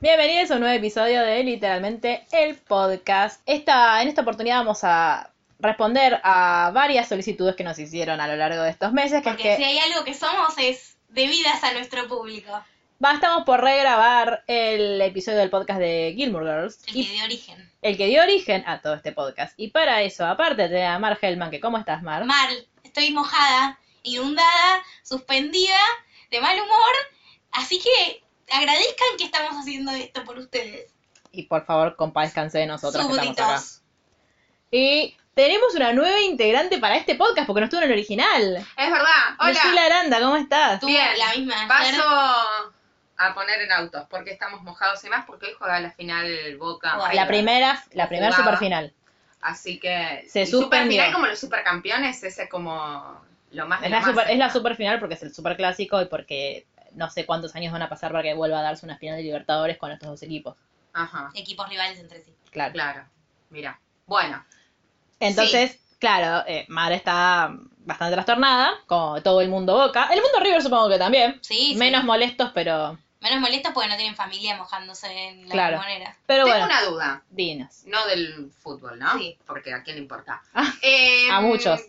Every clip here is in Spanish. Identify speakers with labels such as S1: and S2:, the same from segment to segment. S1: Bienvenidos a un nuevo episodio de literalmente el podcast. Esta, en esta oportunidad vamos a responder a varias solicitudes que nos hicieron a lo largo de estos meses, que
S2: Porque
S1: es
S2: si
S1: que
S2: hay algo que somos es debidas a nuestro público,
S1: va, estamos por regrabar el episodio del podcast de Gilmore Girls.
S2: el
S1: y
S2: que dio origen.
S1: el que dio origen a todo este podcast. Y para eso, aparte de a Mar Hellman, que ¿cómo estás, Mar?
S2: Mal, estoy mojada, inundada, suspendida, de mal humor, así que agradezcan que estamos haciendo esto por ustedes,
S1: Y por favor, compadezcanse de nosotros que estamos acá.
S2: súbditos.
S1: Y tenemos una nueva integrante para este podcast, porque no estuvo en el original.
S3: Es verdad.
S1: Lucila
S3: Hola.
S1: Aranda, ¿cómo estás?
S2: Tú,
S3: Bien.
S2: la misma. ayer,
S3: Paso a poner en autos porque estamos mojados y más porque hoy juega la final Boca.
S2: Bueno,
S1: La
S3: River.
S1: primera, la primera
S3: Jugaba.
S1: superfinal.
S3: Así que
S1: Se
S3: y
S1: suspendió.
S3: superfinal como los supercampeones, ese como lo más de
S1: Es
S3: lo
S1: la,
S3: más.
S1: super, es la superfinal porque es el superclásico y porque no sé cuántos años van a pasar para que vuelva a darse una final de Libertadores con estos dos equipos.
S3: Ajá.
S2: Equipos rivales entre sí.
S1: Claro.
S3: Claro. Mira. Bueno,
S1: Entonces, claro, eh, Mar está bastante trastornada, como todo el mundo Boca. El mundo River supongo que también.
S2: Sí, sí.
S1: Menos molestos, pero...
S2: Menos molestos porque no tienen familia mojándose en la
S1: Claro.
S2: limonera.
S1: Pero
S3: tengo
S1: bueno,
S3: una duda.
S1: dinos.
S3: No del fútbol, ¿no?
S2: Sí.
S3: Porque a quién le importa.
S1: Ah,
S3: Eh,
S1: a muchos.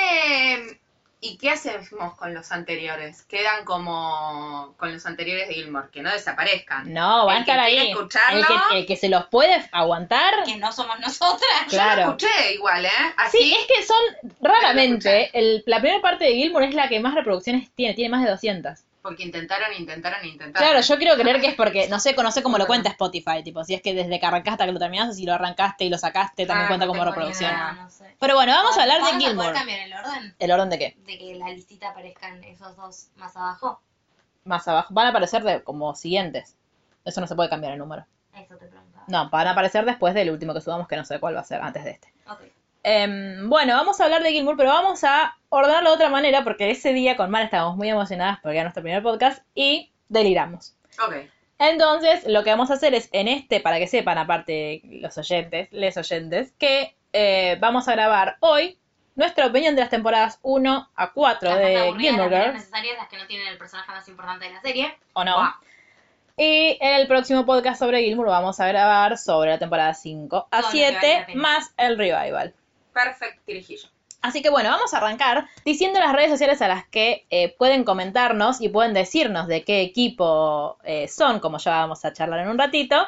S3: ¿Qué y qué hacemos con los anteriores? Quedan como con los anteriores de Gilmore, que no desaparezcan.
S1: No, van a
S3: El que
S1: estar ahí.
S3: quiera escucharlo.
S1: El que, el que se los puede aguantar.
S2: Que no somos nosotras.
S3: Yo lo
S1: Claro.
S3: escuché igual, ¿eh? Así
S1: Sí, es que son raramente. el- la primera parte de Gilmour es la que más reproducciones tiene, tiene más de 200.
S3: Porque intentaron, intentaron, intentaron.
S1: Claro, yo quiero creer que es porque, no sé, conoce cómo lo cuenta Spotify, tipo, si es que desde que arrancaste hasta que lo terminaste, si lo arrancaste y lo sacaste, también
S3: Ah,
S1: cuenta
S3: no
S1: como
S3: tengo
S1: reproducción.
S3: ni idea.
S2: No, no sé.
S1: Pero bueno, vamos a hablar de
S2: ¿Vamos a poder
S1: Gilmore.
S2: cambiar el orden?
S1: ¿El orden de qué?
S2: De que en la listita aparezcan esos dos más abajo.
S1: Más abajo. Van a aparecer de, como siguientes. Eso no se puede cambiar el número.
S2: Eso te preguntaba.
S1: No, van a aparecer después del último que subamos, que no sé cuál va a ser, antes de este.
S2: Ok.
S1: Em, bueno, vamos a hablar de Gilmour, pero vamos a ordenarlo de otra manera, porque ese día con Mar estábamos muy emocionadas porque era nuestro primer podcast y deliramos.
S3: Ok.
S1: Entonces, lo que vamos a hacer es en este, para que sepan, aparte los oyentes, les oyentes, que eh, vamos a grabar hoy nuestra opinión de las temporadas 1 a 4
S2: Las más
S1: de
S2: aburridas,
S1: Gilmore
S2: las menos
S1: Girls,
S2: necesarias, las que no tienen el personaje más importante de la serie.
S1: ¿o no?
S3: Buah.
S1: Y en el próximo podcast sobre Gilmore vamos a grabar sobre la temporada 5 a
S2: Todo lo que vale
S1: 7
S2: la pena.
S1: más el revival.
S3: Perfect tirijillo.
S1: Así que bueno, vamos a arrancar diciendo las redes sociales a las que eh, pueden comentarnos y pueden decirnos de qué equipo eh, son, como ya vamos a charlar en un ratito.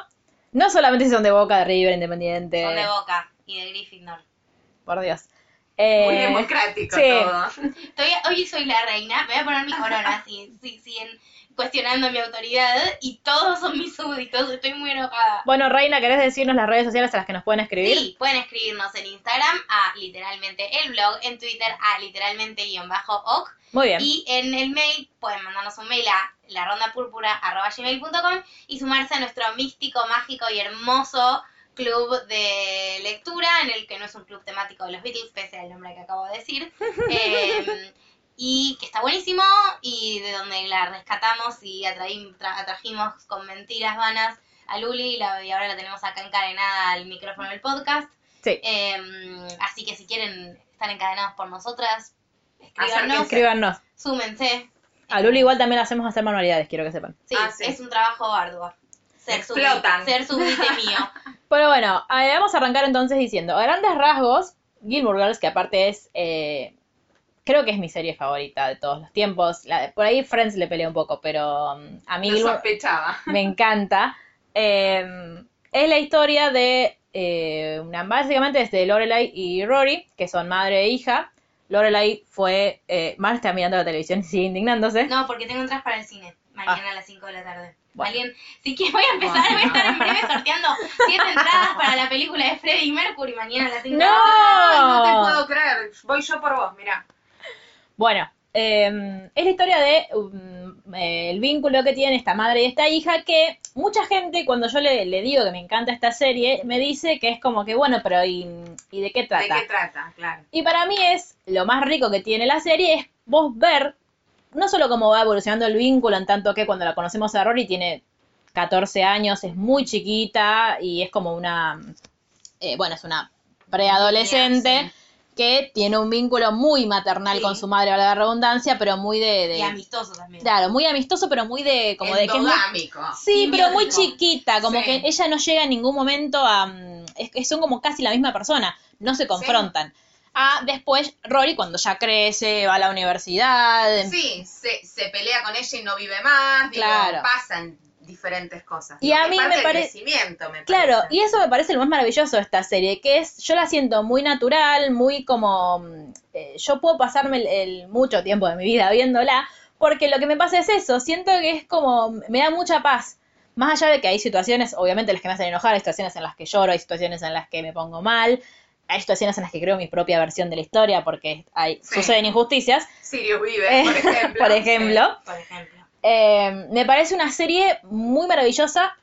S1: No solamente si son de Boca, de River, Independiente,
S2: Son de Boca y de Gryffindor.
S1: por Dios. Eh,
S3: Muy democrático
S1: sí.
S3: todo.
S2: Estoy- hoy soy la reina, me voy a poner mi corona si si siguen cuestionando mi autoridad y todos son mis súbditos, estoy muy enojada.
S1: bueno, Reina, ¿querés decirnos las redes sociales a las que nos pueden escribir?
S2: Sí, pueden escribirnos en Instagram a literalmente el blog, en Twitter a literalmente guión bajo oc
S1: Muy bien.
S2: y en el mail pueden mandarnos un mail a la ronda y sumarse a nuestro místico, mágico y hermoso club de lectura, en el que no es un club temático de los Beatles, pese al nombre que acabo de decir, eh, y que está buenísimo, y de donde la rescatamos y atraí- tra- atrajimos con mentiras vanas a Luli, y, la- y ahora la tenemos acá encadenada al micrófono del podcast.
S1: Sí.
S2: Eh, así que si quieren estar encadenados por nosotras,
S3: Acérquense.
S2: escríbanos,
S1: Escríbanos.
S2: súmense.
S1: A Luli igual también le hacemos hacer manualidades, quiero que sepan.
S2: Sí,
S3: Ah, sí.
S2: es un trabajo arduo. Ser súbdita,
S3: Explotan.
S2: ser súbdita mío.
S1: Pero bueno, eh, vamos a arrancar entonces diciendo, a grandes rasgos, Gilmore Girls, que aparte es, eh, creo que es mi serie favorita de todos los tiempos. La de- por ahí Friends le pelea un poco, pero mm, a mí
S3: Lo
S1: Gilmore
S3: sospechaba.
S1: me encanta. Eh, es la historia de, eh, una, básicamente es de Lorelai y Rory, que son madre e hija. Lorelai fue, eh, Mar está mirando la televisión y sigue indignándose.
S2: No, porque tengo entradas para el cine. mañana a las 5 de la tarde.
S1: Bueno.
S2: Alguien, si quieren voy a empezar, voy a estar en breve sorteando 7 entradas para la película de Freddie Mercury mañana a las 5 de la tarde.
S3: No te
S1: No.
S3: puedo creer. Voy yo por vos, mirá.
S1: Bueno, eh, es la historia de um, eh, el vínculo que tienen esta madre y esta hija que mucha gente cuando yo le, le digo que me encanta esta serie me dice que es como que bueno, pero ¿y, y de qué trata?
S3: ¿De qué trata? Claro.
S1: Y para mí es lo más rico que tiene la serie es vos ver no solo cómo va evolucionando el vínculo en tanto que cuando la conocemos a Rory tiene 14 años, es muy chiquita y es como una eh, bueno, es una preadolescente
S2: Niña,
S1: que tiene un vínculo muy maternal
S2: Sí.
S1: con su madre, valga la redundancia, pero muy de, de-
S2: Y amistoso también.
S1: claro, muy amistoso, pero muy de como de que es muy-
S3: Endogámico.
S1: Sí, pero muy
S2: simbiótico.
S1: chiquita, como
S3: Sí.
S1: que ella no llega en ningún momento a... mm, es que son como casi la misma persona, no se confrontan. Ah, después Rory cuando ya crece, va a la universidad, em-
S3: Sí, se, se pelea con ella y no vive más. digo,
S1: Claro.
S3: pasan diferentes cosas.
S1: Y
S3: digo,
S1: a
S3: que
S1: mí
S3: parte
S1: me
S3: del
S1: pare-
S3: crecimiento, me
S1: Claro,
S3: parece.
S1: y eso me parece lo más maravilloso de esta serie, que es, yo la siento muy natural, muy como, mm, eh, yo puedo pasarme el, el mucho tiempo de mi vida viéndola, porque lo que me pasa es eso, siento que es como, me da mucha paz, más allá de que hay situaciones, obviamente las que me hacen enojar, hay situaciones en las que lloro, hay situaciones en las que me pongo mal, hay situaciones en las que creo mi propia versión de la historia, porque hay,
S3: Sí.
S1: suceden injusticias,
S3: Sirius vive, por ejemplo.
S1: Eh, por ejemplo.
S2: Por ejemplo.
S1: Eh, me parece una serie muy maravillosa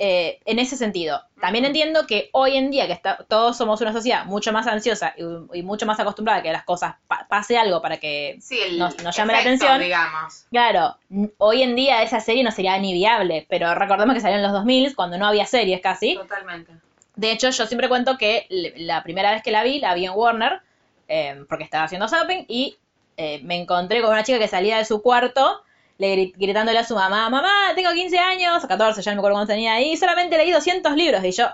S1: eh, en ese sentido. También entiendo que hoy en día, que está- todos somos una sociedad mucho más ansiosa y, y mucho más acostumbrada a que las cosas pa- pase algo para que...
S3: Sí, el
S1: Nos- nos llama la
S3: efecto,
S1: atención.
S3: digamos.
S1: Claro, n- hoy en día esa serie no sería ni viable, pero recordemos que salió en los 2000 cuando no había series casi.
S3: Totalmente.
S1: De hecho, yo siempre cuento que le- la primera vez que la vi, la vi en Warner, eh, porque estaba haciendo shopping, y eh, me encontré con una chica que salía de su cuarto, le gri- gritándole a su mamá, mamá, tengo 15 años, o 14, ya no me acuerdo cuánto tenía, y solamente leí 200 libros, y yo,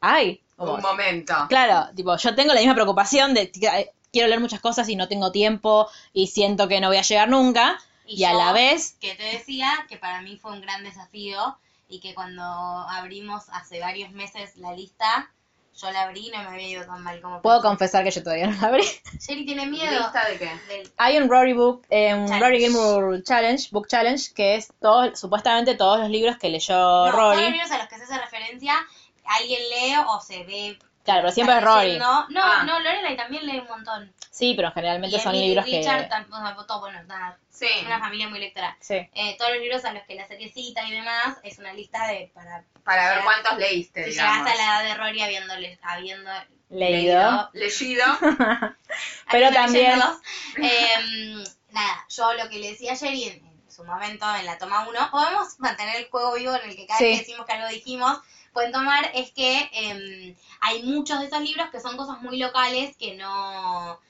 S1: ay, como-
S3: Un momento.
S1: claro, tipo, yo tengo la misma preocupación de, que, ay, quiero leer muchas cosas y no tengo tiempo, y siento que no voy a llegar nunca, y, a
S2: yo-
S1: la vez,
S2: que te decía que para mí fue un gran desafío y que cuando abrimos hace varios meses la lista, yo la abrí y no me había ido tan mal como
S1: puedo
S2: pensé.
S1: confesar que yo todavía no la abrí.
S2: Sherry tiene miedo
S3: ¿Lista de qué?
S2: del
S1: Hay un Rory Book, eh, un
S2: Challenge.
S1: Rory Gilmore Challenge, Book Challenge, que es todo, supuestamente todos los libros que leyó
S2: no, todos los
S1: Rory.
S2: libros a los que se hace referencia, alguien lee o se ve.
S1: Claro, pero siempre es Rory.
S2: No, no,
S3: Ah.
S2: no, Lorelai también lee un montón.
S1: Sí, pero
S2: Y
S1: generalmente son
S2: Emily
S1: libros
S2: Richard,
S1: que.
S2: tam- o sea, todo, bueno, nada,
S3: Sí.
S2: una familia muy lectora.
S1: Sí.
S2: Eh, todos los libros a los que la serie cita y demás, es una lista de para
S3: Para ver
S2: Ya.
S3: cuántos leíste,
S2: si
S3: digamos.
S2: llegaste a la edad de Rory habiéndole, habiendo
S1: Leído.
S3: Leído.
S1: Pero
S2: Habiendo
S1: también-
S2: leyéndolos. Eh, nada, yo lo que le decía ayer y en, en su momento en la toma 1, podemos mantener el juego vivo en el que cada
S1: Sí.
S2: vez que decimos que algo dijimos, pueden tomar, es que eh, hay muchos de esos libros que son cosas muy locales que no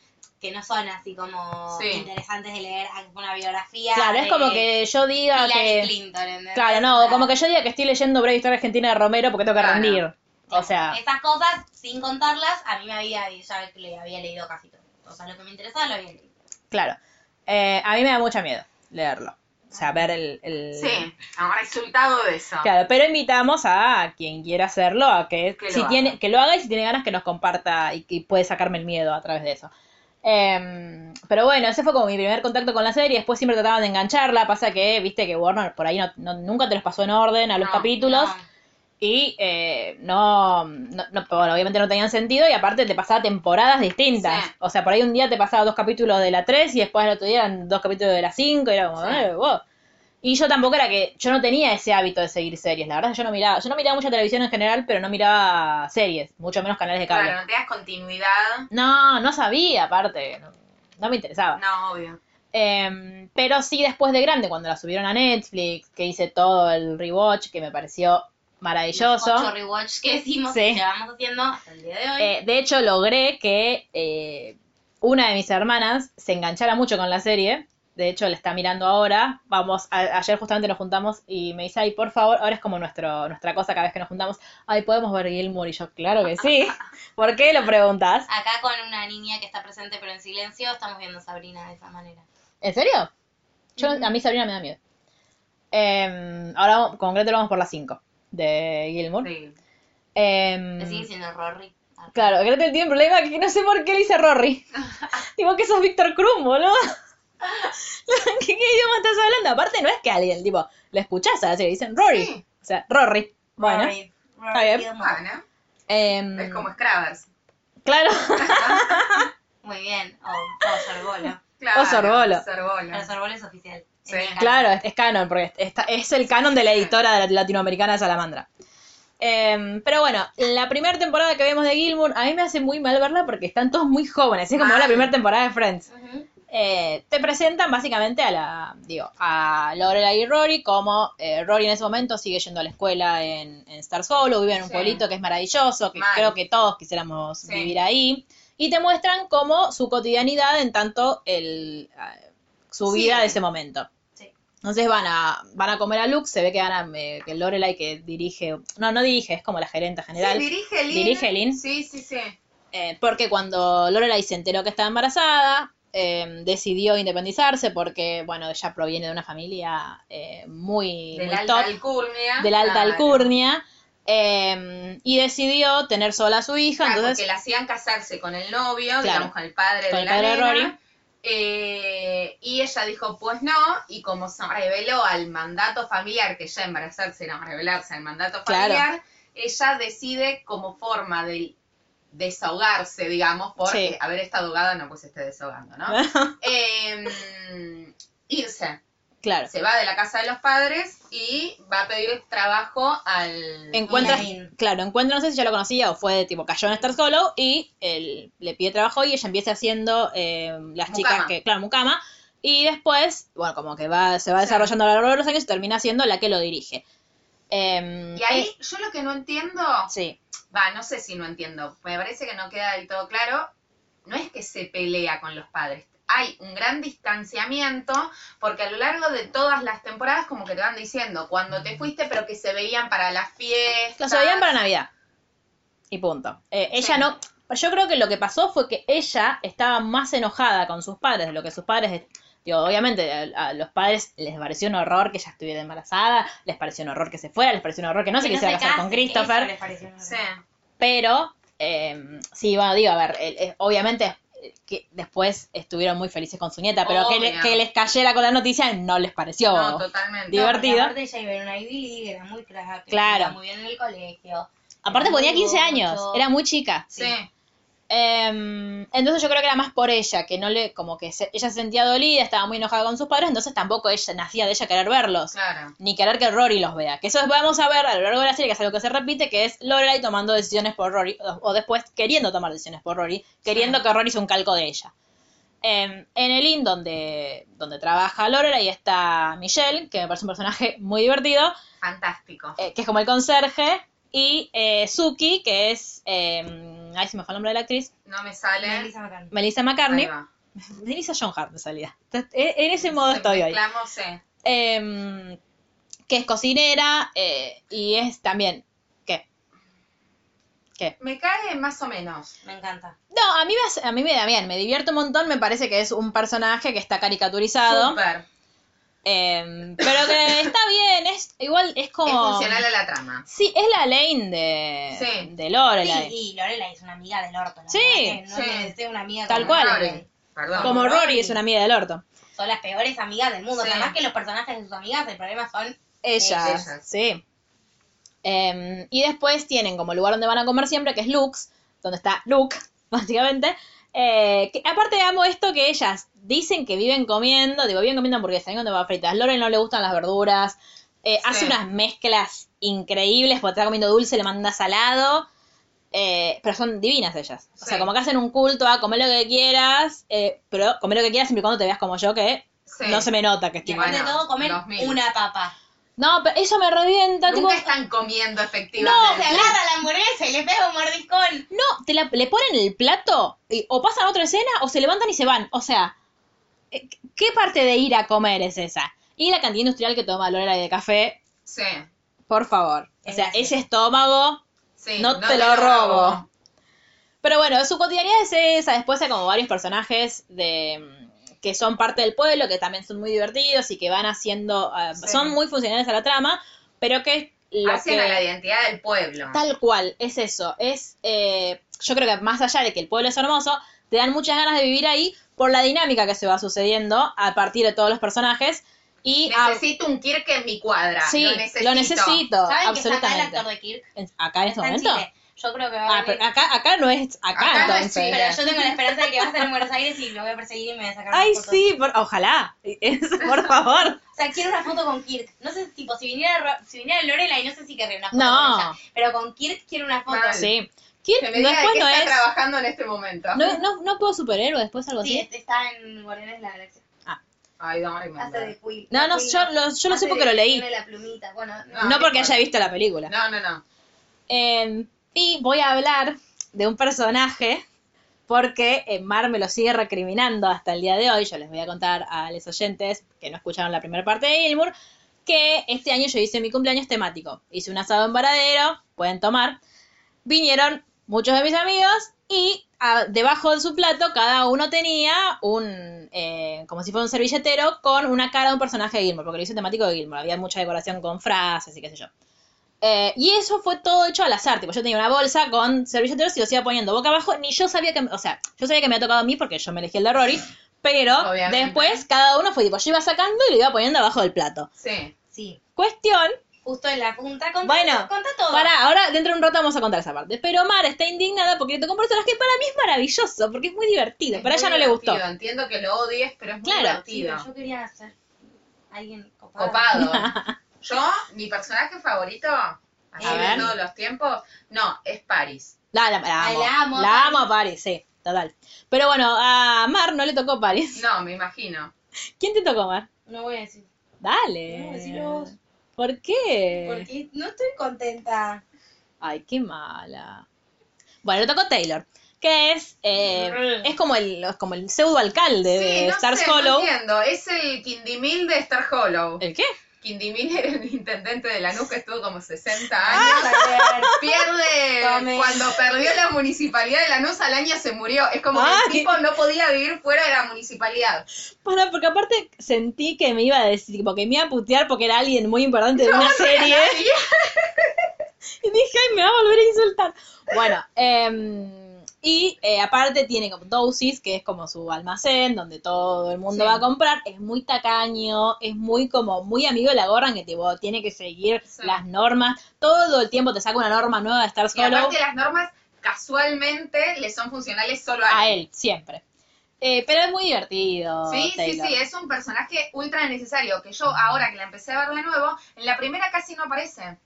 S2: que no son así como
S3: Sí.
S2: interesantes de leer una biografía
S1: Claro,
S2: de
S1: es como que yo diga
S2: Hillary
S1: que.
S2: Clinton ¿entendés?
S1: Claro, no, como que yo diga que estoy leyendo Breve Historia Argentina de Romero porque tengo que
S3: Claro.
S1: rendir. O sea,
S2: esas cosas sin contarlas a mí me había ya le había leído casi todo o sea lo que me interesaba lo había leído
S1: claro. Eh, a mí me da mucha miedo leerlo. O sea, ver el. el-
S3: Sí. Ah, Un resultado de eso.
S1: Claro, pero invitamos a quien quiera hacerlo a que,
S3: Que lo
S1: si
S3: haga.
S1: tiene, que lo haga y si tiene ganas que nos comparta y que puede sacarme el miedo a través de eso. Em, pero bueno, ese fue como mi primer contacto con la serie. Después siempre trataban de engancharla. Pasa que, viste, que Warner por ahí no, no- nunca te los pasó en orden a los
S3: No,
S1: capítulos.
S2: No.
S1: Y eh, no, no, no- bueno, obviamente no tenían sentido. Y aparte te pasaba temporadas distintas.
S3: Sí.
S1: O sea, por ahí un día te pasaba dos capítulos de la 3 y después el otro día eran dos capítulos de la 5. Y era como,
S3: Sí.
S1: eh, wow. Y yo tampoco era que, yo no tenía ese hábito de seguir series, la verdad es que yo no miraba, yo no miraba mucha televisión en general, pero no miraba series, mucho menos canales de cable.
S3: Claro, no te das continuidad.
S1: No, no sabía, aparte, no, no me interesaba.
S3: No, obvio.
S1: Em, pero sí después de grande, cuando la subieron a Netflix, que hice todo el rewatch, que me pareció maravilloso.
S2: Los ocho rewatch que hicimos,
S1: Sí.
S2: que llevamos haciendo hasta el día de hoy.
S1: Eh, de hecho, logré que eh, una de mis hermanas se enganchara mucho con la serie. De hecho, la está mirando ahora. Vamos, a- ayer justamente nos juntamos y me dice, ay, por favor, ahora es como nuestro, nuestra cosa cada vez que nos juntamos. Ay, ¿podemos ver Gilmore? Y yo, claro que sí. ¿Por qué lo preguntas?
S2: Acá con una niña que está presente pero en silencio, estamos viendo a Sabrina de esa manera.
S1: ¿En serio? Yo, A mí Sabrina me da miedo. Em, ahora, en concreto, vamos por las 5 de Gilmore.
S3: Sí.
S1: Em,
S2: Le sigue siendo Rory. Ah.
S1: Claro, Gretel tiene un problema que no sé por qué le hice Rory. Digo que sos Víctor Krum, boludo. ¿Qué, qué idioma estás hablando? Aparte, no es que alguien, tipo, la escuchás a veces que dicen Rory.
S3: Sí.
S1: O sea, Rory. Bueno.
S2: Rory, Rory
S1: Está bien.
S2: Gilmore.
S3: Ana,
S1: em,
S3: Ah, es como Scravers.
S1: Claro.
S2: Muy bien. O, o Sorbolo.
S3: Claro,
S1: O Sorbolo.
S3: Sorbolo.
S2: Pero Sorbolo es oficial.
S3: Sí.
S2: Es el
S1: Claro, es, es canon, porque es- está- es el canon de la editora de la- latinoamericana de Salamandra. Em, pero bueno, la primera temporada que vemos de Gilmour, a mí me hace muy mal verla porque están todos muy jóvenes, es como
S3: Mal.
S1: la primera temporada de Friends.
S2: Ujú.
S1: Eh, te presentan básicamente a la, digo, a Lorelai y Rory, como eh, Rory en ese momento sigue yendo a la escuela en, en Star Solo, vive en un
S3: Sí.
S1: pueblito que es maravilloso, que
S3: Mal.
S1: creo que todos quisiéramos
S3: Sí.
S1: vivir ahí, y te muestran como su cotidianidad en tanto el, eh, su
S3: Sí.
S1: vida de ese momento.
S2: Sí.
S1: Entonces van a, van a comer a Luke, se ve que van a, eh, que Lorelai que dirige, no, no dirige, es como la gerente general.
S3: Sí, dirige Lynn.
S1: Dirige Lynn.
S3: Sí, sí, sí.
S1: Eh, porque cuando Lorelai se enteró que estaba embarazada, eh, decidió independizarse porque, bueno, ella proviene de una familia eh, muy,
S3: De
S1: muy
S3: la alta
S1: top,
S3: alcurnia.
S1: de la alta
S3: Claro.
S1: alcurnia, eh, y decidió tener sola a su hija,
S3: Claro,
S1: entonces,
S3: porque la hacían casarse con el novio,
S1: Claro.
S3: digamos, con el padre
S1: Con
S3: de
S1: el
S3: la
S1: padre de
S3: nena,
S1: Rory.
S3: eh, y ella dijo, pues no, y como se reveló al mandato familiar, que ya embarazarse era revelarse al mandato
S1: Claro.
S3: familiar, ella decide como forma de desahogarse, digamos, por
S1: Sí.
S3: eh, haber estado ahogada, no pues se esté desahogando, ¿no? Em, irse.
S1: claro,
S3: Se va de la casa de los padres y va a pedir trabajo al...
S1: encuentra,
S2: Lynn.
S1: claro, encuentra, no sé si ya lo conocía o fue de tipo, cayó en Star Solo y él le pide trabajo y ella empieza haciendo eh, las chicas
S3: Mucama.
S1: que, claro, mucama, y después, bueno, como que va, se va
S3: Sí.
S1: desarrollando a lo largo de los años y termina siendo la que lo dirige. Em,
S3: Y ahí
S1: es-
S3: yo lo que no entiendo
S1: Sí,
S3: va, no sé si no entiendo, me parece que no queda del todo claro, no es que se pelea con los padres, hay un gran distanciamiento porque a lo largo de todas las temporadas como que te van diciendo cuando te fuiste pero que se veían para las fiestas.
S1: los veían para Navidad. Y punto. Eh, ella
S3: Sí.
S1: no. Yo creo que lo que pasó fue que ella estaba más enojada con sus padres de lo que sus padres. Digo, obviamente a, a los padres les pareció un horror que ella estuviera embarazada, les pareció un horror que se fuera, les pareció un horror que no se
S2: Que
S1: quisiera casar con
S2: casen,
S1: Christopher.
S2: eso les pareció un
S3: Sí,
S2: horror.
S1: Pero, eh, sí, bueno, digo, a ver, eh, eh, obviamente eh, que después estuvieron muy felices con su nieta, pero que, le-
S3: Obvio.
S1: que les cayera con la noticia no les pareció.
S3: no, totalmente.
S1: Digo, divertido.
S2: No, porque aparte ella iba en una Ivy League, era muy crack,
S1: Claro.
S2: iba muy bien en el colegio.
S1: Aparte ponía 15 años,
S2: Mucho.
S1: era muy chica.
S3: sí.
S1: Em, entonces yo creo que era más por ella, que no le, como que se- ella se sentía dolida, estaba muy enojada con sus padres, entonces tampoco ella nacía de ella querer verlos,
S3: claro.
S1: ni querer que Rory los vea. Que eso es- vamos a ver a lo largo de la serie, que es algo que se repite, que es Lorelai tomando decisiones por Rory, o, o después queriendo tomar decisiones por Rory, queriendo que Rory sea un calco de ella. Em, en el inn donde, donde trabaja Lorelai está Michelle, que me parece un personaje muy divertido,
S3: Fantástico.
S1: eh, que es como el conserje, y eh, Suki, que es, em, ay se me fue el nombre de la actriz,
S3: No me sale.
S2: Melissa McCann.
S1: Melissa
S3: Ahí
S1: McCartney,
S3: va.
S1: Denisa John Hart de salida. Entonces, e- En ese modo estoy hoy.
S3: Mezclamos, sí.
S1: Em, que es cocinera eh, y es también. ¿Qué? ¿Qué?
S3: Me cae más o menos.
S2: Me encanta.
S1: No, a mí, me, hace- a mí me da bien, me divierto un montón, me parece que es un personaje que está caricaturizado,
S3: Súper.
S1: em, pero que está bien, es igual, es
S3: Es
S1: como...
S3: funcional a la trama.
S1: sí, es la Lane de,
S3: Sí.
S1: de
S2: Sí,
S1: Lorelai.
S2: y Lorela es una amiga del orto. la
S1: Sí,
S2: verdad que no
S3: sí.
S2: le deseo una amiga
S1: Tal
S2: como
S1: cual.
S2: Lorelai.
S3: Perdón.
S1: Como Rory es una amiga del orto.
S2: Son las peores amigas del mundo.
S3: Sí.
S2: Además que los personajes de sus amigas, el problema son
S1: Ellas,
S3: Ellas.
S1: sí. Em, y después tienen como lugar donde van a comer siempre, que es Lux, donde está Luke, básicamente. Eh, que aparte amo esto que ellas dicen que viven comiendo, digo, viven comiendo hamburguesas, viven comiendo papas fritas. Loren no le gustan las verduras, eh,
S3: Sí.
S1: hace unas mezclas increíbles, porque está comiendo dulce, le manda salado. eh, pero son divinas ellas. O sea,
S3: Sí.
S1: como que hacen un culto a comer lo que quieras, eh, pero comer lo que quieras siempre y cuando te veas como yo, que
S3: Sí.
S1: no se me nota que
S2: Y
S1: estoy
S3: Igual.
S2: aparte de
S3: Bueno,
S2: todo, comen
S3: los mil.
S2: una papa.
S1: No, pero eso me revienta,
S3: Nunca
S1: tipo.
S3: están comiendo
S2: No,
S3: efectivamente.
S2: se agarra la hamburguesa y le pega un mordiscón.
S1: No, te la- le ponen el plato, y- o pasan a otra escena, o se levantan y se van. O sea, eh, ¿qué parte de ir a comer es esa? Y la cantidad industrial que toma Lorelai de café,
S3: Sí.
S1: por favor. O
S2: Es
S1: sea,
S2: gracioso.
S1: ese estómago,
S3: Sí,
S1: no, te lo robo. Pero bueno, su cotidianidad es esa. Después hay como varios personajes de que son parte del pueblo, que también son muy divertidos y que van haciendo, eh,
S3: Sí.
S1: son muy funcionales a la trama, pero que lo
S3: Hacen
S1: que-
S3: a la identidad del pueblo.
S1: Tal cual, es eso. Es, eh, yo creo que más allá de que el pueblo es hermoso, te dan muchas ganas de vivir ahí por la dinámica que se va sucediendo a partir de todos los personajes. Y ah,
S3: Necesito un Kirk en mi cuadra.
S1: sí,
S3: lo necesito.
S1: lo necesito,
S2: ¿Saben que está acá el
S1: absolutamente.
S2: actor de Kirk?
S1: En- ¿Acá en este
S2: Está en
S1: momento?
S2: Chile. Yo creo que va a
S1: Ah,
S2: venir.
S1: pero acá, acá no es acá,
S3: Acá no es
S1: entonces.
S3: Chile.
S2: Pero yo tengo la esperanza de que va a estar en Buenos Aires y lo voy a perseguir y me va a sacar
S1: Ay,
S2: una foto.
S1: sí, por- ojalá. Es- por favor.
S2: O sea, quiero una foto con Kirk. No sé, tipo, si viniera, Ro- si viniera Lorelai, no sé si querría una foto
S1: No.
S2: con ella. Pero con Kirk quiero una foto.
S3: Mal.
S1: Sí. ¿Quién?
S3: Que me diga de
S1: Después
S3: qué
S1: no
S3: está
S1: es.
S3: trabajando en este momento.
S1: No, no, no puedo superhéroe después algo
S2: Sí, este,
S1: así.
S2: es- está en Guardianes de la Galaxia.
S3: Ay, no, ay,
S2: Hace
S3: mandala.
S2: de Quill.
S1: No, no,
S2: Quill
S1: yo lo- yo lo
S2: Hace
S1: sé porque
S2: de-
S1: lo leí.
S2: tiene la plumita. Bueno,
S3: No,
S1: no porque
S2: este
S3: importa.
S1: haya visto la película.
S3: No, no, no.
S1: Eh, y voy a hablar de un personaje porque eh, Mar me lo sigue recriminando hasta el día de hoy. Yo les voy a contar a los oyentes que no escucharon la primera parte de Gilmour que este año yo hice mi cumpleaños temático. Hice un asado en Varadero, pueden tomar. Vinieron muchos de mis amigos y ah, debajo de su plato cada uno tenía un, eh, como si fuera un servilletero con una cara de un personaje de Gilmour, porque lo hice temático de Gilmour. Había mucha decoración con frases y qué sé yo. Eh, y eso fue todo hecho al azar. Tipo, yo tenía una bolsa con servilleteros y los iba poniendo boca abajo. Ni yo sabía que. me- O sea, yo sabía que me había tocado a mí porque yo me elegí el de Rory. Pero
S3: Obviamente.
S1: después cada uno fue tipo, yo iba sacando y lo iba poniendo abajo del plato.
S3: Sí.
S2: Sí,
S1: Cuestión.
S2: justo en la punta. Contá,
S1: Bueno,
S2: contá todo.
S1: Para, ahora dentro de un rato vamos a contar esa parte. Pero Mar está indignada porque le tocó un personaje que para mí es maravilloso, porque es muy divertido.
S3: Es
S1: Para ella
S3: muy
S1: no le gustó.
S3: divertido. Entiendo que lo odies, pero es muy
S1: Claro.
S2: Sí, pero
S3: divertido.
S2: yo quería ser alguien copado.
S3: Copado. yo, mi personaje favorito, así
S1: A
S3: de
S1: ver.
S3: todos los tiempos, no, es Paris.
S1: La, la- la
S2: Ay,
S1: amo.
S2: la amo,
S1: La amo a Paris, sí, total. Pero bueno, a Mar no le tocó Paris.
S3: No, me imagino.
S1: ¿Quién te tocó, Mar?
S2: No voy a decir.
S1: Dale.
S2: No, decilo vos.
S1: ¿Por qué?
S2: Porque no estoy contenta.
S1: Ay, qué mala. Bueno, le tocó Taylor, que es eh,
S2: Re.
S1: es como el es como el pseudo alcalde de
S3: sí, no
S1: Stars
S3: sé, no
S1: Hollow.
S3: entiendo. Es el Quindimil de Star Hollow.
S1: ¿El qué?
S3: Quindimil era el intendente de Lanús que estuvo como 60
S1: Ah,
S3: años. Pierde
S2: Come.
S3: cuando perdió la municipalidad de Lanús al año se murió. Es como que
S1: Ay.
S3: el tipo no podía vivir fuera de la municipalidad.
S1: Para, porque aparte sentí que me iba a decir, tipo, que me iba a putear porque era alguien muy importante de una serie.
S3: nadie.
S1: Y dije, ay, me va a volver a insultar. Bueno, em, y eh, aparte tiene como Dosis, que es como su almacén, donde todo el mundo
S3: Sí.
S1: va a comprar. Es muy tacaño, es muy como, muy amigo de la gorra, que tipo, tiene que seguir
S3: Sí.
S1: las normas. Todo el tiempo te saca una norma nueva de Star
S3: Y
S1: Hollow.
S3: aparte las normas casualmente le son funcionales solo
S1: A él, siempre. Eh, pero es muy divertido.
S3: Sí, sí,
S1: Taylor.
S3: sí, es un personaje ultra necesario que yo ahora que la empecé a ver de nuevo, en la primera casi no aparece.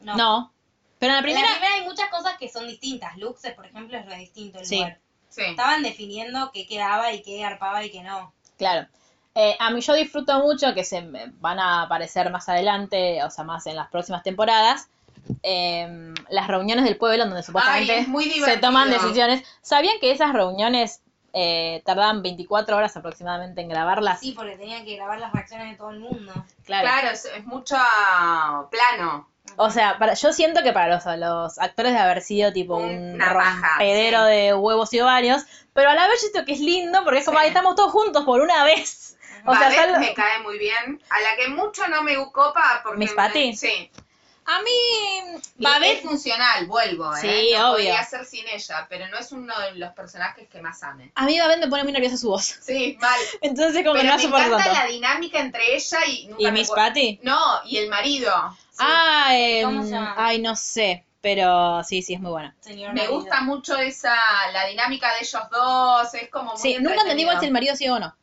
S2: No.
S1: No. Pero en la
S2: En la
S1: primera,
S2: primera hay muchas cosas que son distintas. Luxes, por ejemplo, es re distinto el
S1: Sí.
S2: lugar.
S3: Sí.
S2: Estaban definiendo qué quedaba y qué arpaba y qué no.
S1: Claro. Eh, a mí yo disfruto mucho, que se me- van a aparecer más adelante, o sea, más en las próximas temporadas, em, las reuniones del pueblo en donde
S3: Ay,
S1: supuestamente
S3: es muy divertido.
S1: se toman decisiones. ¿Sabían que esas reuniones eh, tardaban 24 horas aproximadamente en grabarlas?
S2: Sí, porque tenían que grabar las reacciones de todo el mundo.
S1: claro.
S3: Claro, es, es mucho plano.
S1: O sea, para, yo siento que para los, los actores de haber sido tipo un
S3: Una paja,
S1: rompedero
S3: sí.
S1: de huevos y ovarios, pero a la vez siento que es lindo porque es como,
S3: Sí.
S1: "Ay, estamos todos juntos por una vez. O sea,
S3: Babette
S1: salvo-
S3: me cae muy bien, a la que mucho no me copa porque
S1: ¿Miss
S3: me-
S1: Patty?
S3: sí.
S1: A mí,
S3: Y
S1: Babette
S3: es funcional, vuelvo, ¿eh?
S1: Sí,
S3: no
S1: obvio.
S3: podría ser sin ella, pero no es uno de los personajes que más ame.
S1: A mí Babette me pone muy nerviosa su voz.
S3: Sí, mal.
S1: Entonces como
S3: Pero
S1: que no
S3: me
S1: la soporto
S3: encanta
S1: tanto.
S3: la dinámica entre ella y nunca
S1: ¿Y
S3: me
S1: Miss
S3: acuerdo-
S1: Patty?
S3: No, y el marido.
S1: Ah, eh,
S2: ¿Cómo se llama?
S1: ay, no sé. Pero sí, sí, es muy buena.
S2: Señor
S3: Me
S2: marido.
S3: gusta mucho esa, la dinámica de ellos dos, es como muy
S1: Sí, nunca entendí igual si el
S3: entretenido.
S1: marido es ciego o no.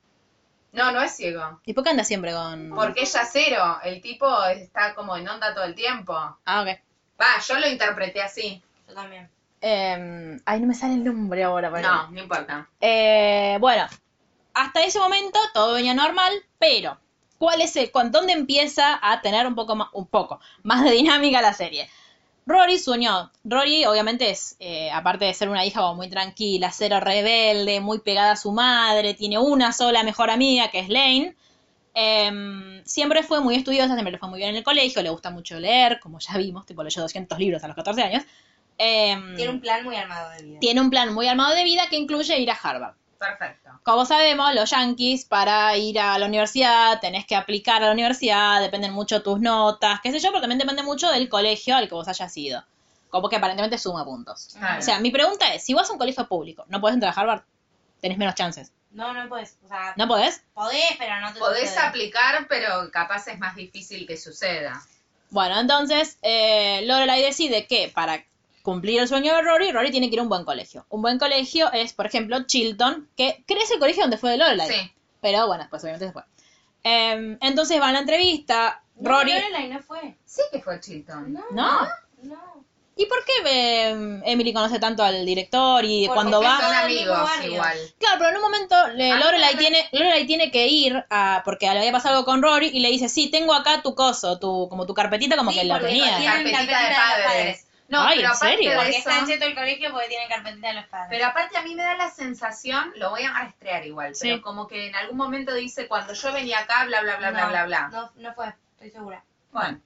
S3: No, no es ciego,
S1: ¿Y por qué anda siempre con...?
S3: porque ella cero, el tipo está como en onda todo el tiempo.
S1: Ah, ok.
S3: Va, yo lo interpreté así.
S2: Yo también.
S1: Eh, ay, no me sale el nombre ahora. ponele.
S3: No, no importa.
S1: Eh, bueno, hasta ese momento todo venía normal, pero ¿cuál es el, cuán- dónde empieza a tener un poco más, un poco más de dinámica la serie? Rory soñó. Rory, obviamente, es, eh, aparte de ser una hija como muy tranquila, cero rebelde, muy pegada a su madre, tiene una sola mejor amiga, que es Lane. Em, siempre fue muy estudiosa, siempre le fue muy bien en el colegio, le gusta mucho leer, como ya vimos, tipo leyó 200 libros a los 14 años. Em,
S2: Tiene un plan muy armado de vida.
S1: tiene un plan muy armado de vida que incluye ir a Harvard.
S3: Perfecto.
S1: Como sabemos, los yankees para ir a la universidad tenés que aplicar a la universidad, dependen mucho tus notas, qué sé yo, pero también depende mucho del colegio al que vos hayas ido. Como que aparentemente suma puntos.
S3: Claro.
S1: O sea, mi pregunta es, si vas a un colegio público, ¿no podés entrar a Harvard? tenés menos chances.
S2: No, no puedes. O sea,
S1: ¿No podés?
S2: podés, pero no te
S3: Podés
S2: sucede.
S3: aplicar, pero capaz es más difícil que suceda.
S1: Bueno, entonces eh, Lorelai decide que para cumplir el sueño de Rory, Rory tiene que ir a un buen colegio. Un buen colegio es, por ejemplo, Chilton, que crece el colegio donde fue de Lorelai.
S3: Sí.
S1: Pero bueno, después obviamente se fue. Em, entonces va a la entrevista,
S2: No,
S1: Rory...
S2: Lorelai no fue.
S3: Sí que fue Chilton.
S2: No.
S1: ¿No?
S2: No.
S1: ¿Y por qué em, Emily conoce tanto al director y
S2: Porque
S1: cuando
S2: se
S1: va...
S3: Son
S2: Todo el mismo
S3: amigos
S2: barrio.
S3: igual.
S1: Claro, pero en un momento le-
S3: Ah,
S1: Lorelai,
S3: claro.
S1: tiene, Lorelai tiene que ir a, porque le había pasado algo con Rory y le dice, sí, tengo acá tu coso, tu, como tu carpetita como
S2: Sí,
S1: que la
S2: porque
S1: tenía.
S2: tiene- Tienen
S3: Carpetita
S2: carpetita
S3: de
S2: de
S3: padres.
S2: padres.
S3: No,
S1: Ay,
S3: pero
S1: ¿en
S3: aparte
S1: serio?
S3: de
S2: Porque
S3: eso,
S2: está cheto el colegio porque tienen carpetita de los padres.
S3: pero aparte a mí me da la sensación, lo voy a rastrear igual,
S1: Sí.
S3: pero como que en algún momento dice cuando yo venía acá, bla, bla, bla, bla,
S2: No,
S3: bla, bla.
S2: No, no fue, estoy segura.
S3: Bueno,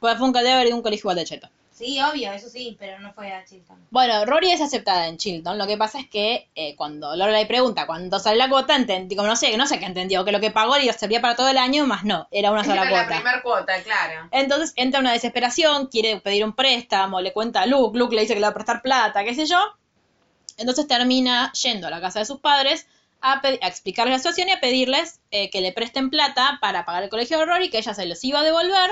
S1: Pues fue un cadáver de un colegio igual de cheto.
S2: Sí, obvio, eso sí, pero no fue a Chilton.
S1: Bueno, Rory es aceptada en Chilton. Lo que pasa es que eh, cuando Lorelai pregunta, cuando sale la cuota, entendí, como no sé, no sé qué entendió, que lo que pagó le servía para todo el año, más no, era una sola
S3: era la
S1: cuota.
S3: primera cuota, claro.
S1: Entonces entra una desesperación, quiere pedir un préstamo, le cuenta a Luke, Luke le dice que le va a prestar plata, qué sé yo. Entonces termina yendo a la casa de sus padres a, pe- a explicarles la situación y a pedirles eh, que le presten plata para pagar el colegio de Rory, que ella se los iba a devolver.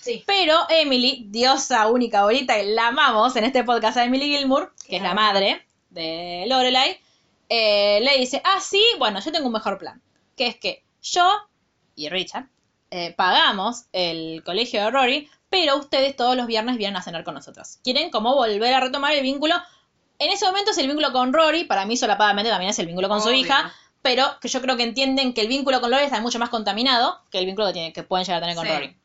S2: Sí.
S1: Pero Emily, diosa única ahorita, y la amamos en este podcast a Emily Gilmour, que es la madre de Lorelai, eh, le dice, ah, sí, bueno, yo tengo un mejor plan, que es que yo y Richard eh, pagamos el colegio de Rory, pero ustedes todos los viernes vienen a cenar con nosotros. Quieren como volver a retomar el vínculo. En ese momento es el vínculo con Rory, para mí solapadamente también es el vínculo con su
S3: Obvio.
S1: hija, pero que yo creo que entienden que el vínculo con Lorelai está mucho más contaminado que el vínculo que, tiene, que pueden llegar a tener con
S3: Sí.
S1: Rory.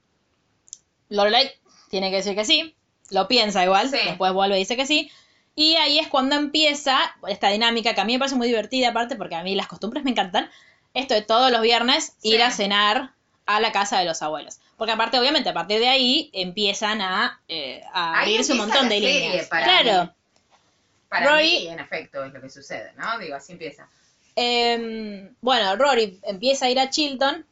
S1: Lorelai tiene que decir que sí, lo piensa igual,
S3: Sí.
S1: después vuelve y dice que sí. Y ahí es cuando empieza esta dinámica que a mí me parece muy divertida, aparte porque a mí las costumbres me encantan. Esto de todos los viernes
S3: Sí.
S1: ir a cenar a la casa de los abuelos. Porque aparte, obviamente, a partir de ahí empiezan a, eh, a
S3: Ahí
S1: abrirse un
S3: empieza
S1: montón
S3: la
S1: de
S3: serie
S1: líneas.
S3: para
S1: claro.
S3: mí. Para
S1: Roy-
S3: mí, en efecto, es lo que sucede, ¿no? Digo, así empieza.
S1: Eh, bueno, Rory empieza a ir a Chilton,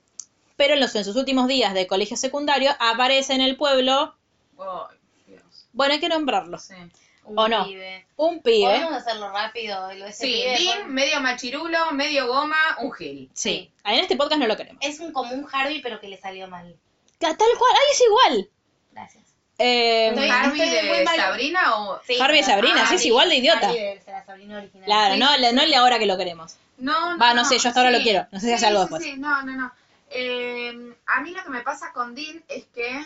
S1: pero en, los, en sus últimos días de colegio secundario aparece en el pueblo,
S3: Oh, Dios.
S1: bueno, hay que nombrarlo,
S3: Sí,
S2: Un
S1: ¿O no?
S2: pibe.
S1: un pibe.
S2: Podemos hacerlo rápido. lo de ese
S3: Sí,
S2: pibe,
S3: Dean,
S2: por-
S3: medio machirulo, medio goma, un gil.
S1: Sí, en este podcast no lo queremos.
S2: Es un común Harvey, pero que le salió mal.
S1: Tal cual, ahí es igual.
S2: Gracias.
S1: Eh,
S2: Estoy-
S3: ¿Harvey
S2: estoy muy
S3: de
S2: mal-
S3: Sabrina o...?
S2: Sí,
S1: Harvey y
S2: pero-
S1: Sabrina, sí, es igual de idiota.
S2: Harvey de la Sabrina original.
S1: claro,
S3: sí,
S1: no, le- no
S3: sí.
S1: el de ahora que lo queremos.
S3: No, no.
S1: Va, no sé, yo hasta ahora lo quiero. No sé si
S3: Sí,
S1: hace algo
S3: sí,
S1: después.
S3: Sí, no, no, no. Eh, a mí lo que me pasa con Dean es que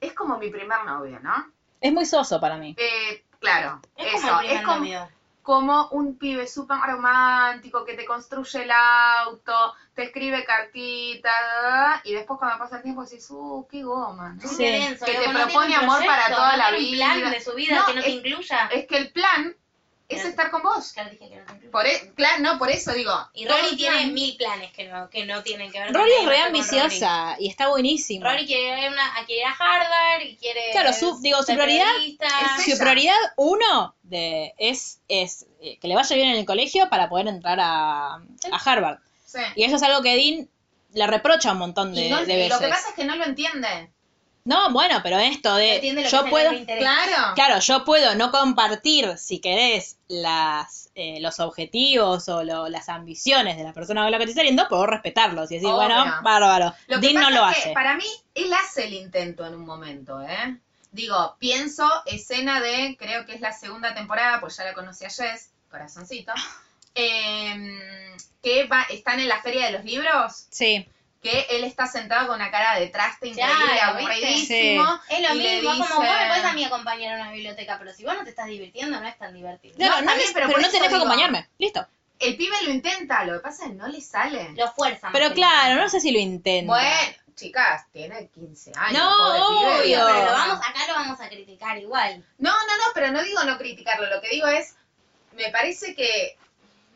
S3: es como mi primer novio, ¿no?
S1: Es muy soso para mí.
S3: Eh, claro,
S2: Es
S3: eso.
S2: como el primer
S3: es como,
S2: novio.
S3: como un pibe súper romántico que te construye el auto, te escribe cartitas, y después cuando pasa el tiempo decís, uh, qué goma, ¿no?
S2: Sí,
S1: Sí.
S2: qué denso,
S3: Que
S2: loco,
S3: te
S2: no tiene
S3: propone
S2: un
S3: amor para
S2: proyecto,
S3: toda
S2: no
S3: la
S2: tiene un
S3: vida.
S2: plan de su vida
S3: No,
S2: que no te
S3: es-
S2: incluya.
S3: Es que el plan es
S2: Claro.
S3: estar con vos.
S2: Ya dije que no te incluya.
S3: Por e- claro, no, por eso digo.
S2: Y
S3: todo
S2: Rory
S3: el
S2: tiene
S3: plan-
S2: mil planes que no, que no tienen que ver
S1: Rory
S2: nada
S1: es
S2: más
S1: re
S2: que con
S1: ambiciosa y está buenísimo.
S2: Rory, Rory quiere, ir a una, quiere ir a Harvard y quiere.
S1: Claro, su- digo, su
S2: ser
S1: prioridad
S2: periodista.
S3: es
S1: Su
S3: ella.
S1: prioridad uno de, es, es eh, que le vaya bien en el colegio para poder entrar a, a Harvard.
S3: Sí.
S1: Y eso es algo que Dean le reprocha un montón de,
S3: Y no-
S1: de
S3: y
S1: veces.
S3: lo que pasa es que no lo entiende.
S1: No, bueno, pero esto
S2: No
S1: de
S2: entiende lo
S1: yo
S2: que es
S1: puedo...
S2: tener interés.
S3: Claro.
S1: Claro, yo puedo no compartir, si querés, las, eh, los objetivos o lo- las ambiciones de la persona con la que estoy saliendo, puedo respetarlos y decir,
S3: Obvio.
S1: bueno, bárbaro.
S3: Lo que
S1: Dean no
S3: pasa
S1: lo
S3: es que
S1: hace.
S3: Para mí, él hace el intento en un momento, ¿eh? Digo, pienso escena de, creo que es la segunda temporada, pues ya la conocí a Jess, corazoncito, eh, que va, están en la Feria de los Libros,
S1: Sí,
S3: que él está sentado con una cara de traste increíble,
S2: Claro, ¿viste?
S3: aburridísimo.
S2: Es lo
S3: y le
S2: mismo,
S3: dice-
S2: como vos me podés a mí acompañar a una biblioteca, pero si vos no te estás divirtiendo, no es tan divertido.
S1: claro,
S3: No,
S1: no,
S3: está
S1: neces-
S3: bien,
S1: pero,
S3: pero por
S1: no
S3: eso
S1: tenés que
S3: digo-
S1: acompañarme. Listo.
S3: El pibe lo intenta, lo que pasa es que no le sale.
S2: Lo fuerzan.
S1: Pero claro, no sé si lo intento.
S3: Ah, Bueno, chicas, tiene 15 años.
S1: No,
S3: pobre pibe.
S1: obvio.
S2: Pero lo vamos, acá lo vamos a criticar igual.
S3: No, no, no, pero no digo no criticarlo, lo que digo es, me parece que,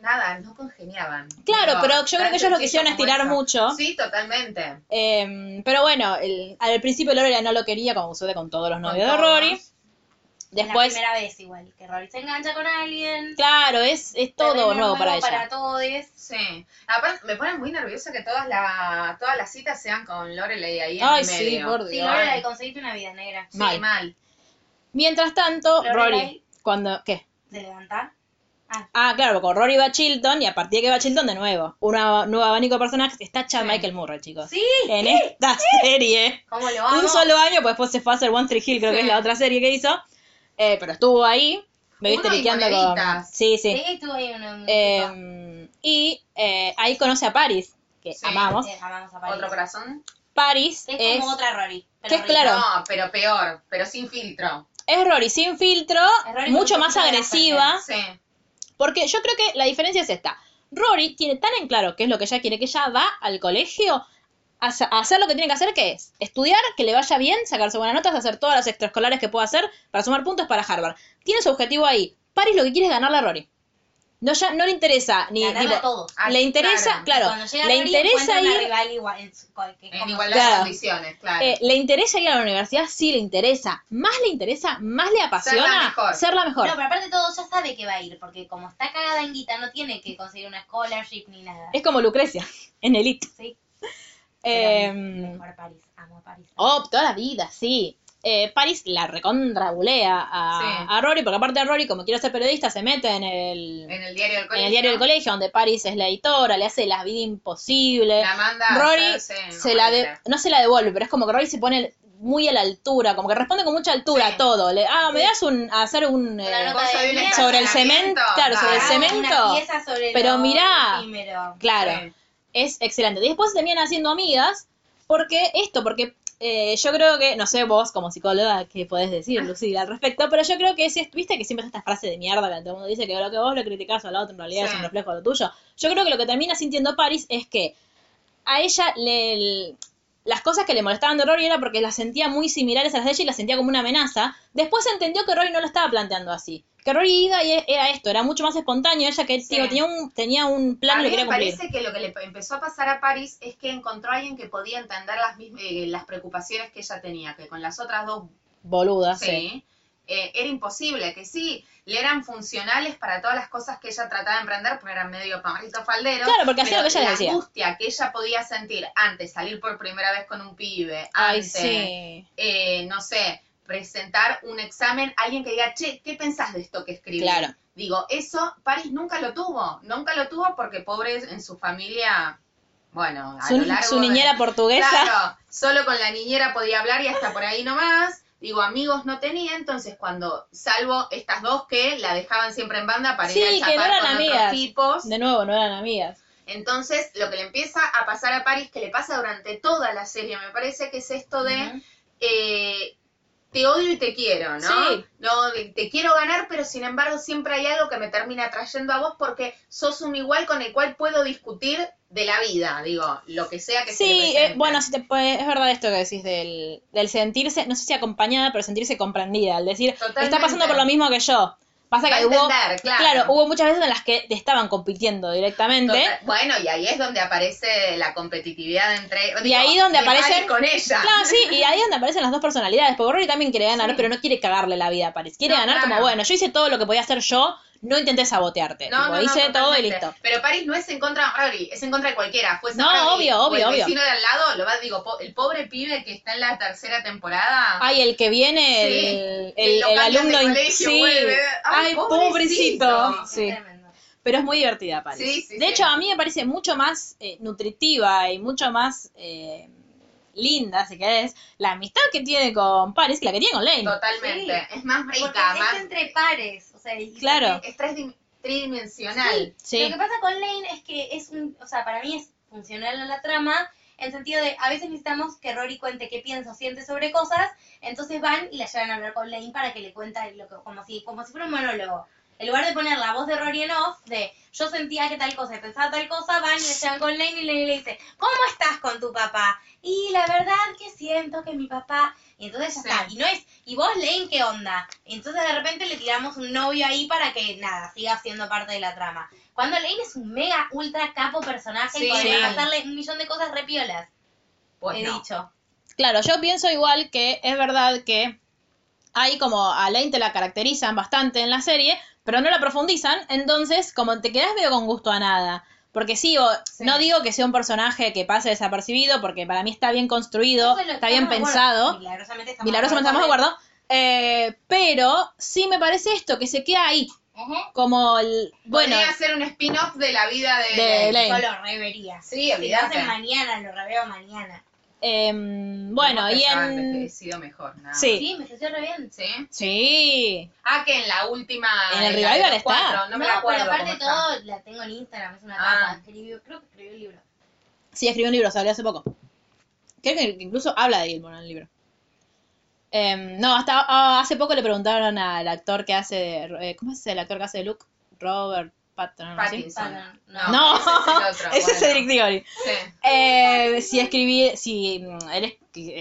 S3: nada, no congeniaban.
S1: Claro,
S3: No,
S1: pero yo creo que
S3: tanto
S1: ellos lo
S3: chico
S1: quisieron
S3: como
S1: estirar mucho.
S3: Sí, totalmente.
S1: Eh, pero bueno, el- al principio Lorelai no lo quería, como sucede con todos los
S3: Con
S1: novios de
S3: todos.
S1: Rory.
S2: Es
S1: Después,
S2: la primera vez igual, que Rory se engancha con alguien.
S1: claro, es, es todo
S2: terreno
S1: nuevo, para ella.
S2: Para todos.
S3: Sí. Aparte, me pone muy nerviosa que todas, la, todas las citas sean con Lorelei ahí en
S1: Ay,
S3: el
S1: sí,
S3: medio.
S1: por
S2: Sí,
S1: Dios.
S2: Lorelai, conseguiste una vida negra.
S3: Sí,
S1: Mal.
S3: mal.
S1: Mientras tanto,
S2: Lorelai-
S1: Rory, cuando... ¿Qué?
S2: ¿Se levanta?
S1: Ah, claro, porque Rory va a Chilton y a partir de que va a Chilton de nuevo. Un ab- nuevo abanico de personajes. Está Chad Michael Murray, chicos.
S2: Sí, Ah,
S1: En esta serie.
S2: ¿Cómo lo amo?
S1: Un solo año, pues después se fue a hacer One Tree Hill, creo que
S3: Sí.
S1: es la otra serie que hizo. Eh, pero estuvo ahí. Me
S3: Uno
S1: viste
S3: y
S1: liqueando con.
S3: moneditas.
S1: Sí, sí.
S2: Sí, estuvo ahí un- un tipo.
S1: Eh, y eh, ahí conoce a Paris, que
S3: Sí.
S1: amamos.
S2: Eh, amamos a Paris.
S3: Otro corazón.
S1: Paris
S2: Es,
S1: es,
S2: como otra Rory. pero
S1: que es
S2: rica.
S1: Claro.
S3: No, pero peor, pero sin filtro.
S1: es Rory sin filtro,
S2: Es Rory con
S1: mucho
S2: un
S1: más
S2: poquito de
S1: agresiva.
S3: Sí.
S1: Porque yo creo que la diferencia es esta. Rory tiene tan en claro qué es lo que ella quiere, que ella va al colegio a, sa- a hacer lo que tiene que hacer, que es estudiar, que le vaya bien, sacarse buenas notas, hacer todas las extraescolares que pueda hacer para sumar puntos para Harvard. Tiene su objetivo ahí. Paris lo que quiere es ganarle a Rory. No, ya, no le interesa ni...
S2: Ganarle
S1: tipo,
S2: a todos.
S3: Ah,
S1: le interesa, claro,
S3: claro.
S2: Cuando llega
S1: le
S2: Rory,
S1: interesa
S2: encuentra una
S1: ir...
S2: rival igual, en su- que es
S3: En
S2: como-
S3: igualdad
S1: Claro.
S3: de condiciones, claro.
S1: Eh, ¿Le interesa ir a la universidad? Sí, le interesa. Más le interesa, más le apasiona
S3: Ser la mejor.
S1: ser la mejor.
S2: No, pero aparte todo ya sabe que va a ir, porque como está cagada en guita, no tiene que conseguir una scholarship ni nada.
S1: Es como Lucrecia, en Elite.
S2: Sí.
S1: Eh,
S2: Pero
S1: em,
S2: mejor París, amo a París.
S1: oh, toda la vida, sí. Eh, Paris la recontrabulea a,
S3: Sí.
S1: a Rory, porque aparte a Rory, como quiere ser periodista, se mete en el,
S3: en el diario del
S1: en
S3: colegio.
S1: el diario del colegio, donde Paris es la editora, le hace la vida imposible.
S3: La manda a
S1: Rory
S3: hacerse- no,
S1: se la de-
S3: Mariela.
S1: no se la devuelve, pero es como que Rory se pone muy a la altura, como que responde con mucha altura
S3: Sí.
S1: a todo. Le, ah, me das un, a hacer un...
S2: Una
S1: eh,
S2: nota
S3: Cosa
S2: de
S3: de un
S2: mierda.
S1: sobre el
S3: estacionamiento,
S1: cemento, claro, sobre el
S3: va.
S2: Ah,
S1: cemento.
S2: una pieza sobre
S1: Pero
S2: lo
S1: mirá.
S2: efímero.
S1: Claro.
S3: Sí.
S1: es excelente. Y después se terminan haciendo amigas, porque esto, porque eh, yo creo que, no sé vos como psicóloga qué podés
S3: Ah.
S1: decir, Lucila, al respecto, pero yo creo que es, esto, viste que siempre está esta frase de mierda que todo el mundo dice que lo que vos le criticás al otro en realidad
S3: Sí.
S1: es un reflejo de lo tuyo. Yo creo que lo que termina sintiendo Paris es que a ella le... el- las cosas que le molestaban de Rory era porque las sentía muy similares a las de ella y las sentía como una amenaza. Después entendió que Rory no lo estaba planteando así. Que Rory iba y e-, era esto, era mucho más espontáneo. Ella que
S3: Sí.
S1: tipo, tenía, un, tenía un plan
S3: a
S1: y lo
S3: mí
S1: quería
S3: me
S1: cumplir.
S3: parece que lo que le empezó a pasar a Paris es que encontró a alguien que podía entender las, mism- eh, las preocupaciones que ella tenía, que con las otras dos
S1: Boluda, sí.
S3: Sí. Eh, era imposible, que sí, le eran funcionales para todas las cosas que ella trataba de emprender, porque eran medio pamarrito faldero.
S1: Claro, porque hacía
S3: pero
S1: lo que ella
S3: la
S1: decía.
S3: angustia que ella podía sentir antes, salir por primera vez con un pibe,
S1: Ay,
S3: antes,
S1: sí.
S3: eh, no sé, presentar un examen, alguien que diga, che, ¿qué pensás de esto que escribí?
S1: Claro.
S3: Digo, eso París nunca lo tuvo, nunca lo tuvo porque pobre en su familia, bueno, a
S1: Su,
S3: lo largo
S1: su
S3: de-
S1: niñera portuguesa.
S3: Claro, solo con la niñera podía hablar y hasta por ahí nomás. Digo, amigos no tenía, entonces cuando, salvo estas dos que la dejaban siempre en banda para
S1: Sí,
S3: ir a
S1: que no
S3: chapar
S1: eran
S3: con
S1: amigas.
S3: otros tipos.
S1: De nuevo, no eran amigas.
S3: Entonces, lo que le empieza a pasar a Paris, que le pasa durante toda la serie, me parece que es esto de
S2: Ujú.
S3: eh, te odio y te quiero, ¿no?
S1: Sí.
S3: No, de- te quiero ganar, pero sin embargo siempre hay algo que me termina atrayendo a vos porque sos un igual con el cual puedo discutir de la vida, digo, lo que sea que se le
S1: Sí, eh,
S3: presente.
S1: bueno, si te puede- es verdad esto que decís del, del sentirse, no sé si acompañada, pero sentirse comprendida. Al decir,
S3: Totalmente.
S1: está pasando por lo mismo que yo. Pasa
S3: Va a
S1: que hubo,
S3: entender, claro.
S1: hubo muchas veces en las que te estaban compitiendo directamente.
S3: Total- Bueno, y ahí es donde aparece la competitividad entre.
S1: Y ahí donde
S3: de Paris
S1: aparecen-
S3: con ella.
S1: Claro, sí, y ahí es donde aparecen las dos personalidades, porque Rory también quiere ganar, pero no quiere cagarle la vida a Paris. Quiere
S3: No,
S1: ganar como,
S3: claro.
S1: bueno, yo hice todo lo que podía hacer yo, no intenté sabotearte.
S3: No,
S1: Eh, Tipo,
S3: no, no,
S1: hice todo y
S3: totalmente.
S1: listo.
S3: Pero París no es en contra de Rory, es en contra de cualquiera. Fuese
S1: No,
S3: Rory
S1: obvio,
S3: o
S1: obvio,
S3: El
S1: obvio.
S3: vecino de al lado, lo va, digo, po- el pobre pibe que está en la tercera temporada.
S1: Ay, el que viene,
S3: Sí.
S1: el,
S3: Que
S1: el-
S3: lo
S1: el
S3: cambian de
S1: alumno. in-
S3: colegio,
S1: sí.
S3: vuelve. Ay,
S1: Ay,
S3: pobrecito.
S1: pobrecito.
S2: Es
S1: Sí.
S2: tremendo.
S1: Pero es muy divertida, Paris.
S3: Sí, sí,
S1: de
S3: sí.
S1: hecho, a mí me parece mucho más eh, nutritiva y mucho más eh, linda, si querés, la amistad que tiene con Paris que la que tiene con Lane.
S3: Totalmente. Es más
S2: Porque
S3: rica,
S2: es
S3: más.
S2: entre pares, o sea, y-
S1: Claro.
S3: Es tres- tridimensional.
S1: Sí.
S2: Lo que pasa con Lane es que es un, o sea, para mí es funcional a la trama, en sentido de a veces necesitamos que Rory cuente qué piensa o siente sobre cosas, entonces van y la llevan a hablar con Lane para que le cuenta lo que- como si, como si fuera un monólogo. En lugar de poner la voz de Rory en off, de yo sentía que tal cosa, y pensaba tal cosa, van y la llevan con Lane y Lane le dice, ¿cómo estás con tu papá? Y la verdad que siento que mi papá, y entonces ya
S3: Sí.
S2: está, y no es, y vos Lane, ¿qué onda? Entonces de repente le tiramos un novio ahí para que nada, siga siendo parte de la trama. Cuando Lane es un mega ultra capo personaje
S3: Sí.
S2: y podemos
S1: Sí.
S2: pasarle un millón de cosas repiolas,
S3: Pues
S2: he
S3: no.
S2: dicho.
S1: Claro, yo pienso igual que es verdad que hay como a Lane te la caracterizan bastante en la serie, pero no la profundizan, entonces como te quedás medio con gusto a nada. Porque sí, o-
S3: Sí.
S1: no digo que sea un personaje que pase desapercibido, porque para mí está bien construido,
S2: Eso es lo que
S1: está bien
S2: estamos de acuerdo.
S1: pensado,
S2: Milagrosamente estamos
S1: milagrosamente estamos de
S2: con él.
S1: acuerdo, eh, pero sí me parece esto, que se queda ahí.
S2: Ujú.
S1: Como el. Bueno,
S3: Podría ser un spin-off de la vida de,
S1: De Elaine.
S2: Yo lo revería.
S3: Sí,
S2: Si lo hacen
S3: olvídate.
S2: mañana, lo reveo mañana.
S1: em, bueno,
S3: Como que
S1: y
S3: ya ha
S1: en.
S3: envejecido mejor, nada.
S1: Sí.
S2: Sí, me estoy re bien.
S3: ¿Sí?
S1: Sí.
S3: Ah, que en la última.
S1: En el
S3: la de
S1: revival
S3: los
S1: está.
S3: cuatro, No,
S2: No,
S3: me la acuerdo.
S2: pero aparte de
S3: cómo está.
S2: todo, la tengo en Instagram, es una
S3: Ah.
S2: tapa. Escribí- creo que escribí el libro.
S1: Sí, escribió un libro, salió hace poco. Creo que incluso habla de Gilmore en el libro. Em, no, hasta ah, hace poco le preguntaron al actor que hace. de- eh, ¿Cómo es el actor que hace de Luke? Robert Patton. algo así.
S3: Pattinson.
S2: Ah,
S3: No,
S1: No,
S3: ese es el otro.
S1: ese es
S3: bueno.
S1: Eric Diggory.
S3: Sí.
S1: Eh, si escribí, si mm, él es-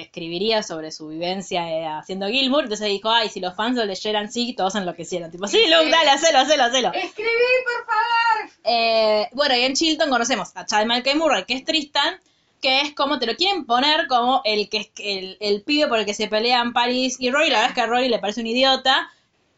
S1: escribiría sobre su vivencia eh, haciendo Gilmour, entonces dijo, ay, si los fans lo leyeran, sí, todos enloquecieron. Tipo, sí,
S3: Sí.
S1: Luke, dale, hacelo, hacelo, hacelo.
S3: Escribí, por favor.
S1: Eh, bueno, y en Chilton conocemos a Chad Michael Murray, que es Tristan, que es como te lo quieren poner como el que es el, el pibe por el que se pelean Paris y Rory. La verdad es que a Rory le parece un idiota,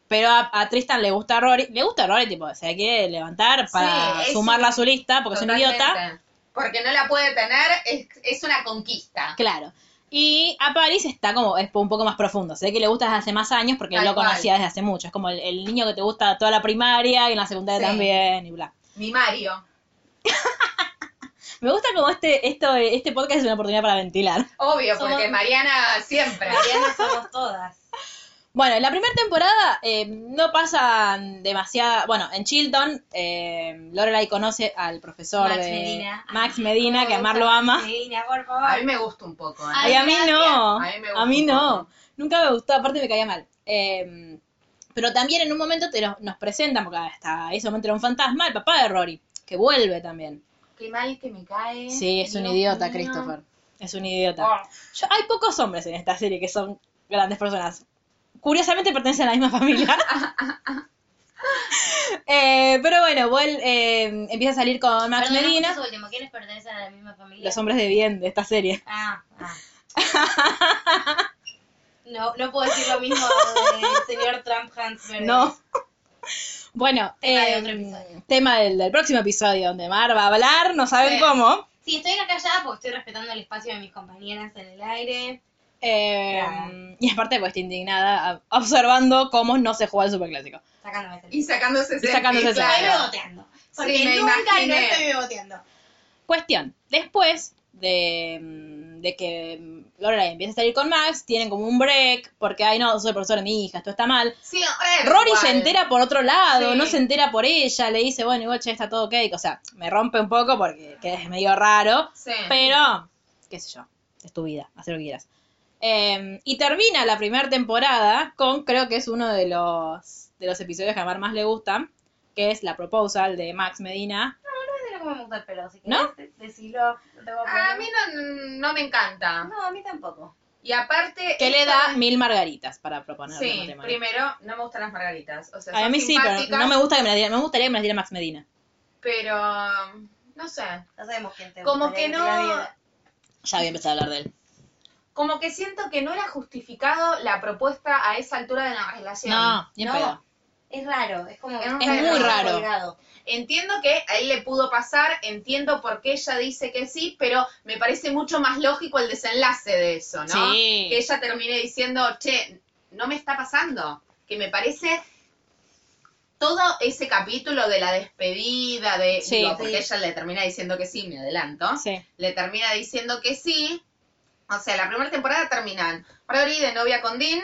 S1: pero a, a Tristan le gusta a Rory. Le gusta a Rory, tipo, se la quiere levantar para
S3: Sí, es
S1: sumarla
S3: un-
S1: a su lista, porque es un
S3: Totalmente.
S1: idiota.
S3: Porque no la puede tener, es, es una conquista.
S1: Claro. Y a Paris está como es un poco más profundo. Se ve que le gusta desde hace más años porque
S3: Tal
S1: lo
S3: cual.
S1: conocía desde hace mucho. Es como el, el niño que te gusta toda la primaria y en la secundaria
S3: Sí.
S1: también y bla.
S3: Mi Mario.
S1: Me gusta como este, esto, este podcast es una oportunidad para ventilar.
S3: Obvio,
S2: Somos-
S3: porque Mariana siempre.
S2: Mariana somos todas.
S1: Bueno, en la primera temporada eh, no pasan demasiada. Bueno, en Chilton, eh, Lorelai conoce al profesor
S2: Max
S1: de
S2: Medina.
S1: Max Medina, que a Mar
S2: Amar
S1: lo ama.
S2: Medina, por
S3: A mí
S2: favor.
S3: me gusta un poco. ¿eh?
S1: Ay, a mí no.
S3: A mí me
S1: A mí
S3: gusta un
S1: no.
S3: poco.
S1: Nunca me gustó, aparte me caía mal. Eh, pero también en un momento te lo- nos presentan, porque hasta ese momento era un fantasma, el papá de Rory, que vuelve también.
S3: Qué mal que me cae.
S1: Sí, es un
S3: Dios
S1: idiota,
S3: mío.
S1: Christopher. Es un idiota.
S3: Oh,
S1: Yo- hay pocos hombres en esta serie que son grandes personas. Curiosamente pertenecen a la misma familia. Eh, pero bueno, vuel- eh, empieza a salir con Max
S2: Perdón, no
S1: Medina,
S2: escuché su último. ¿Quiénes pertenecen a la misma familia?
S1: los hombres de bien de esta serie.
S2: Ah, ah. No, no puedo decir lo mismo del señor Trump Hans Verde.
S1: No. Bueno,
S2: Tema de
S1: eh,
S2: otro episodio.
S1: tema del, del próximo episodio, donde Mar va a hablar, no saben
S2: Sí.
S1: cómo.
S2: Sí, estoy acá callada porque estoy respetando el espacio de mis compañeras en el aire.
S1: Eh,
S2: Claro.
S1: y aparte, pues, está indignada a- observando cómo no se juega el superclásico.
S2: Sacándome ese.
S3: Y sacándose ese.
S1: sacándose selfie.
S2: Estoy
S3: claro.
S2: beboteando. Porque
S3: me
S2: nunca no
S3: imaginé.
S2: estoy beboteando.
S1: Cuestión, después de, mm, de que mm, Lorelai empieza a salir con Max, tienen como un break, porque, ay, no, soy profesor de mi hija, esto está mal.
S3: Sí, re
S1: Rory
S3: igual.
S1: se entera por otro lado,
S3: Sí.
S1: no se entera por ella, le dice, bueno, igual, che, está todo ok. O sea, me rompe un poco porque que es medio raro,
S3: Sí.
S1: Pero, qué sé yo, es tu vida, haz lo que quieras. Eh, y termina la primera temporada con, creo que es uno de los, de los episodios que a Mar más le gustan, que es la proposal de Max Medina.
S2: No sé cómo me gusta el pelo, así que
S1: ¿No?
S2: decilo. No tengo
S3: A mí
S2: problema.
S3: no, no me encanta.
S2: No, a mí tampoco.
S3: Y aparte.
S1: Que le
S3: esto
S1: da
S3: es-
S1: mil margaritas para proponer
S3: Sí, primero, no me gustan las margaritas. O sea,
S1: A
S3: son
S1: mí sí, pero
S3: simpáticas,
S1: no me gusta que me la diera, me gustaría que me la diera Max Medina.
S3: Pero. No sé.
S2: No sabemos quién te
S3: Como
S2: gustaría
S3: que
S2: te la
S3: no-
S2: diera.
S1: Ya había empezado a hablar de él.
S3: Como que siento que no era justificado la propuesta a esa altura de la relación.
S1: No, ni en
S2: No.
S1: pedo.
S2: Es raro, es como que
S3: Es
S2: está
S3: muy
S2: demasiado
S1: raro.
S2: colgado.
S3: Entiendo que a él le pudo pasar, entiendo por qué ella dice que sí, pero me parece mucho más lógico el desenlace de eso, ¿no?
S1: Sí.
S3: Que ella termine diciendo, che, no me está pasando. Que me parece todo ese capítulo de la despedida, de
S1: Sí.
S3: digo, porque
S2: Sí.
S3: ella le termina diciendo que sí, me adelanto,
S1: Sí.
S3: le termina diciendo que sí. O sea, la primera temporada terminan Rory de novia con Dean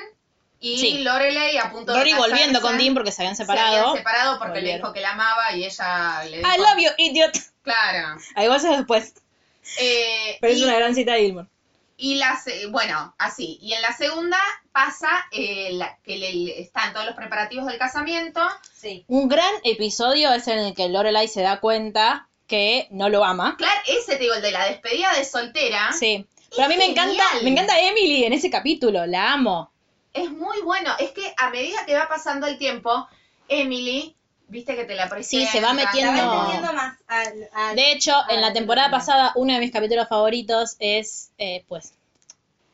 S3: y
S1: Sí.
S3: Lorelei a punto
S1: Rory
S3: de
S1: volviendo con
S3: casarse.
S1: Dean porque se habían
S3: Se
S1: separado.
S3: habían separado porque le
S1: Volvieron.
S3: dijo que la amaba y ella le dijo.
S1: I love you, idiot.
S3: Claro.
S1: Ahí vas a después.
S3: Eh,
S1: Pero es
S3: y,
S1: una gran cita de Gilmore.
S3: y la se- bueno, así. Y en la segunda pasa eh, la- que le, están todos los preparativos del casamiento.
S2: Sí.
S1: Un gran episodio es en el que Lorelai se da cuenta que no lo ama.
S3: Claro, ese te digo, el de la despedida de soltera.
S1: Sí. Pero a mí me
S3: Genial.
S1: encanta, me encanta Emily en ese capítulo, la amo.
S3: Es muy bueno. Es que a medida que va pasando el tiempo, Emily, viste que te la presenta.
S1: se va metiendo-
S2: La va
S1: No.
S2: entendiendo más al, al-
S1: De hecho, en la temporada pasada, uno de mis capítulos favoritos es, eh, pues,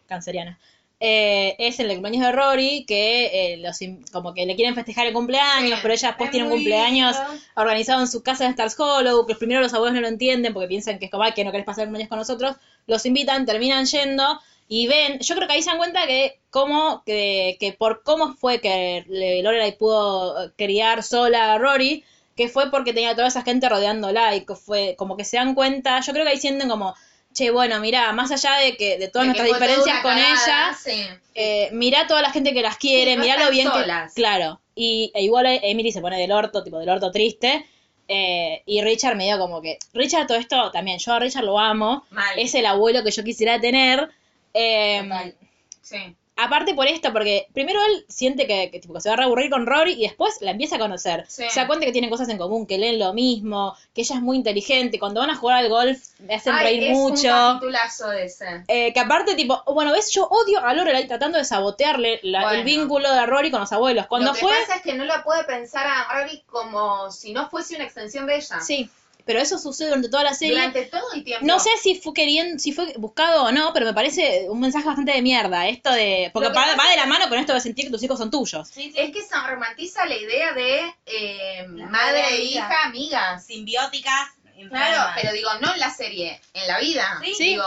S1: canceriana. Eh, es el cumpleaños de Rory, que eh, los in- como que le quieren festejar el cumpleaños,
S3: Sí.
S1: pero ella después
S2: Es
S1: tiene un
S2: muy
S1: cumpleaños
S2: lindo.
S1: organizado en su casa en Stars Hollow, que primero los abuelos no lo entienden porque piensan que es como, "Ay, que no querés pasar un año con nosotros, los invitan, terminan yendo, y ven, yo creo que ahí se dan cuenta que cómo, que, que por cómo fue que le- Lorelai pudo eh, criar sola a Rory, que fue porque tenía toda esa gente rodeándola y que fue como que se dan cuenta, yo creo que ahí sienten como, che, bueno, mirá, más allá de que de todas
S3: De que
S1: nuestras
S3: fue toda
S1: diferencias
S3: una
S1: con
S3: cagada,
S1: ella,
S3: sí.
S1: eh, mirá toda la gente que las quiere,
S3: Sí, no
S1: mirá lo
S3: están
S1: bien
S3: solas.
S1: que... Claro, y e igual eh, Emily se pone del orto, tipo del orto triste, eh, y Richard medio como que, Richard todo esto también, yo a Richard lo amo,
S3: Mal.
S1: es el abuelo que yo quisiera tener. eh,
S3: Total. Sí.
S1: aparte por esto, porque primero él siente que, que, tipo, que se va a reaburrir con Rory y después la empieza a conocer.
S3: Sí.
S1: Se da cuenta que tienen cosas en común, que leen lo mismo, que ella es muy inteligente. Cuando van a jugar al golf me hacen
S3: Ay,
S1: reír mucho.
S3: Es un capitulazo de ese.
S1: Eh, que aparte, tipo, bueno, ves, yo odio a Lorelai tratando de sabotearle la- el
S3: Bueno.
S1: vínculo de Rory con los abuelos. Cuando
S3: Lo que
S1: fue.
S3: pasa es que no la puede pensar a Rory como si no fuese una extensión de ella.
S1: Sí, pero eso sucede durante toda la serie.
S3: Durante todo el tiempo.
S1: No sé si fue queriendo, si fue buscado o no, pero me parece un mensaje bastante de mierda. Esto de. Porque
S3: Lo que
S1: va,
S3: pasa
S1: va de la mano con esto de sentir que tus hijos son tuyos.
S2: Sí, sí.
S3: Es que se romantiza la idea de eh,
S2: La
S3: madre
S2: madre
S3: e
S2: e hija.
S3: hija amigas.
S2: simbióticas.
S3: Claro,
S2: enfermas.
S3: pero digo, no en la serie, en la vida.
S2: Sí.
S3: Digo,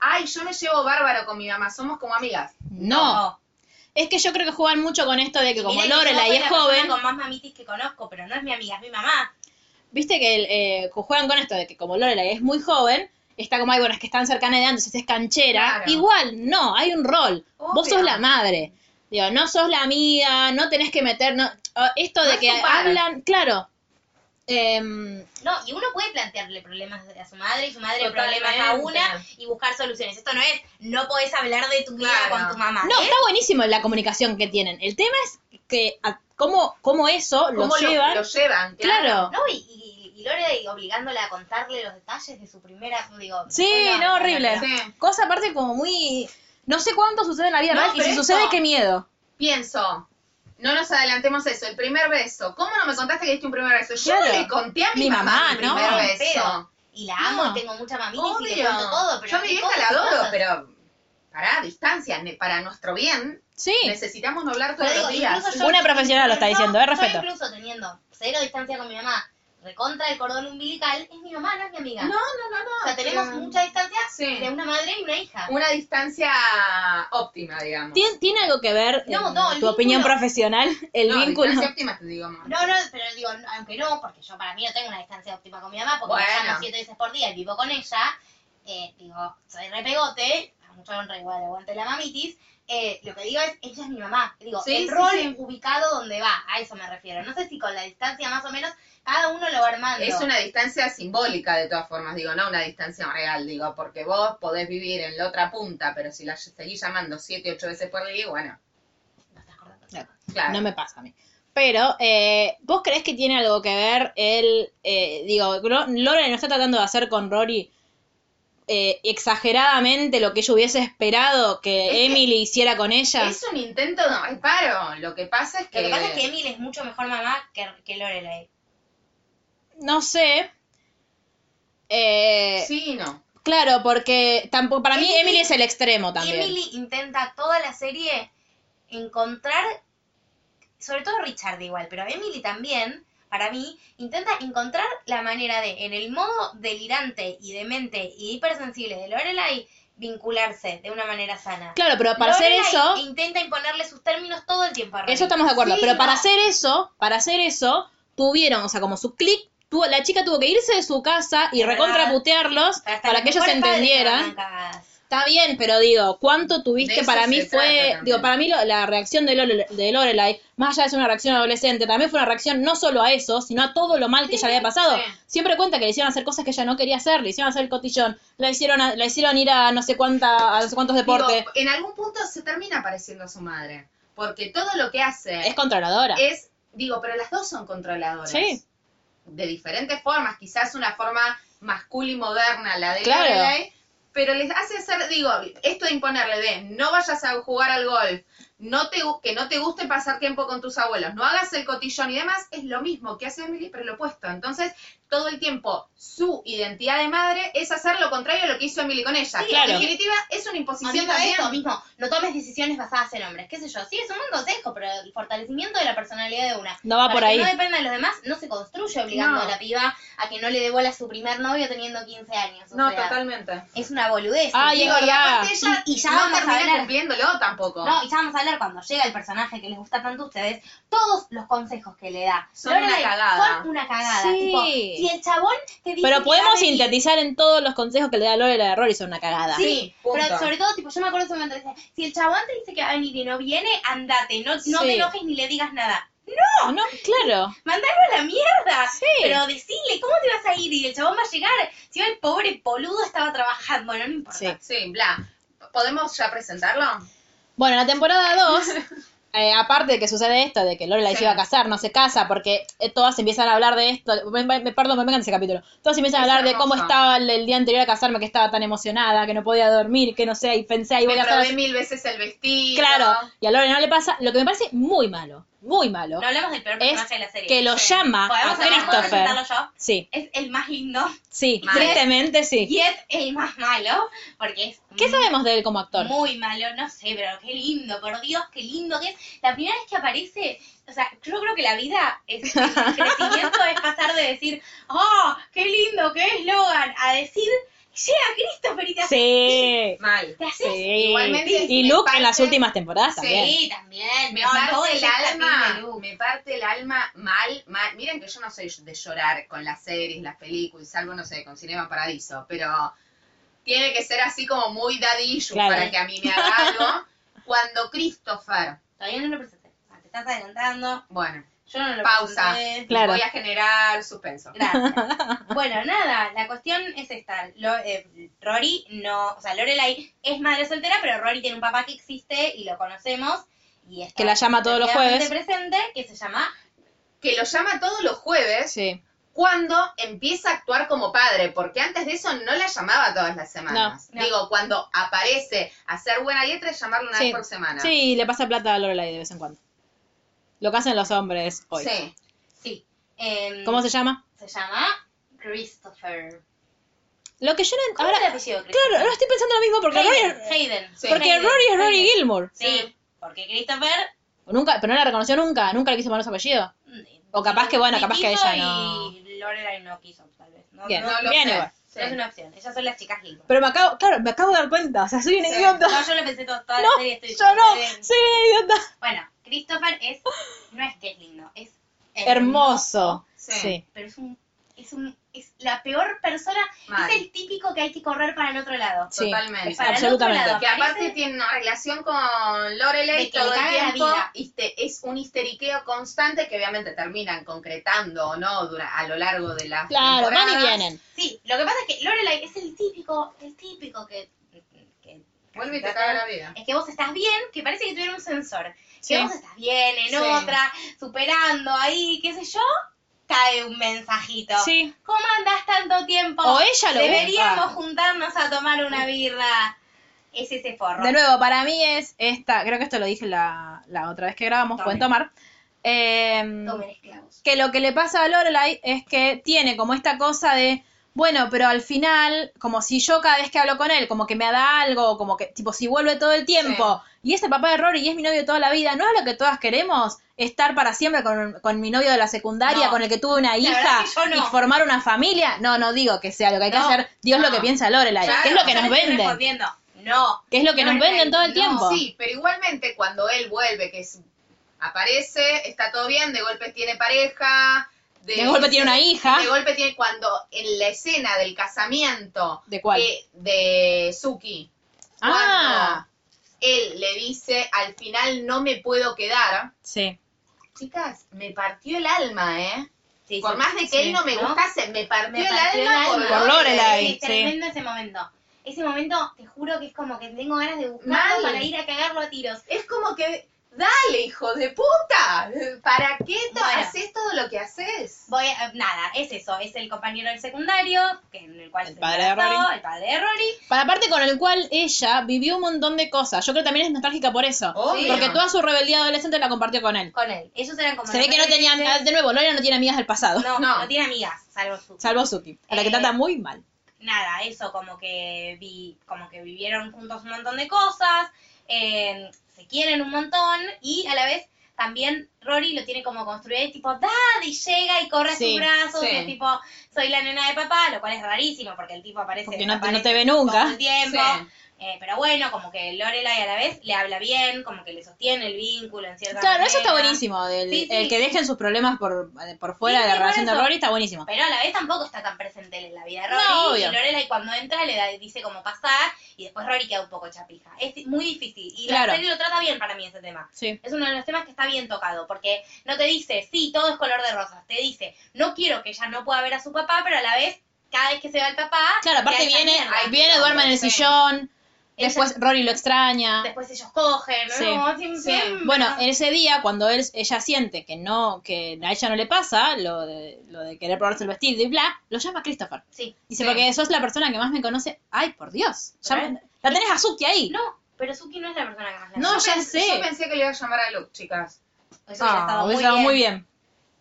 S3: ay, yo me llevo bárbaro con mi mamá, somos como amigas.
S1: No. Es que yo creo que juegan mucho con esto de que como
S2: Mira que yo
S1: Lorelai
S2: soy
S1: es
S2: la persona
S1: joven,
S2: Con más mamitis que conozco, pero no es mi amiga, es mi mamá.
S1: viste que el, eh, que juegan con esto de que como Lorelai es muy joven, está como, ay, bueno, es que están cercanas de edad, entonces es canchera.
S3: Claro.
S1: Igual, no, hay un rol. Vos
S3: Obvio.
S1: sos la madre. Digo, no sos la amiga, no tenés que meter, no- ah, esto
S3: No
S1: de
S3: es
S1: que
S3: tu par.
S1: hablan, claro. Em,
S2: No, y uno puede plantearle problemas a su madre y su madre
S3: Totalmente.
S2: problemas a una y buscar soluciones. Esto no es, no podés hablar de tu vida
S3: Claro.
S2: con tu mamá. ¿Eh?
S1: no, está buenísimo la comunicación que tienen. El tema es que a- cómo, cómo eso
S3: ¿Cómo
S1: lo llevan.
S3: Lo llevan, claro.
S1: claro.
S2: No, y, y, y Lorelai obligándola a contarle los detalles de su primera, digo...
S1: Sí,
S2: después la-
S1: no, horrible.
S3: Sí.
S1: Cosa aparte como muy... No sé cuánto sucede en la vida
S3: No,
S1: real y
S3: pero
S1: si
S3: esto-
S1: sucede, qué miedo.
S3: Pienso, no nos adelantemos eso, el primer beso. ¿Cómo no me contaste que diste un primer beso? Yo
S1: Claro.
S3: no le conté a mi,
S1: Mi mamá,
S3: mi
S1: ¿no?
S3: primer
S2: Ni en
S3: beso.
S2: pedo. Y la amo
S1: No.
S2: y tengo mucha mamitis y le
S3: Obvio.
S2: cuento todo, pero...
S3: Yo a mi
S2: qué
S3: vieja
S2: cosas,
S3: la
S2: qué
S3: adoro,
S2: cosas.
S3: pero pará, distancia, ne- para nuestro bien,
S1: Sí.
S3: necesitamos no hablar
S2: Pero
S3: todos
S2: digo,
S3: los días.
S2: incluso
S1: Una profesional lo está diciendo, eh,
S2: yo
S1: respeto.
S2: incluso teniendo cero distancia con mi mamá, recontra el cordón umbilical, es mi mamá, no es mi amiga.
S3: No, no, no, no.
S2: o sea, tenemos
S3: pero-
S2: mucha distancia
S3: Sí.
S2: de una madre y una hija.
S3: Una distancia óptima, digamos.
S1: ¿Tiene, tiene algo que ver
S2: No,
S1: en
S2: no,
S1: tu
S2: el vínculo.
S1: opinión profesional el
S3: no,
S1: vínculo?
S3: distancia óptima te digo, amor.
S2: No, no, pero digo, aunque no, porque yo para mí no tengo una distancia óptima con mi mamá, porque
S3: Bueno.
S2: me llamo siete veces por día y vivo con ella, eh, digo, soy repegote, a mucho honra igual, aguante la mamitis, eh, lo que digo es, ella es mi mamá, digo,
S3: Sí,
S2: el
S3: sí,
S2: rol
S3: sí.
S2: ubicado donde va, a eso me refiero, no sé si con la distancia más o menos, cada uno lo va armando.
S3: Es una distancia simbólica de todas formas, digo, no una distancia real, digo, porque vos podés vivir en la otra punta, pero si la seguís llamando siete, ocho veces por día, bueno,
S2: ¿No estás acordando?
S3: claro.
S1: No me pasa a mí. Pero, eh, ¿vos crees que tiene algo que ver el, eh, digo, Lo- Lorelai no está tratando de hacer con Rory eh, exageradamente lo que ella hubiese esperado que
S3: Es que-
S1: Emily hiciera con ella?
S3: Es un intento de reparo, lo que pasa es que...
S2: Lo que pasa es
S1: Eh,
S2: que Emily es mucho mejor mamá que, que Lorelai.
S1: No sé. Eh,
S3: Sí, no.
S1: Claro, porque tampoco, para mí
S2: Emily-
S1: Emily es el extremo también.
S2: Emily intenta toda la serie encontrar, sobre todo Richard igual, pero Emily también, para mí, intenta encontrar la manera de, en el modo delirante y demente y hipersensible de Lorelai, vincularse de una manera sana.
S1: Claro, pero para hacer
S2: Lorelai
S1: eso,
S2: Intenta imponerle sus términos todo el tiempo a Rory.
S1: eso estamos de acuerdo.
S3: Sí,
S1: pero para
S3: no.
S1: hacer eso, para hacer eso, tuvieron, o sea, como su clic, tuvo, la chica tuvo que irse de su casa y
S2: Es verdad.
S1: recontraputearos
S2: O sea, hasta
S1: para
S2: los
S1: que ellos
S2: mejores padres
S1: entendieran.
S2: te arrancan cagadas.
S1: Está bien, pero digo, ¿cuánto
S3: De
S1: tuviste?
S3: eso
S1: Para mí
S3: se trata
S1: fue,
S3: también.
S1: digo, para mí lo- la reacción de, Lore- de Lorelai, más allá de ser una reacción adolescente, también fue una reacción no solo a eso, sino a todo lo mal que ella le había pasado.
S3: sí.
S1: Siempre cuenta que le hicieron hacer cosas que ella no quería hacer, le hicieron hacer el cotillón, la hicieron, a- la hicieron ir a no sé cuánta, a no sé cuántos deportes.
S3: Digo, en algún punto se termina pareciendo a su madre, porque todo lo que hace
S1: es controladora.
S3: es, digo, pero las dos son controladoras.
S1: Sí.
S3: De diferentes formas, quizás una forma masculina y moderna, la de
S1: Claro.
S3: Lorelai, pero les hace hacer, digo, esto de imponerle de no vayas a jugar al golf, no te, gu- que no te guste pasar tiempo con tus abuelos, no hagas el cotillón y demás, es lo mismo que hace Emily, pero lo opuesto. Entonces, todo el tiempo su identidad de madre es hacer lo contrario a lo que hizo Emily con ella.
S2: Sí,
S1: claro.
S3: En definitiva, es una
S2: O
S3: imposición
S2: mismo
S3: también.
S2: esto, mismo, no tomes decisiones basadas en hombres, qué sé yo. Sí, es un buen consejo, pero el fortalecimiento de la personalidad de una.
S1: No va
S2: Para
S1: por
S2: que
S1: ahí.
S2: no dependa de los demás, no se construye obligando
S3: No.
S2: a la piba a que no le dé bola a su primer novio teniendo 15 años. o
S3: No,
S2: sea,
S3: totalmente.
S2: Es una boludez.
S1: Ay,
S2: Digo,
S1: es
S2: y
S1: verdad.
S2: aparte ella- y, ya
S3: no
S2: vamos a
S3: termina
S2: hablar.
S3: cumpliéndolo tampoco.
S2: No, y ya vamos a hablar cuando llega el personaje que les gusta tanto a ustedes, todos los consejos que le da.
S3: Son una
S2: Lorelai,
S3: cagada.
S2: Son una cagada.
S1: Sí.
S2: Tipo, si el chabón te dice que
S1: Pero
S2: va
S1: podemos
S2: a venir-
S1: sintetizar en todos los consejos que le da Lore la error y son una cagada.
S2: Sí,
S3: Sí, punto.
S2: pero sobre todo, tipo, yo me acuerdo ese momento, dice, si el chabón te dice que va a venir y no viene, andate, no, no
S1: Sí.
S2: te enojes ni le digas nada.
S1: No, no, claro.
S2: Mandalo a la mierda. Pero decile, ¿cómo te vas a ir? Y el chabón va a llegar. Si va el pobre poludo estaba trabajando, bueno, no importa.
S1: Sí.
S3: Sí, bla. ¿Podemos ya presentarlo?
S1: Bueno, en la temporada 2, aparte de que sucede esto, de que Lorelai se
S3: Sí.
S1: iba a casar, no se casa, porque eh, todas empiezan a hablar de esto. Me, me- me- perdón, me vengan ese capítulo. Todas empiezan a
S3: Es
S1: hablar de
S3: hermoso.
S1: cómo estaba el, el día anterior a casarme, que estaba tan emocionada, que no podía dormir, que no sé, y pensé, ahí voy
S3: Me
S1: a casar.
S3: probé mil veces el vestido.
S1: Claro, y a Lore no le pasa, lo que me parece muy malo, muy malo,
S2: No hablamos del peor
S1: Es
S2: personaje de la serie.
S1: que lo llama a
S2: Podemos hablar, ¿puedo
S1: Christopher.
S2: presentarlo yo?
S1: Sí,
S2: Es el más lindo
S1: sí,
S3: Mal.
S1: tristemente sí.
S2: y es el más malo, porque es
S1: ¿Qué sabemos de él como actor?
S2: Muy malo, no sé, pero qué lindo, por Dios, qué lindo que es. La primera vez que aparece, o sea, yo creo que la vida, es, el crecimiento es pasar de decir, oh, qué lindo que es Logan, a decir, llega Christopher y te hace...
S1: Sí,
S3: Mal.
S2: te haces-
S1: sí.
S3: Igualmente,
S1: Y
S3: me
S1: Luke en
S3: parece-
S1: las últimas temporadas
S3: Sí.
S1: también.
S2: Sí, también.
S3: Me
S2: no, todo
S3: parte
S2: es
S3: el
S2: esta piel de
S3: alma,
S2: Luke.
S3: me parte el alma mal, mal. Miren que yo no soy de llorar con las series, las películas, salvo, no sé, con Cinema Paradiso, pero tiene que ser así como muy dadillo
S1: Claro.
S3: para que a mí me haga algo. Cuando Christopher,
S2: Todavía no lo presenté. Ah, Te estás adelantando.
S3: bueno,
S2: Yo no lo
S3: Pausa.
S2: presenté.
S1: Claro.
S3: voy a generar suspenso.
S2: Gracias. Bueno, nada, la cuestión es esta. Lo- eh, Rory no, o sea, Lorelai es madre soltera, pero Rory tiene un papá que existe y lo conocemos. Y está
S1: Que la llama todos los
S2: desgraciadamente
S1: jueves.
S2: presente, que se llama
S3: Que lo llama todos los jueves
S1: Sí.
S3: cuando empieza a actuar como padre, porque antes de eso no la llamaba todas las semanas.
S2: No, no.
S3: Digo, cuando aparece a hacer buena letra, llamarlo una
S1: Sí.
S3: vez por semana.
S1: Sí, le pasa plata a Lorelai de vez en cuando. Lo que hacen los hombres hoy.
S3: Sí.
S2: Sí. Em,
S1: ¿Cómo se llama?
S2: Se llama Christopher.
S1: Lo que yo no...
S2: ¿Cómo
S1: Ahora,
S2: es el apellido?
S1: claro, ahora estoy pensando lo mismo porque
S2: Hayden.
S1: Rory,
S2: Hayden.
S3: Sí.
S1: porque
S2: Hayden,
S1: Rory es Rory
S2: Hayden.
S1: Gilmore.
S2: Sí, porque Christopher...
S1: Nunca, pero no la reconoció nunca, nunca le quiso poner su apellido. O capaz que, bueno,
S2: ni
S1: capaz que
S2: quiso
S1: ella no-
S2: Y Lorelai no quiso, tal vez. No,
S1: Bien,
S2: no,
S3: No lo
S1: bien
S3: sé.
S1: igual.
S3: Sí.
S2: no es una opción. Ellas son las chicas Gilmore.
S1: Pero me acabo, claro, me acabo de dar cuenta, o sea, soy una
S3: Sí.
S1: idiota.
S2: No, yo lo pensé todo, toda la
S1: No,
S2: serie. Estoy
S1: yo no,
S2: estoy-
S1: soy una idiota.
S2: Bueno, Christopher es, no es que es lindo, es
S1: Hermoso.
S3: Sí.
S1: Sí.
S2: Pero es un, es un, es la peor persona,
S3: Mal.
S2: es el típico que hay que correr para el otro lado.
S1: Sí.
S3: Totalmente.
S2: Para el otro
S1: absolutamente.
S2: lado.
S3: Que aparte
S2: Parece-
S3: tiene una relación con
S2: De
S3: Lorelei
S2: que
S3: todo
S2: le
S3: el
S2: caga la
S3: tiempo.
S2: vida.
S3: histe- es un histeriqueo constante que obviamente terminan concretando o no dura- a lo largo de las
S1: Claro, van y
S3: temporadas.
S1: vienen.
S2: Sí, lo que pasa es que Lorelai es el típico, el típico que, que-
S3: Vuelve y te caga la vida.
S2: es que vos estás bien, que parece que tuviera un sensor.
S1: Sí.
S2: Que vos estás bien, en
S3: Sí.
S2: otra, superando ahí, qué sé yo, cae un mensajito.
S1: Sí.
S2: ¿Cómo andás tanto tiempo?
S1: O Oh, ella lo
S2: Deberíamos
S1: busca.
S2: juntarnos a tomar una birra. Es ese forro.
S1: De nuevo, para mí es esta, creo que esto lo dije la, la otra vez que grabamos,
S2: Tomen.
S1: pueden tomar. Eh,
S2: Comen esclavos.
S1: que lo que le pasa a Lorelai es que tiene como esta cosa de, bueno, pero al final, como si yo cada vez que hablo con él, como que me da algo, como que, tipo, si vuelve todo el tiempo, y es el papá de Rory y es mi novio de toda la vida, ¿no es lo que todas queremos? Estar para siempre con, con mi novio de la secundaria,
S2: No.
S1: con el que tuve una hija
S2: verdad que yo no.
S1: y formar una familia. No, no digo que sea lo que hay que
S2: No,
S1: hacer. Dios
S3: no.
S1: lo que piensa Lorelai,
S2: Claro,
S1: que es lo que
S2: yo
S1: nos
S2: le estoy
S1: venden.
S2: respondiendo, No.
S1: Que es lo que nos
S2: Lorelai,
S1: venden todo el
S2: no,
S1: tiempo.
S3: Sí, pero igualmente cuando él vuelve, que es, aparece, está todo bien, de golpe tiene pareja.
S1: De golpe tiene una hija.
S3: De golpe tiene cuando en la escena del casamiento
S1: ¿De cuál?
S2: eh,
S3: que- de Suki.
S1: Ah.
S3: cuando él le dice al final no me puedo quedar.
S1: Sí.
S3: Chicas, me partió el alma, ¿eh?
S2: Sí,
S3: Por
S2: sí.
S3: más de que él no me
S2: ¿No?
S3: gustase, me partió,
S2: Me
S3: el,
S2: partió el
S3: alma
S2: alma.
S3: por
S1: Por
S3: Lorelai.
S1: Lorelai.
S2: Sí,
S1: sí.
S2: tremendo ese momento. Ese momento, te juro que es como que tengo ganas de buscarlo
S3: Mal.
S2: para ir a cagarlo a tiros.
S3: Es como que Dale, hijo de puta. ¿Para qué to-
S2: Bueno.
S3: haces todo lo que haces?
S2: Voy a- nada, es eso, es el compañero del secundario, que en el cual
S1: El
S2: se
S1: padre de
S2: embarazó,
S1: Rory.
S2: el padre de Rory.
S1: Para parte con el cual ella vivió un montón de cosas. Yo creo que también es nostálgica por eso.
S3: Obvio.
S1: Porque toda su rebeldía adolescente la compartió con él.
S2: con él. Ellos eran como.
S1: Se ve que no tenían,
S2: adolescentes.
S1: de nuevo, Lola no tiene amigas del pasado.
S2: No,
S3: No.
S2: no, tiene amigas, salvo su.
S1: Salvo Suki, a la que
S2: Eh.
S1: trata muy mal.
S2: Nada, eso, como que, vi, como que vivieron juntos un montón de cosas, eh, se quieren un montón y a la vez también Rory lo tiene como construido, es tipo, daddy, llega y corre
S1: Sí,
S2: a sus brazos,
S3: sí.
S2: y es tipo, soy la nena de papá, lo cual es rarísimo porque el tipo aparece.
S1: Porque no te- no te
S2: aparece
S1: ve
S2: todo
S1: nunca.
S2: el tiempo.
S3: Sí.
S2: Eh, pero bueno, como que Lorelai a la vez le habla bien, como que le sostiene el vínculo en cierta
S1: Claro, eso está
S2: manera.
S1: buenísimo. del-
S2: Sí, sí.
S1: El que dejen sus problemas por, por fuera
S2: Sí,
S1: de la
S2: sí, por
S1: relación de
S2: eso.
S1: Rory está buenísimo.
S2: Pero a la vez tampoco está tan presente él en la vida de
S1: No,
S2: Rory.
S1: obvio.
S2: Y Lorelai cuando entra le da- dice cómo pasar y después Rory queda un poco chapija. Es muy difícil. Y
S1: Claro.
S2: la serie lo trata bien para mí ese tema.
S1: Sí.
S2: Es uno de los temas que está bien tocado, porque no te dice, sí, todo es color de rosas. Te dice, no quiero que ella no pueda ver a su papá, pero a la vez, cada vez que se va el papá.
S1: Claro, aparte
S2: ya ella
S1: viene,
S2: mierda.
S1: viene
S3: quilombo,
S1: duerme en el
S3: sí.
S1: sillón,
S2: Ella-
S1: después Rory lo extraña.
S2: Después ellos cogen, ¿no?
S1: Sí.
S2: No, sí,
S3: Sí.
S2: sí.
S1: Bueno, en ese día, cuando él, ella siente que no, que a ella no le pasa, lo de, lo de querer probarse el vestido y bla, lo llama Christopher.
S2: Sí.
S1: Dice,
S3: Sí.
S1: porque sos la persona que más me conoce. Ay, por Dios. Llama- la tenés a Suki ahí.
S2: No, pero Suki no es la persona que más la
S1: No,
S2: ama.
S1: ya
S3: Pen-
S1: sé.
S3: Yo pensé que le iba a llamar a Luke, chicas.
S2: Eso hubiera
S1: Ah,
S2: estado
S1: hubiese estado muy bien.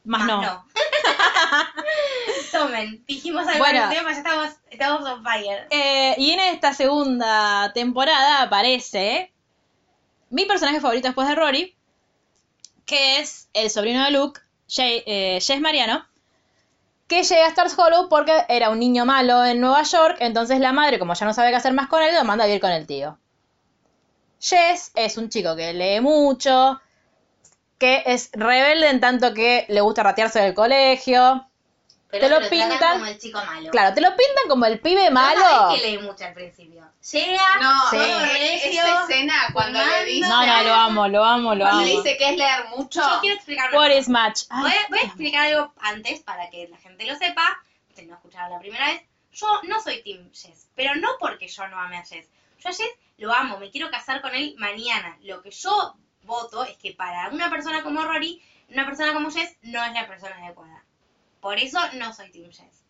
S1: Más, no.
S2: Tomen, dijimos algo
S1: Bueno.
S2: del tema, ya estamos, estamos on fire.
S1: Eh, y en esta segunda temporada aparece mi personaje favorito después de Rory, que es el sobrino de Luke, Jay, eh, Jess Mariano, que llega a Stars Hollow porque era un niño malo en Nueva York, entonces la madre, como ya no sabe qué hacer más con él, lo manda a vivir con el tío. Jess es un chico que lee mucho, que es rebelde en tanto que le gusta ratearse del colegio.
S2: Pero
S1: lo
S2: tratan
S1: pintan-
S2: como el chico malo.
S1: Claro, te lo pintan como el pibe malo.
S2: No es que lee mucho al principio. Llega,
S3: No,
S1: Ah, Sí.
S3: no,
S2: todo
S3: e-
S2: recio.
S3: esa escena cuando le
S2: fumando.
S3: dice.
S1: No, no, lo amo, lo amo, lo
S3: Cuando
S1: amo.
S3: le dice que es leer mucho.
S2: Yo quiero explicar una
S1: What
S2: cosa.
S1: is match? Ay,
S2: Voy, a- voy a explicar algo antes para que la gente lo sepa, si no escucharon la primera vez. Yo no soy Team Jess, pero no porque yo no ame a Jess. Yo a Jess lo amo, me quiero casar con él mañana. Lo que yo voto es que para una persona como Rory, una persona como Jess no es la persona adecuada. Por eso no soy Team Jess.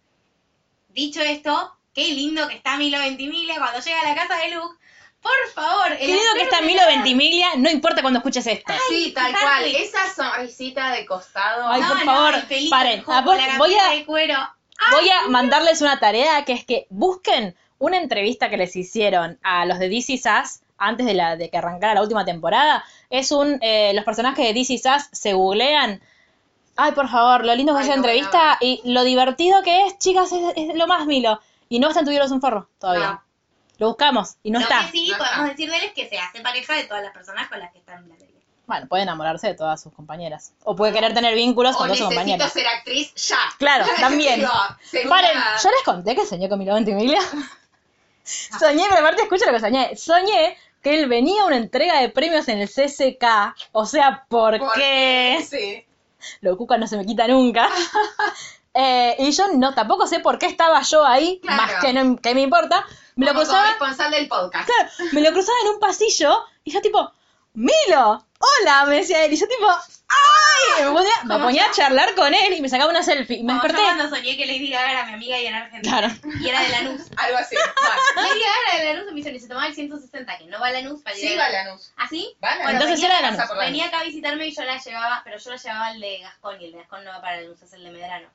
S2: Dicho esto, qué lindo que está Milo Ventimiglia cuando llega a la casa de Luke. Por favor, el
S1: Qué lindo que
S2: actor
S1: está
S2: de
S1: Milo
S2: la-
S1: Ventimiglia, no importa cuando escuches esto.
S3: Sí, tal
S2: Harry.
S3: cual. Esa sonrisita de costado.
S1: Ay,
S2: No,
S1: por
S2: no,
S1: favor,
S2: el pelito,
S1: paren.
S2: el jopo,
S1: Voy-
S2: la
S1: voy a-
S2: campera de cuero.
S1: Voy a mandarles una tarea que es que busquen una entrevista que les hicieron a los de DC Sass antes de, la, de que arrancara la última temporada. Es un. eh, los personajes de DC Sass se googlean. Ay, por favor, lo lindo que
S3: Ay,
S1: es la
S3: lo voy a
S1: entrevista y lo divertido que es, chicas, es, es lo más, Milo. Y no está en tuvieron un forro todavía.
S2: No.
S1: Lo buscamos y no
S2: lo
S1: está.
S2: que sí
S3: no está.
S2: podemos decir de él es que se hace pareja de todas las personas con las que está en la tele.
S1: Bueno, puede enamorarse de todas sus compañeras. O puede querer tener vínculos
S3: o
S1: con todas sus
S3: necesito
S1: compañeras.
S3: ser actriz ya.
S1: Claro, también.
S3: Digo, sería-
S1: Paren, yo les conté que soñé con Milo Ventimiglia. soñé, pero aparte escucha lo que soñé. Soñé que él venía a una entrega de premios en el CCK. O sea, ¿por,
S3: ¿Por
S1: qué?
S3: Sí.
S1: Lo cuca no se me quita nunca. Eh, y yo no, tampoco sé por qué estaba yo ahí,
S3: Claro.
S1: más que, no, que me importa. Me lo
S3: Como
S1: cruzaba
S3: corresponsal del podcast.
S1: Claro, me lo cruzaba en un pasillo y yo tipo, Milo, hola, me decía él. Y yo tipo, ¡ay! Me ponía, me ponía a charlar con él y me sacaba una selfie. Y me
S2: Como Este yo
S1: desperté.
S2: cuando soñé que Lady Gaga era mi amiga y era argentina.
S1: Claro.
S2: Y era de Lanús.
S3: Algo así. Bueno.
S2: Lady Gaga era de Lanús y me dice, "Ni se tomaba el 160, que no va a Lanús para ir
S3: Sí,
S2: a-
S3: Balanus.
S2: ¿Ah, sí?
S3: Balanus.
S2: Bueno,
S1: Entonces
S2: venía,
S1: era de
S3: Lanús.
S2: venía acá a visitarme y yo la llevaba, pero yo la llevaba al de Gascón y el de Gascón no va para Lanús, es el de Medrano.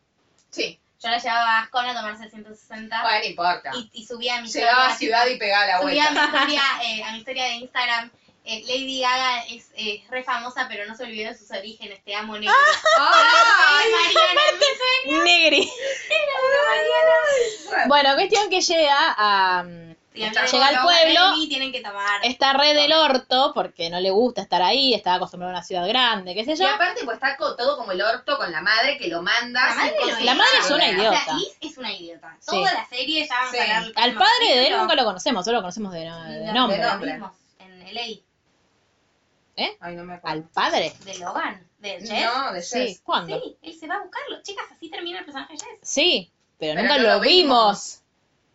S3: Sí.
S2: Yo la llevaba a Gascón a tomarse el 160
S3: Ah, Bueno, no importa.
S2: y, y subía a mi
S3: Llegaba
S2: historia-
S3: a ciudad y pegaba la
S2: Subí a mi
S3: vuelta.
S2: historia, eh, a mi historia de Instagram. eh, Lady Gaga es eh, re famosa, pero no se olvidó de sus orígenes. Te amo, negro.
S3: ¡Ay!
S2: Mariana,
S1: Negri. Bueno, cuestión que llega a. um,
S2: mi- y a mí
S1: Llega al
S2: me
S1: pueblo.
S2: toca Nelly, tienen que tomar.
S1: Esta red del orto, porque no le gusta estar ahí, estaba acostumbrada a una ciudad grande, qué sé
S3: Y
S1: yo.
S3: aparte, pues está co- todo como el orto con la madre que lo manda.
S2: La madre
S3: sin
S2: lo
S3: cocinar.
S1: la madre es una idiota.
S2: O sea, Liz es una idiota. Toda la serie ya vamos
S3: Sí.
S2: a hablar. del
S1: Al
S2: próximo
S1: padre de él
S2: capítulo.
S1: nunca lo conocemos, solo lo conocemos de, no- de
S2: Ni lo-
S1: nombre.
S3: de nombre.
S2: lo vimos En LA,
S3: Ay, no me acuerdo.
S1: ¿Al padre?
S2: de Logan, de Jess.
S3: No, de Jess.
S1: Sí, ¿cuándo?
S2: Sí, él se va a buscarlo. Chicas, así termina el personaje de Jess.
S1: Sí, pero,
S3: Pero
S1: nunca
S3: no
S1: lo
S3: lo vimos.
S1: vimos.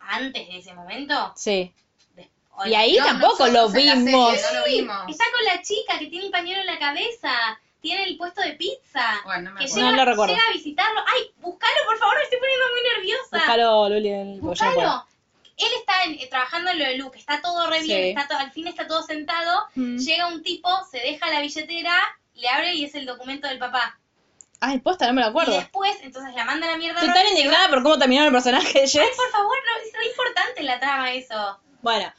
S2: Antes de ese momento,
S1: Sí.
S2: de- O-
S1: Y ahí
S3: No,
S1: tampoco
S3: nosotros
S1: lo
S3: en la serie,
S1: vimos.
S3: no lo vimos.
S2: Está con la chica que tiene el pañuelo en la cabeza, tiene el puesto de pizza.
S3: Bueno, no me
S2: Que
S3: acuerdo.
S2: llega,
S1: No lo recuerdo.
S2: llega a visitarlo. Ay, búscalo, por favor, me estoy poniendo muy nerviosa.
S1: Búscalo, Luli, en el- porque yo no puedo.
S2: Búscalo. Él está en- eh, trabajando en lo de Luke, está todo re
S1: Sí. Mm.
S2: bien, está to- al fin está todo sentado. Llega un tipo, se deja la billetera, le abre y es el documento del papá.
S1: Ay, Ah, posta, no me lo
S2: Y
S1: acuerdo.
S2: después, entonces la manda a la mierda.
S1: Estoy
S2: Ron,
S1: tan
S2: se
S1: indignada por cómo terminó el personaje de
S2: va.
S1: Jess.
S2: Por favor, no, es re importante la trama eso.
S1: Bueno,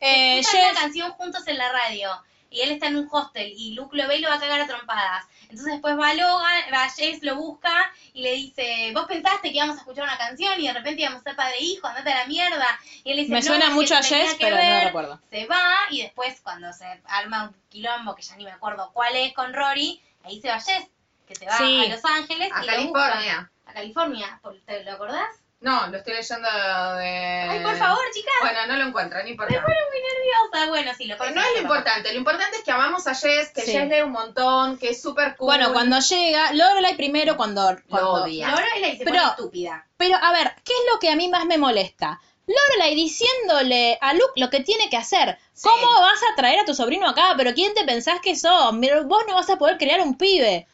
S1: eh,
S2: Escuchan una
S1: Jess-
S2: canción juntos en la radio. Y él está en un hostel y Luke lo ve y lo va a cagar a trompadas. Entonces después va Logan, va Jess, lo busca y le dice, vos pensaste que íbamos a escuchar una canción y de repente íbamos a ser padre e hijo, andate a la mierda. Y él le dice,
S1: me
S2: "No,
S1: suena
S2: es
S1: mucho a
S2: que tenía
S1: Jess,
S2: que
S1: pero no lo
S2: ver".
S1: recuerdo.
S2: Se va y después cuando se arma un quilombo, que ya ni me acuerdo cuál es, con Rory, ahí se va Jess, que se va
S1: Sí.
S2: a Los Ángeles
S3: A
S2: y lo busca.
S3: California.
S2: A California, por- ¿te lo acordás?
S3: No, lo estoy leyendo
S1: Eh,
S3: de...
S2: Ay, por favor, chicas,
S3: Bueno, no lo encuentro, no importa.
S2: nerviosa. Bueno, sí, lo
S3: Pero
S2: conocen,
S3: no es lo
S2: pero-
S3: importante, lo importante es que amamos a Jess, que
S1: Sí.
S3: Jess lee un montón, que es súper cool.
S1: Bueno, cuando llega, Lorelai primero cuando...
S3: lo
S1: cuando-
S3: odia.
S2: Ahora él se
S1: Pero-
S2: pone estúpida.
S1: Pero a ver, ¿qué es lo que a mí más me molesta? Lorelai diciéndole a Luke lo que tiene que hacer.
S3: Sí.
S1: ¿Cómo vas a traer a tu sobrino acá? ¿Pero quién te pensás que sos? Mira, Vos no vas a poder crear un pibe.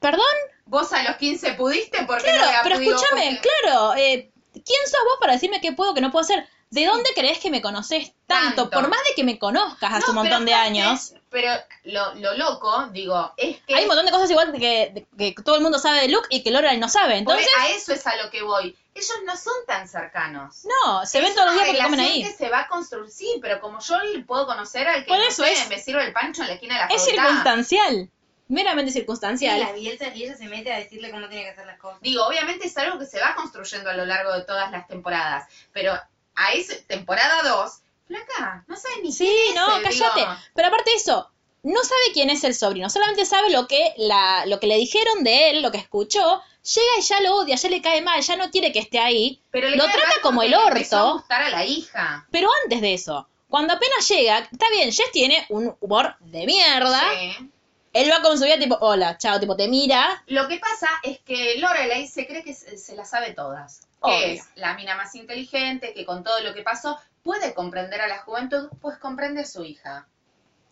S1: ¿Perdón?
S3: Vos a los 15 pudiste, porque
S1: Claro,
S3: no la
S1: pero
S3: pudo?
S1: escúchame,
S3: Porque-
S1: claro. eh, ¿Quién sos vos para decirme qué puedo, qué no puedo hacer? ¿De dónde crees que me conoces tanto?
S3: Tanto.
S1: Por más de que me conozcas hace
S3: No,
S1: un montón
S3: pero
S1: de
S3: aparte,
S1: años.
S3: Pero lo, lo loco, digo, es que...
S1: Hay un montón de cosas igual que, que todo el mundo sabe de Luke y que Lorelai no sabe.
S3: porque
S1: Entonces,
S3: A eso es a lo que voy. Ellos no son tan cercanos.
S1: no, se
S3: Es
S1: ven todos los
S3: una
S1: días porque comen
S3: relación
S1: ahí.
S3: que se va a construir, sí, pero como yo le puedo conocer al que
S1: Por
S3: no
S1: eso
S3: sé,
S1: es-
S3: me sirve el pancho en la esquina de la
S1: Es
S3: facultad.
S1: circunstancial. Meramente
S2: Sí,
S1: circunstancial.
S2: la Bielsa y ella se mete a decirle cómo tiene que hacer las cosas.
S3: Digo, obviamente es algo que se va construyendo a lo largo de todas las temporadas, pero a esa temporada 2, flaca, no sabes ni
S1: Sí,
S3: quién es
S1: no,
S3: él,
S1: cállate.
S3: digo.
S1: Pero aparte de eso, no sabe quién es el sobrino, solamente sabe lo que, la, lo que le dijeron de él, lo que escuchó, llega y ya lo odia, ya le cae mal, ya no quiere que esté ahí.
S3: Pero le
S1: Lo
S3: cae
S1: trata
S3: mal
S1: como
S3: porque
S1: el
S3: le empezó
S1: orto.
S3: a gustar a la hija.
S1: Pero antes de eso, cuando apenas llega, está bien, Jess tiene un humor de mierda,
S3: Sí.
S1: él va con su vida tipo, hola, chao, tipo, te mira,
S3: Lo que pasa es que Lorelai se cree que se, se la sabe todas.
S1: Obvio.
S3: Que es la mina más inteligente, que con todo lo que pasó puede comprender a la juventud, pues comprende a su hija.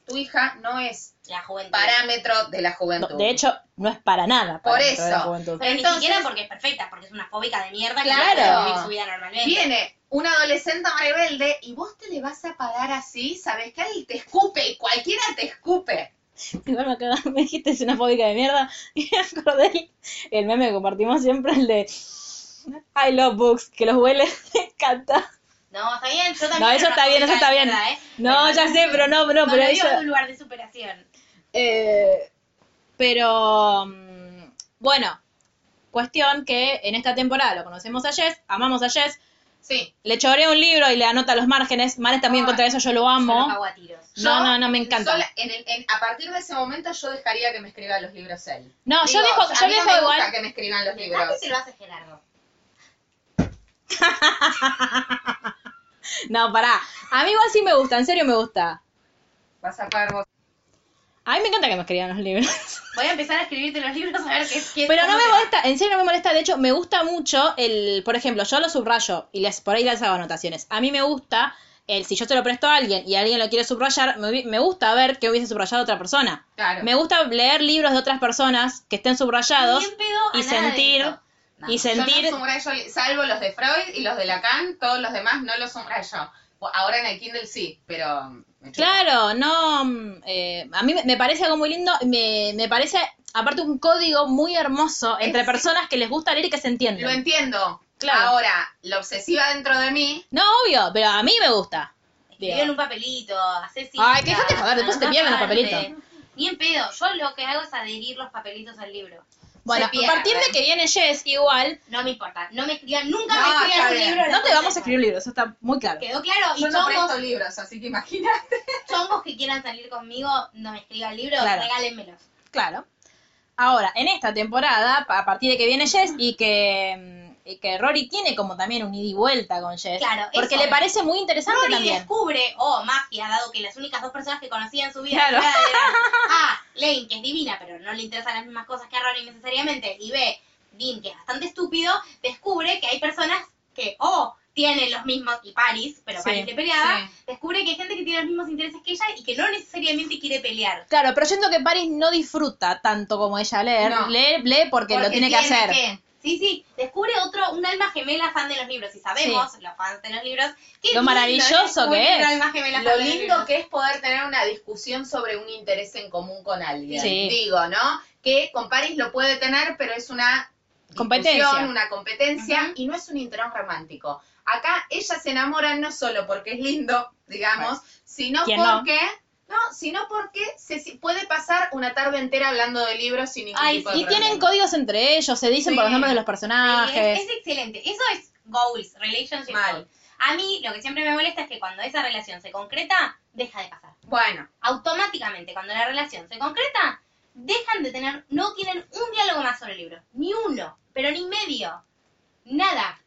S3: Tu hija no es
S2: La juventud.
S3: parámetro de la
S1: No,
S3: juventud.
S1: de hecho, no es para nada.
S3: Por
S1: para toda la
S3: eso.
S1: juventud.
S2: Pero
S3: Entonces-
S2: ni siquiera porque es perfecta, porque es una fóbica de mierda
S3: Claro.
S2: que no puede vivir su vida normalmente.
S3: viene un adolescente rebelde y vos te le vas a pagar así, sabes que él te escupe y cualquiera te escupe.
S1: Igual me, acaba- me dijiste es una fóbica de mierda y me acordé el, el meme que compartimos siempre, el de I love books, que los huele, me encanta.
S2: No, está bien, yo también.
S1: No, eso
S2: era
S1: está
S2: una
S1: bien, eso
S2: fóbica
S1: está
S2: de
S1: bien.
S2: mierda, ¿eh?
S1: No, ya sé, pero no, no,
S2: No,
S1: pero
S2: lo digo
S1: eso-
S2: en un lugar de superación.
S1: Eh, pero mm, bueno, cuestión que en esta temporada lo conocemos a Jess, amamos a Jess,
S3: Sí.
S1: le choré un libro y le anota los márgenes, Mares también
S3: Ay,
S1: contra eso yo lo
S2: Yo los
S1: amo.
S2: cago a tiros.
S1: No, no, no, me encanta.
S3: sola- en el- en- a partir de ese momento yo dejaría que me escriba los libros él.
S1: No, yo
S3: Digo,
S1: dejo,
S3: a
S1: yo
S3: mí
S1: dejo
S3: no me
S1: igual.
S3: gusta que me escriban los
S2: ¿A
S3: libros.
S2: qué se lo hace Gerardo?
S1: No, pará. A mí igual sí me gusta, en serio me gusta.
S3: Vas a pagar vos.
S1: A mí me encanta que me escriban los libros.
S2: Voy a empezar a escribirte los libros a ver qué es. qué-
S1: Pero no
S2: cómo
S1: me
S2: te va.
S1: molesta, en serio no me molesta, de hecho me gusta mucho el, por ejemplo, yo lo subrayo y les, por ahí les hago anotaciones. A mí me gusta el, si yo se lo presto a alguien y alguien lo quiere subrayar, me, hubi- me gusta ver que hubiese subrayado otra persona.
S3: Claro.
S1: Me gusta leer libros de otras personas que estén subrayados
S2: Ni en pedo a
S1: y
S2: nada de
S1: sentir-
S2: eso. No.
S1: y sentir...
S3: Yo no subrayo, salvo los de Freud y los de Lacan, todos los demás no los subrayo. O- Ahora en el Kindle sí, pero... me chupa.
S1: Claro, no. mm, eh, a mí me- me parece algo muy lindo. Me, me parece, aparte, un código muy hermoso entre
S3: Es-
S1: personas que les gusta leer y que se
S3: Lo
S1: entienden.
S3: entiendo.
S1: Claro.
S3: Ahora, la obsesiva dentro de mí...
S1: No, obvio, pero a mí me gusta.
S2: Escribió
S1: Digo.
S2: en un papelito, hace
S1: Ay, quejate, joder, después te pierden los papelitos.
S2: Ni en pedo, yo lo que hago es adherir los papelitos al libro.
S1: Bueno,
S3: Se
S1: a partir de
S3: pierden.
S1: que viene Jess, igual,
S2: No me importa, no me escriban, nunca
S3: No,
S2: me
S3: está
S2: escriban un
S3: bien.
S2: libro.
S1: no te vamos a escribir un libro, eso está muy claro.
S2: Quedó claro, y
S3: Yo no presto
S2: chongos,
S3: libros, así que imagínate.
S2: chongos que quieran salir conmigo, no me escriban libros,
S1: Claro.
S2: regálenmelos.
S1: Claro. Ahora, en esta temporada, pa- a partir de que viene Jess y que, mm, y que Rory tiene como también un ida y vuelta con Jess.
S2: Claro,
S1: porque
S2: eso.
S1: le parece muy interesante
S2: Rory
S1: también.
S2: descubre, oh, magia, dado que las únicas dos personas que conocía en su vida
S1: Claro.
S2: eran A, Lane, que es divina, pero no le interesan las mismas cosas que a Rory necesariamente, y B, Dean, que es bastante estúpido, descubre que hay personas que, oh, tiene los mismos, y Paris, pero
S1: Sí.
S2: Paris le peleaba,
S3: Sí.
S2: descubre que hay gente que tiene los mismos intereses que ella y que no necesariamente quiere pelear.
S1: Claro, pero yo siento que Paris no disfruta tanto como ella leer.
S3: No.
S1: Lee, lee porque, lo tiene que hacer.
S2: Sí, sí, descubre otro, un alma gemela fan de los libros, y sabemos, los fans de los libros, ¿eh? que
S1: Lo maravilloso que es.
S3: Lo lindo que es poder tener una discusión sobre un interés en común con alguien.
S1: Sí.
S3: Digo, ¿no? Que con Paris lo puede tener, pero es una discusión,
S1: Competencia.
S3: una competencia y no es un interés romántico. Acá ella se enamora no solo porque es lindo, digamos, sino
S1: ¿Quién no?
S3: porque no? sino porque se si- puede pasar una tarde entera hablando de libros sin ningún
S2: Ay,
S3: tipo de
S1: Y tienen
S3: problema.
S1: códigos entre ellos, se dicen por los
S3: Sí.
S1: nombres de los personajes.
S2: Eh, es, es excelente. Eso es goals, relationship
S3: Mal.
S2: goals. A mí lo que siempre me molesta es que cuando esa relación se concreta, deja de pasar.
S3: Bueno,
S2: Automáticamente, cuando la relación se concreta, dejan de tener, no tienen un diálogo más sobre el libro. Ni uno, pero ni medio. Nada.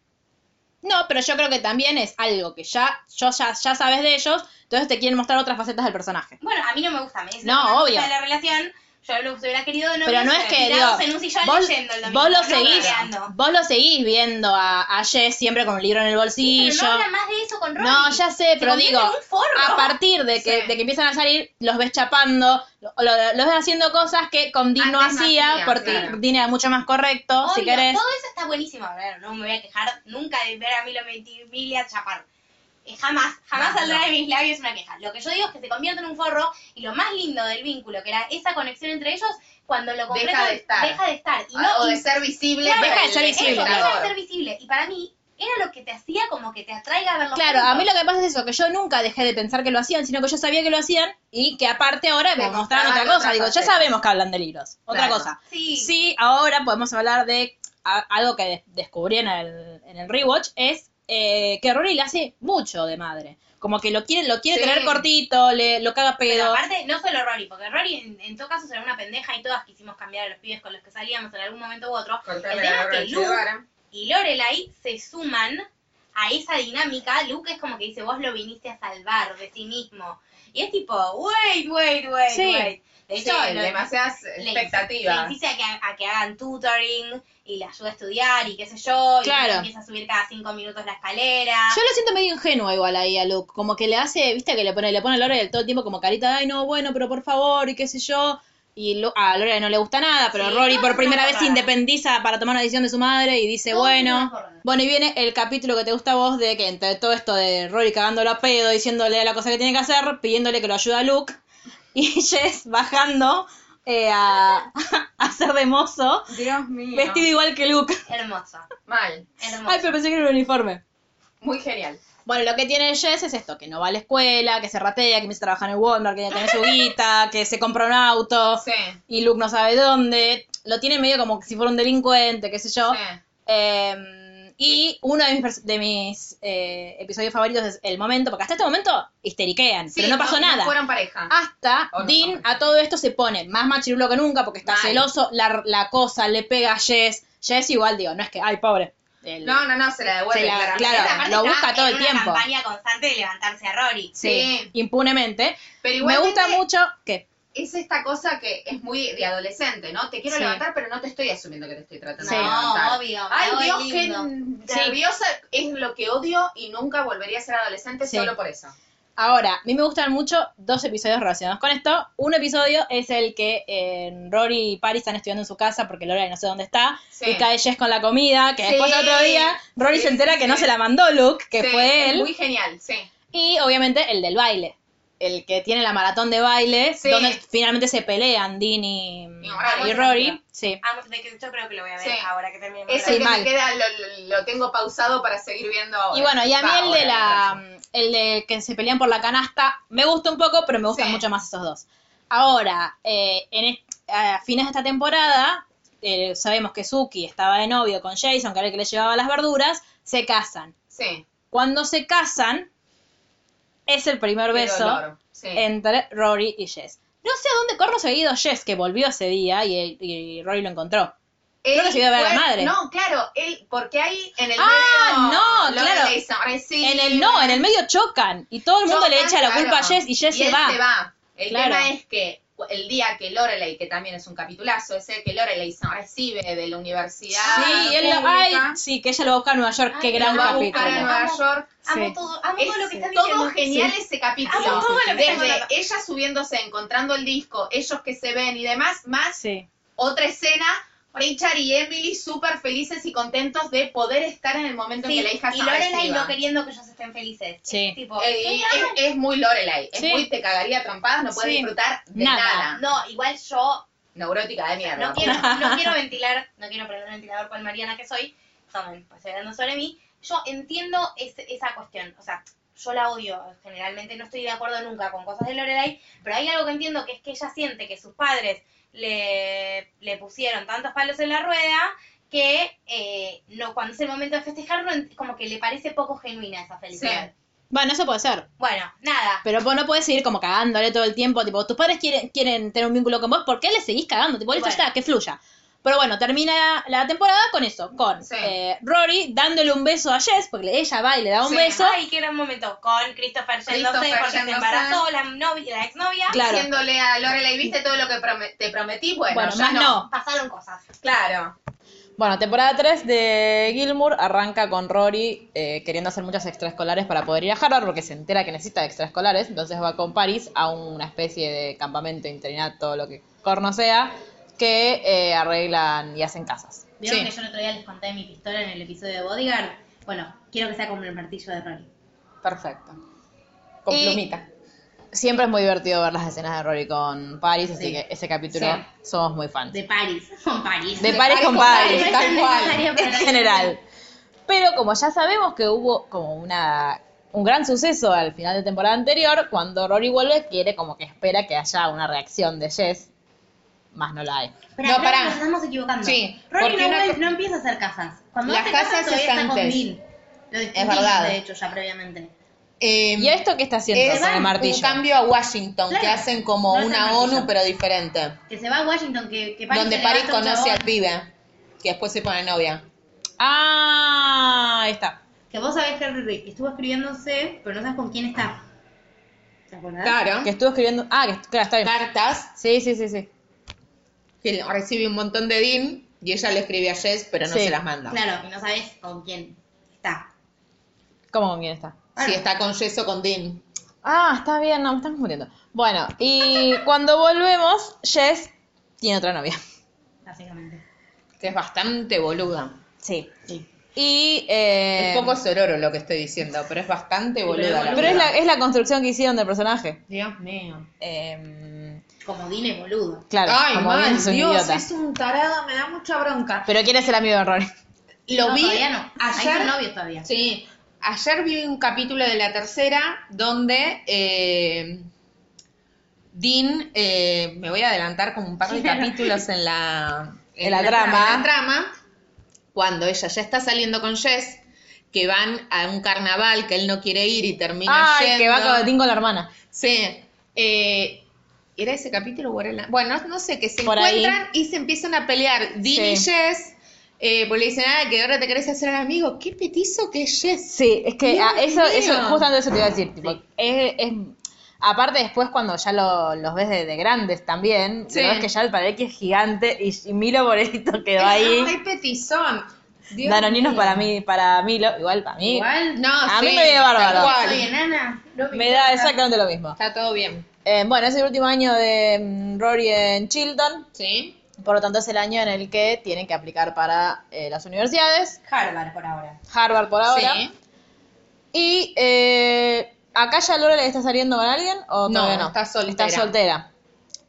S1: No, pero yo creo que también es algo que ya, yo ya, ya sabes de ellos, entonces te quieren mostrar otras facetas del personaje.
S2: Bueno, a mí no me gusta, me dice
S1: No,
S2: una cosa
S1: obvio.
S2: de la relación. Yo lo hubiera querido de
S1: Pero
S2: novios,
S1: no es que,
S2: tirados
S1: digo,
S2: en un sillón
S1: vos,
S2: leyendo el domingo,
S1: vos lo
S2: no
S1: seguís,
S2: peleando.
S1: vos lo seguís viendo a, a Jess siempre con un libro en el
S2: Sí,
S1: bolsillo.
S2: pero no habla más de eso con Ronnie.
S1: No, ya sé,
S2: Se
S1: pero
S2: convierte
S1: digo,
S2: en un forro.
S1: a partir de que,
S3: Sí.
S1: de que empiezan a salir, los ves chapando, lo- lo- los ves haciendo cosas que con Dean no
S3: Antes no
S1: hacía,
S3: hacía,
S1: porque
S3: claro.
S1: Dean era mucho más correcto, Oh, si
S2: Obvio,
S1: querés.
S2: Todo eso está buenísimo. Claro, no me voy a quejar nunca de ver a Milo Ventimiglia chapar. Eh, jamás, jamás
S3: No,
S2: saldrá
S3: no.
S2: de mis labios una queja. Lo que yo digo es que se convierte en un forro y lo más lindo del vínculo, que era esa conexión entre ellos, cuando lo concretan,
S3: de estar. Ah,
S2: Deja de estar. Y
S3: o
S2: no,
S3: de
S2: y-
S3: ser visible.
S2: Claro,
S3: para
S1: deja de
S3: el
S1: ser
S2: eso,
S1: visible,
S2: deja
S3: espectador.
S2: de ser visible. Y para mí, era lo que te hacía como que te atraiga a verlo
S1: Claro, a mí lo que pasa es eso, que yo nunca dejé de pensar que lo hacían, sino que yo sabía que lo hacían y que aparte ahora me
S3: mostraban
S1: mostraron otra cosa.
S3: otra
S1: Digo, ya
S3: faceta.
S1: sabemos que hablan de libros. Otra
S3: Claro.
S1: cosa.
S2: Sí.
S1: Sí, ahora podemos hablar de a- algo que des- descubrí en el, en el rewatch, es eh, que Rory le hace mucho de madre. Como que lo quiere, lo quiere
S3: Sí.
S1: tener cortito, le, lo caga
S2: Pero
S1: pedo.
S2: aparte, no solo Rory, porque Rory en, en todo caso era una pendeja y todas quisimos cambiar a los pibes con los que salíamos en algún momento u otro.
S3: Cortarle
S2: el
S3: la
S2: tema es
S3: garra
S2: que
S3: al
S2: Luke
S3: Chevara.
S2: y Lorelai se suman a esa dinámica. Luke es como que dice, vos lo viniste a salvar de sí mismo. Y es tipo, wait, wait, wait,
S1: Sí.
S2: wait. De hecho,
S3: Sí,
S2: lo-
S3: demasiadas
S2: le- Le
S3: expectativas.
S2: insiste a que, a que hagan tutoring y le ayuda a estudiar y qué sé yo. Y
S1: Claro.
S2: empieza a subir cada cinco minutos la escalera.
S1: Yo lo siento medio ingenuo igual ahí a Luke, como que le hace, viste que le pone, le pone a Lorelai todo el tiempo como carita de, ay no, bueno, pero por favor, y qué sé yo. Y Lu- a Lorelai no le gusta nada, pero
S2: Sí,
S1: Rory
S2: no,
S1: por
S2: no,
S1: primera
S2: no,
S1: vez
S2: no.
S1: se independiza para tomar una decisión de su madre y dice,
S2: Todo
S1: bueno.
S2: una corona.
S1: Bueno, y viene el capítulo que te gusta a vos de que entre todo esto de Rory cagándolo a pedo, diciéndole la cosa que tiene que hacer, pidiéndole que lo ayude a Luke, y Jess bajando eh, a, a ser de mozo,
S3: Dios mío.
S1: vestido igual que Luke.
S2: Hermoso,
S3: Mal.
S2: hermoso.
S1: Ay, pero pensé que era un uniforme.
S3: Muy genial.
S1: Bueno, lo que tiene Jess es esto, que no va a la escuela, que se ratea, que empieza a trabajar en el Wonder, que ya tiene su guita, que se compra un auto
S3: Sí.
S1: y Luke no sabe dónde. Lo tiene medio como si fuera un delincuente, qué sé yo.
S3: sí.
S1: Eh, y uno de mis, pers- de mis eh, episodios favoritos es el momento, porque hasta este momento histeriquean,
S3: Sí,
S1: pero no pasó nada. Ah.
S3: fueron pareja.
S1: Hasta
S3: Oh, no
S1: Dean
S3: son
S1: a todo esto se pone más machirulo que nunca porque está
S3: Mal.
S1: celoso, la, la cosa le pega a Jess. Jess igual, digo, no es que, ay, pobre. El-
S3: no, no, no, se la devuelve.
S1: Se la-
S3: claramente.
S1: claro.
S2: Esa parte
S1: lo
S2: está
S1: busca todo
S2: en
S1: el
S2: una
S1: tiempo.
S2: campaña constante de levantarse a Rory.
S1: sí,
S3: sí.
S1: impunemente.
S3: Pero
S1: Me
S3: igual
S1: gusta mucho que
S3: es esta cosa que es muy de adolescente, ¿no? Te quiero
S1: Sí.
S3: levantar, pero no te estoy asumiendo que te estoy tratando
S1: Sí.
S3: de
S2: No,
S3: levantar.
S2: obvio. me
S3: Ay,
S2: hago el
S3: Dios, qué
S2: lindo.
S3: nerviosa es lo que odio y nunca volvería a ser adolescente
S1: Sí.
S3: solo por eso.
S1: Ahora, a mí me gustan mucho dos episodios relacionados con esto. Un episodio es el que eh, Rory y Paris están estudiando en su casa porque Lorelai no sé dónde está.
S3: Sí.
S1: Y cae Jess con la comida, que
S3: Sí.
S1: después otro día Rory
S3: Sí,
S1: se entera
S3: sí,
S1: que no
S3: sí.
S1: se la mandó Luke, que
S3: Sí,
S1: fue
S3: es
S1: él.
S3: Muy genial, sí.
S1: Y obviamente el del baile. El que tiene la maratón de baile,
S3: Sí.
S1: donde finalmente se pelean Dean y,
S3: Rory.
S1: y Rory. Sí.
S2: Amo, de que yo creo que lo voy a ver
S3: Sí.
S2: ahora que termine.
S3: Ese
S1: Sí,
S3: que
S1: mal.
S3: me queda lo, lo tengo pausado para seguir viendo ahora.
S1: Y bueno, y a mí
S3: Va,
S1: el de
S3: ahora,
S1: la el de que se pelean por la canasta me gusta un poco, pero me gustan
S3: Sí.
S1: mucho más esos dos. Ahora, eh, en est- a fines de esta temporada, eh, sabemos que Suki estaba de novio con Jason, que era el que le llevaba las verduras, se casan.
S3: Sí.
S1: Cuando se casan, es el primer
S3: Qué
S1: beso
S3: dolor, sí.
S1: entre Rory y Jess. No sé a dónde corno se había ido Jess, que volvió ese día y, y Rory lo encontró. Creo que
S3: Él
S1: se iba a ver a la
S3: fue-
S1: madre.
S3: No, claro, él, porque ahí en el
S1: Ah,
S3: medio.
S1: no, claro.
S3: Lorelei se recibe.
S1: En el no, en el medio chocan y todo el mundo le
S3: Chocan,
S1: echa la culpa a
S3: claro.
S1: Jess y Jess
S3: Y
S1: se
S3: él
S1: va.
S3: se va. El
S1: Claro.
S3: tema es que el día que Lorelei, que también es un capitulazo, ese que Lorelei se recibe de la universidad.
S1: Sí, él lo- ay,
S3: Ah, pública,
S1: sí, que ella lo va a buscar a Nueva York, qué
S2: Ay,
S1: gran
S3: lo va a buscar a
S1: capítulo.
S3: Nueva
S2: Amo.
S3: York.
S2: Amo
S1: Sí.
S2: todo, amo todo lo que estás diciendo.
S3: Todo genial ese capítulo.
S2: Amo todo lo que estás
S3: Desde
S2: contando.
S3: ella subiéndose, encontrando el disco, ellos que se ven y demás, más
S1: Sí.
S3: otra escena, Richard y Emily súper felices y contentos de poder estar en el momento
S2: Sí,
S3: en que la hija
S2: y
S3: se
S2: Lorelai
S3: reciba.
S2: no queriendo que ellos estén felices.
S1: Sí.
S2: Es tipo,
S3: Eh, y es, es muy Lorelai, es
S1: Sí.
S3: muy te cagaría a trompadas, no puedes
S1: Sí.
S3: disfrutar de
S1: Nada.
S3: nada.
S2: no, igual yo
S3: Neurótica de mierda.
S2: no quiero, no quiero ventilar, no quiero prender el ventilador con Mariana que soy, tomen, pues hablando sobre mí, yo entiendo es- esa cuestión, o sea, yo la odio, generalmente no estoy de acuerdo nunca con cosas de Lorelai, pero hay algo que entiendo que es que ella siente que sus padres le, le pusieron tantos palos en la rueda que eh, no cuando es el momento de festejar, no en- como que le parece poco genuina esa felicidad.
S1: Bueno, eso puede ser.
S2: Bueno, nada.
S1: Pero vos no puedes seguir como cagándole todo el tiempo. Tipo, tus padres quieren, quieren tener un vínculo con vos, ¿por qué le seguís cagando? Tipo, listo,
S2: Bueno.
S1: ya está, que fluya. Pero bueno, termina la temporada con eso, con
S3: Sí.
S1: eh, Rory dándole un beso a Jess, porque ella va y le da un
S3: Sí.
S1: beso.
S2: Ay, que era un momento con Christopher yéndose
S3: Christopher
S2: porque se
S3: yéndose.
S2: embarazó la, novia, la exnovia.
S1: Claro.
S3: Diciéndole a Lorelai, ¿viste todo lo que prome- te prometí? Bueno,
S1: Bueno,
S3: ya
S1: más no.
S2: Pasaron cosas.
S3: Claro.
S1: Bueno, temporada 3 de Gilmour arranca con Rory eh, queriendo hacer muchas extraescolares para poder ir a Harvard porque se entera que necesita extraescolares, entonces va con Paris a una especie de campamento, interinato, lo que corno sea, que eh, arreglan y hacen casas.
S2: ¿Vieron
S1: Sí.
S2: que yo el otro día les conté mi pistola en el episodio de Bodyguard? Bueno, quiero que sea como el martillo de Rory.
S1: Perfecto. Con plumita. Siempre es muy divertido ver las escenas de Rory con Paris, así
S2: Sí.
S1: que ese capítulo
S2: Sí.
S1: somos muy fans.
S2: De Paris, con Paris.
S1: De Paris con Paris,
S2: Paris,
S1: tal
S2: no
S1: cual,
S2: estaría
S1: en
S2: para nada.
S1: general. Pero como ya sabemos que hubo como una un gran suceso al final de temporada anterior, cuando Rory vuelve quiere como que espera que haya una reacción de Jess, más no la hay.
S2: Pero creo
S3: No,
S2: que
S3: pará.
S2: nos estamos equivocando.
S3: Sí,
S2: Rory
S3: porque
S2: no,
S3: una
S2: vuel-
S3: co-
S2: no empieza a hacer casas. Cuando
S3: Las
S2: hace casas,
S3: casas
S2: todavía
S3: es
S2: está con
S3: antes.
S2: Bill. Lo discutimos,
S3: verdad.
S2: de hecho, ya previamente.
S1: ¿Y esto qué está haciendo
S4: Em, es
S1: con el
S4: un
S1: martillo?
S4: cambio a Washington,
S2: Claro.
S4: que hacen como
S2: No es el
S4: una
S2: martillo.
S4: ONU, pero diferente.
S2: Que se va a Washington, que, que Paris
S4: donde
S2: se
S4: Paris
S2: levanta un
S4: conoce
S2: chabón.
S4: al pibe, que después se pone novia.
S1: Ah, ahí está.
S2: Que vos sabés que Henry Rick estuvo escribiéndose, pero no sabes con quién está. ¿Te acordás?
S4: Claro.
S1: Que estuvo escribiendo... Ah, que est- claro, está bien.
S4: Cartas,
S1: Sí, sí, sí, sí.
S4: que recibe un montón de Dean, y ella le escribe a Jess, pero no
S1: Sí.
S4: se las manda.
S2: Claro, y no sabes con quién está.
S1: ¿Cómo con quién está?
S4: Si está con Jess o con Dean.
S1: Ah, está bien, no, me están confundiendo. Bueno, y cuando volvemos, Jess tiene otra novia.
S2: Básicamente.
S4: Que es bastante boluda.
S1: Sí. Y. eh,
S4: es poco sororo lo que estoy diciendo, pero es bastante boluda la
S1: pero es la,
S4: verdad.
S1: es la construcción que hicieron del personaje.
S4: Dios mío.
S1: Eh,
S2: Como Dine, boludo.
S1: claro,
S4: Ay,
S1: como bien
S4: mal,
S1: es un
S4: Dios,
S1: idiota.
S4: es un tarado, me da mucha bronca.
S1: Pero quiere ser amigo de Rory.
S4: Lo
S2: no,
S4: vi
S2: todavía no. Ahí
S4: ayer.
S2: son novios todavía.
S4: Sí, ayer vi un capítulo de la tercera donde eh, Dean, eh, me voy a adelantar como un par de capítulos en la,
S1: En la trama.
S4: en la trama, cuando ella ya está saliendo con Jess, que van a un carnaval que él no quiere ir y termina
S1: Ay,
S4: yendo.
S1: que va con Dean con la hermana.
S4: Sí. eh, ¿Era ese capítulo o era la- Bueno, no sé, que se
S1: Por ahí.
S4: encuentran y se empiezan a pelear. Dean y
S1: Sí.
S4: Jess, eh, porque le dicen, ah, que ahora te querés hacer un amigo. Qué petizo que es Jess.
S1: Sí, es que
S4: Dios
S1: ah, eso,
S4: mío.
S1: eso, justamente eso te iba a decir. tipo, es, es- aparte después cuando ya lo- los ves de, de grandes también,
S4: Sí.
S1: lo ves que ya el pareque es gigante y, y Milo por esto quedó
S4: Ay,
S1: ahí.
S4: petizón. Dios
S1: Danoninos
S4: mío.
S1: para mí, para Milo, igual para mí.
S4: Igual, no,
S1: A
S4: sí,
S1: mí me viene
S4: tal
S1: bárbaro.
S4: cual.
S2: Soy enana. No
S1: Me da exactamente lo mismo.
S4: Está todo bien.
S1: Eh, bueno, es el último año de mm, Rory en Chilton,
S4: Sí.
S1: por lo tanto es el año en el que tienen que aplicar para eh, las universidades,
S2: Harvard por ahora.
S1: Harvard por ahora.
S4: Sí.
S1: Y eh, acá ya Laura le está saliendo con alguien o
S4: No,
S1: todavía no?
S4: está soltera.
S1: Está soltera.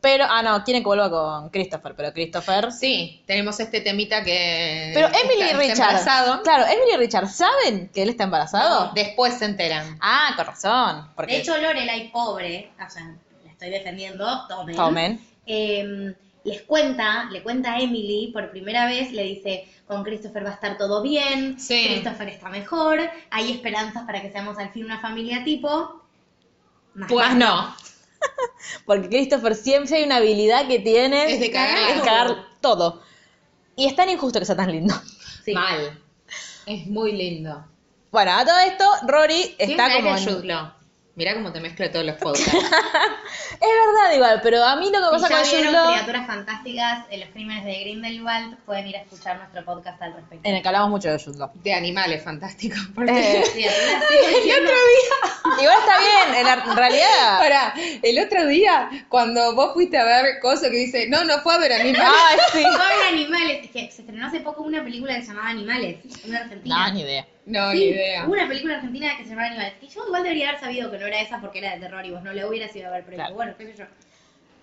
S1: Pero, ah, no, quieren que vuelva con Christopher, pero Christopher...
S4: Sí, tenemos este temita que.
S1: Pero Emily
S4: Eh, está-
S1: y
S4: está
S1: Richard...
S4: embarazado.
S1: Claro, Emily y Richard, ¿saben que él está embarazado?
S4: Después se enteran.
S1: Ah, con razón. Porque...
S2: De hecho, Lorelai, pobre, o sea, la estoy defendiendo, tomen.
S1: Tomen.
S2: eh, les cuenta, le cuenta a Emily por primera vez, le dice, con Christopher va a estar todo bien,
S4: Sí.
S2: Christopher está mejor, hay esperanzas para que seamos al fin una familia tipo. Más
S4: Pues no.
S1: Porque Christopher siempre hay una habilidad que tiene...
S4: Es de cagar.
S1: Es cagar todo. Y es tan injusto que sea tan lindo.
S2: Sí.
S4: Mal. Es muy lindo.
S1: Bueno, a todo esto, Rory está
S4: Tiene un
S1: como...
S4: aire
S1: en-
S4: Jude Law.
S3: Mirá cómo te mezclo todos los podcasts.
S1: Es verdad igual, pero a mí lo que pasa
S2: Si ya
S1: con
S2: vieron
S1: Jude Law-
S2: Criaturas Fantásticas, eh, Los Crímenes de Grindelwald, pueden ir a escuchar nuestro podcast al respecto.
S1: En el que hablamos mucho de Jude Law.
S3: De animales fantásticos. Porque...
S1: Eh,
S2: Criaturas, estoy diciendo-
S1: igual está bien, en, la- en realidad...
S3: Pará, el otro día, cuando vos fuiste a ver Coso que dice, no, no fue a ver animales.
S1: Ay, sí.
S2: Sobre animales, es que se estrenó hace poco una película que se llamaba Animales, una argentina.
S1: No, ni idea.
S3: No,
S2: Sí,
S3: ni idea.
S2: hubo una película argentina que se llamaba Animales, que yo igual debería haber sabido que no era esa porque era de terror y vos no la hubieras ido a ver, pero
S1: Claro.
S2: bueno, qué sé yo.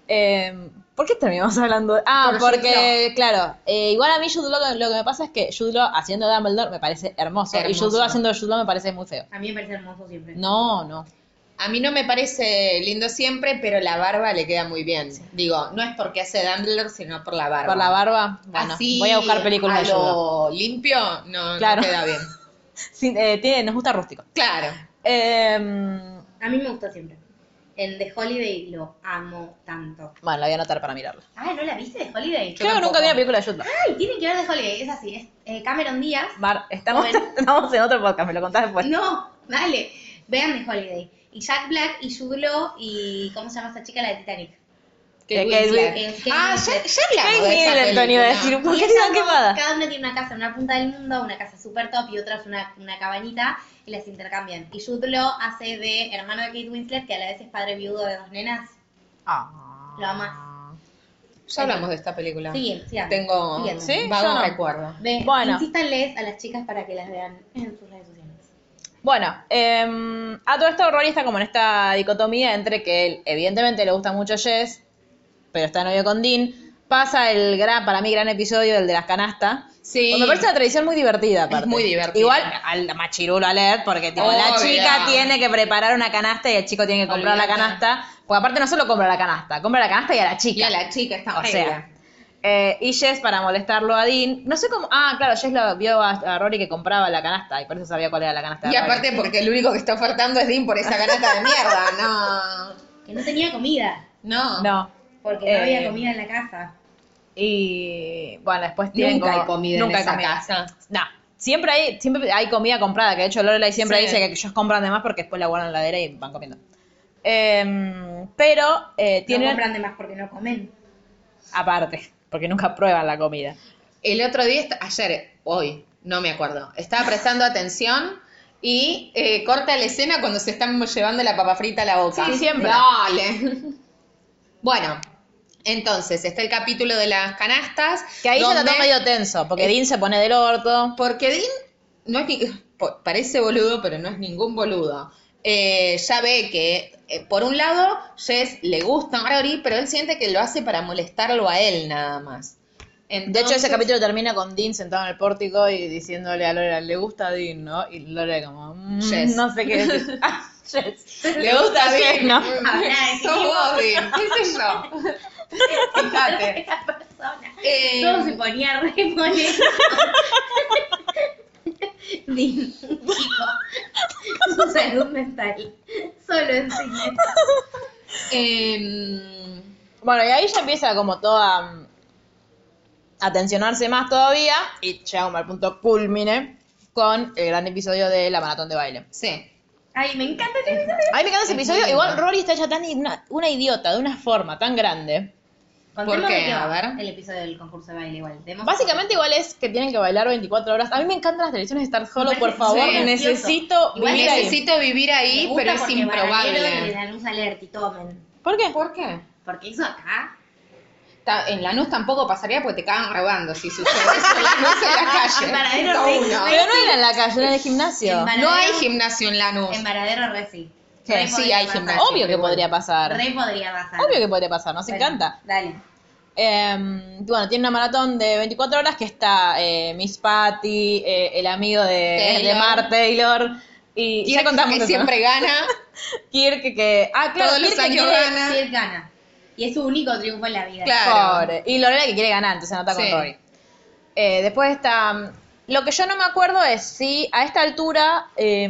S1: Eh, ¿Por qué terminamos hablando de.? Ah,
S3: Por Jude
S1: porque, claro, eh, igual a mí Jude Law, lo que me pasa es que Jude Law haciendo Dumbledore me parece hermoso, y
S3: Hermoso.
S1: Jude Law haciendo Jude Law me parece muy feo.
S2: A mí me parece hermoso siempre.
S1: No, no.
S3: A mí no me parece lindo siempre, pero la barba le queda muy bien. Digo, no es porque hace Dumbledore, sino por la barba. Ah,
S1: Por la barba, Ah, bueno,
S3: Así,
S1: voy a buscar películas
S3: a
S1: de Jude Law.
S3: lo limpio, no, no
S1: Claro.
S3: queda bien.
S1: Sí, eh, tiene- nos gusta rústico.
S3: Claro.
S1: Eh,
S2: A mí me gustó siempre. En The Holiday lo amo tanto.
S1: bueno, la voy a anotar para mirarla.
S2: Ah, ¿no la viste The Holiday?
S1: Creo que nunca vi una película de Jude Law.
S2: Ay, tienen que ver The Holiday, es así, es eh, Cameron Díaz.
S1: Mar, estamos,
S2: Bueno.
S1: estamos en otro podcast, me lo contás después.
S2: No, dale, vean The Holiday. Y Jack Black y Jude Law y ¿cómo se llama esa chica la de Titanic?
S1: Eh,
S3: Kate
S1: Kate
S3: Winslet.
S2: Winslet.
S3: Ah, ya, ya hablamos
S1: Kate
S3: de esa
S1: Winslet, Tony, iba a
S3: película.
S1: decir. ¿Por
S2: Y
S1: qué
S2: ellas
S1: están
S2: dos,
S1: quemadas?
S2: Cada una tiene una casa en una punta del mundo, una casa super top y otra es una, una cabañita y las intercambian. Y Jude Law hace de hermano de Kate Winslet, que a la vez es padre viudo de dos nenas.
S1: Ah.
S2: Lo amás.
S3: Ya hablamos de esta película.
S2: Sí, sí.
S3: Tengo
S2: Siguiente.
S1: ¿Sí?
S3: vago
S1: Yo no.
S3: recuerdo.
S2: Ve,
S1: Bueno.
S2: insístanles a las chicas para que las vean en sus redes sociales.
S1: Bueno, eh, a todo esto Rory está como en esta dicotomía entre que él, evidentemente le gusta mucho Jess, pero está novio con Dean. Pasa el gran, para mí, gran episodio, el de las canastas.
S3: Sí.
S1: Porque Me parece una tradición muy divertida, aparte.
S3: muy divertida.
S1: Igual al machirulo alert, porque tipo, la
S3: Obvio.
S1: chica tiene que preparar una canasta y el chico tiene que comprar
S3: Olvídate.
S1: la canasta. Porque aparte no solo compra la canasta, compra la canasta y a la chica.
S3: Y a la chica está
S1: O sea. eh, y Jess para molestarlo a Dean. No sé cómo. Ah, claro, Jess lo vio a, a Rory que compraba la canasta y por eso sabía cuál era la canasta.
S3: Y
S1: de Rory.
S3: aparte porque el único que está ofertando es Dean por esa ganata de mierda.
S2: Que no tenía comida,
S3: No. No.
S1: No.
S2: porque no
S1: Eh,
S2: había comida en la casa.
S1: Y bueno, después tienen
S3: Nunca hay
S1: como-
S3: comida
S1: nunca
S3: en
S1: hay
S3: esa
S1: comida.
S3: casa.
S1: No. Siempre hay, siempre hay comida comprada, que de hecho Lorelai siempre
S3: Sí.
S1: dice que ellos compran de más porque después la guardan en la heladera y van comiendo. Em, pero eh,
S2: No
S1: tienen,
S2: compran de más porque no comen.
S1: aparte, porque nunca prueban la comida.
S3: El otro día, est- ayer, hoy, no me acuerdo, estaba prestando atención y eh, corta la escena cuando se están llevando la papa frita a la boca.
S1: Sí, siempre.
S3: Dale. Bueno, entonces está el capítulo de las canastas.
S1: Que ahí ya
S3: donde-
S1: está medio tenso, porque Dean se pone del orto.
S3: Porque Dean no es ni- po- parece boludo, pero no es ningún boludo. Eh, ya ve que, eh, por un lado, Jess le gusta a Rory, pero él siente que lo hace para molestarlo a él nada más.
S1: De hecho, ese
S3: Entonces-
S1: capítulo termina con Dean sentado en el pórtico y diciéndole a Lorelai, le gusta Dean, ¿no? Y Lorelai como, "Mm,
S3: Jess.
S1: no sé qué decir. Ah, Jess.
S3: Le gusta a Dean,
S1: ¿no?
S2: Ah,
S3: Sos vos, Dean, qué sé yo. Fíjate.
S2: Esa persona.
S3: Eh,
S2: Todo se ponía re molesto. Ni- Chico, su salud mental. Solo en cine.
S3: eh,
S1: Bueno, y ahí ya empieza como toda mm, a tensionarse más todavía y llegamos al punto culmine con el gran episodio de la maratón de baile.
S3: sí.
S2: Ay, me encanta este episodio.
S1: A mí me encanta ese
S3: Es
S1: episodio,
S3: muy
S1: igual
S3: lindo.
S1: Rory está ya tan i- una, una idiota, de una forma tan grande.
S2: Contemos
S3: qué?
S2: de va
S3: A ver.
S2: El episodio del concurso de baile igual. Demos-
S1: Básicamente igual es que tienen que bailar 24 horas. A mí me encantan las televisiones de estar solo,
S2: Me
S1: por
S2: parece
S1: favor,
S3: súper
S2: gracioso.
S1: necesito
S2: Igual
S1: vivir ahí.
S3: Necesito vivir
S2: Me
S3: ahí,
S2: gusta
S3: pero es
S2: porque Baradero Y
S3: improbable.
S2: la luz alerta y tomen.
S1: ¿Por qué?
S3: ¿Por qué?
S2: Porque eso acá.
S3: Ta- En Lanús tampoco pasaría porque te cagan robando si sucede eso en Lanús en la calle.
S2: Paradero
S3: Punto
S2: re-
S3: uno.
S2: re-
S1: Pero no era en la calle, era en el gimnasio.
S2: En Bar-
S3: No hay gimnasio en Lanús.
S2: En Varadero re sí.
S3: Sí,
S2: Re
S3: sí,
S2: podría
S3: hay
S2: pasar.
S3: gimnasio.
S1: Obvio que podría pasar.
S2: Re podría pasar.
S1: Obvio que podría pasar, nos
S2: Bueno,
S1: encanta.
S2: Dale.
S1: Eh, bueno, tiene una maratón de 24 horas que está eh, Miss Patty, eh, el amigo de,
S3: Taylor.
S1: de Mar Taylor. Y ya
S3: Kirk,
S1: contamos
S3: que
S1: eso,
S3: siempre gana.
S1: ¿no? Kirk que. Ah, claro,
S3: Todos los
S1: Kirk que
S3: años
S1: quiere-
S3: gana.
S2: Sí, él gana. Y es su único triunfo en la vida.
S3: Claro.
S1: Pobre. Y Lorena que quiere ganar, entonces anota con
S3: Sí.
S1: Rory. Eh, después está. mm, Lo que yo no me acuerdo es si a esta altura eh,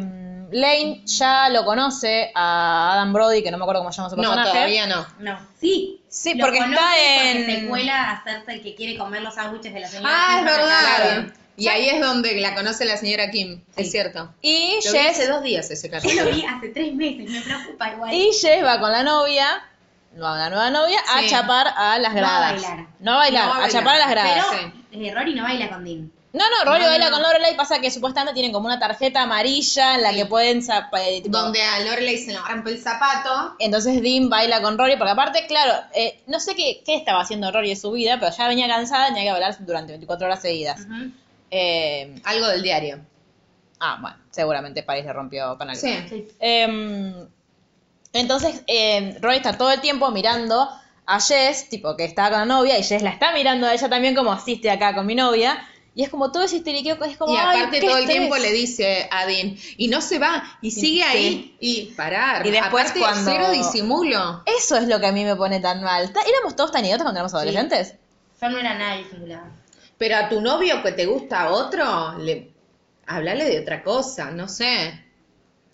S1: Lane ya lo conoce a Adam Brody, que no me acuerdo cómo se llama su
S3: No,
S1: personaje.
S3: todavía no.
S2: No, sí.
S1: Sí,
S2: Lo
S1: porque
S2: conoce
S1: está
S2: porque
S1: en-
S2: se cuela a hacerse el que quiere comer los sándwiches de la señora.
S3: Ah, es
S2: Simpson acá.
S3: verdad.
S1: Claro.
S3: Y ahí es donde la conoce la señora Kim, es cierto.
S1: Y
S3: Lo vi hace
S1: Jess,
S3: dos días ese
S2: Yo lo
S3: capítulo.
S2: vi hace tres meses, me preocupa igual.
S1: y Jess va con la novia, no, la nueva novia, a
S3: Sí.
S1: chapar a las
S2: No a
S1: gradas.
S2: bailar.
S1: No a bailar,
S5: No a
S1: a
S5: bailar.
S1: chapar a las gradas.
S2: Pero eh, Rory no baila con Dean.
S1: No, no, Rory
S2: No,
S1: baila
S2: no, no.
S1: con Lorelai, pasa que supuestamente tienen como una tarjeta amarilla en la que pueden... zap- eh, tipo-
S3: Donde a Lorelai se le rompe el zapato.
S1: Entonces Dean baila con Rory, porque aparte, claro, eh, no sé qué, qué estaba haciendo Rory en su vida, pero ya venía cansada, tenía que bailar durante 24 horas seguidas. Eh,
S3: Algo del diario.
S1: ah, bueno, seguramente Paris le rompió canal.
S3: Sí.
S1: Em, entonces, em, Rory está todo el tiempo mirando a Jess, tipo que está con la novia, y Jess la está mirando a ella también, como asiste acá con mi novia. Y es como todo ese histeriqueo, es como.
S3: Y
S1: "Ay,
S3: aparte
S1: qué
S3: todo el
S1: estrés".
S3: tiempo le dice a Dean, y no se va, y sigue ahí, y parar.
S1: Y después
S3: aparte,
S1: cuando-
S3: cero disimulo.
S1: Eso es lo que a mí me pone tan mal. Ta- Éramos todos tan idiotas cuando éramos adolescentes.
S2: Yo no era nada disimulada.
S3: Pero a tu novio que te gusta a otro, le... hablale de otra cosa, no sé.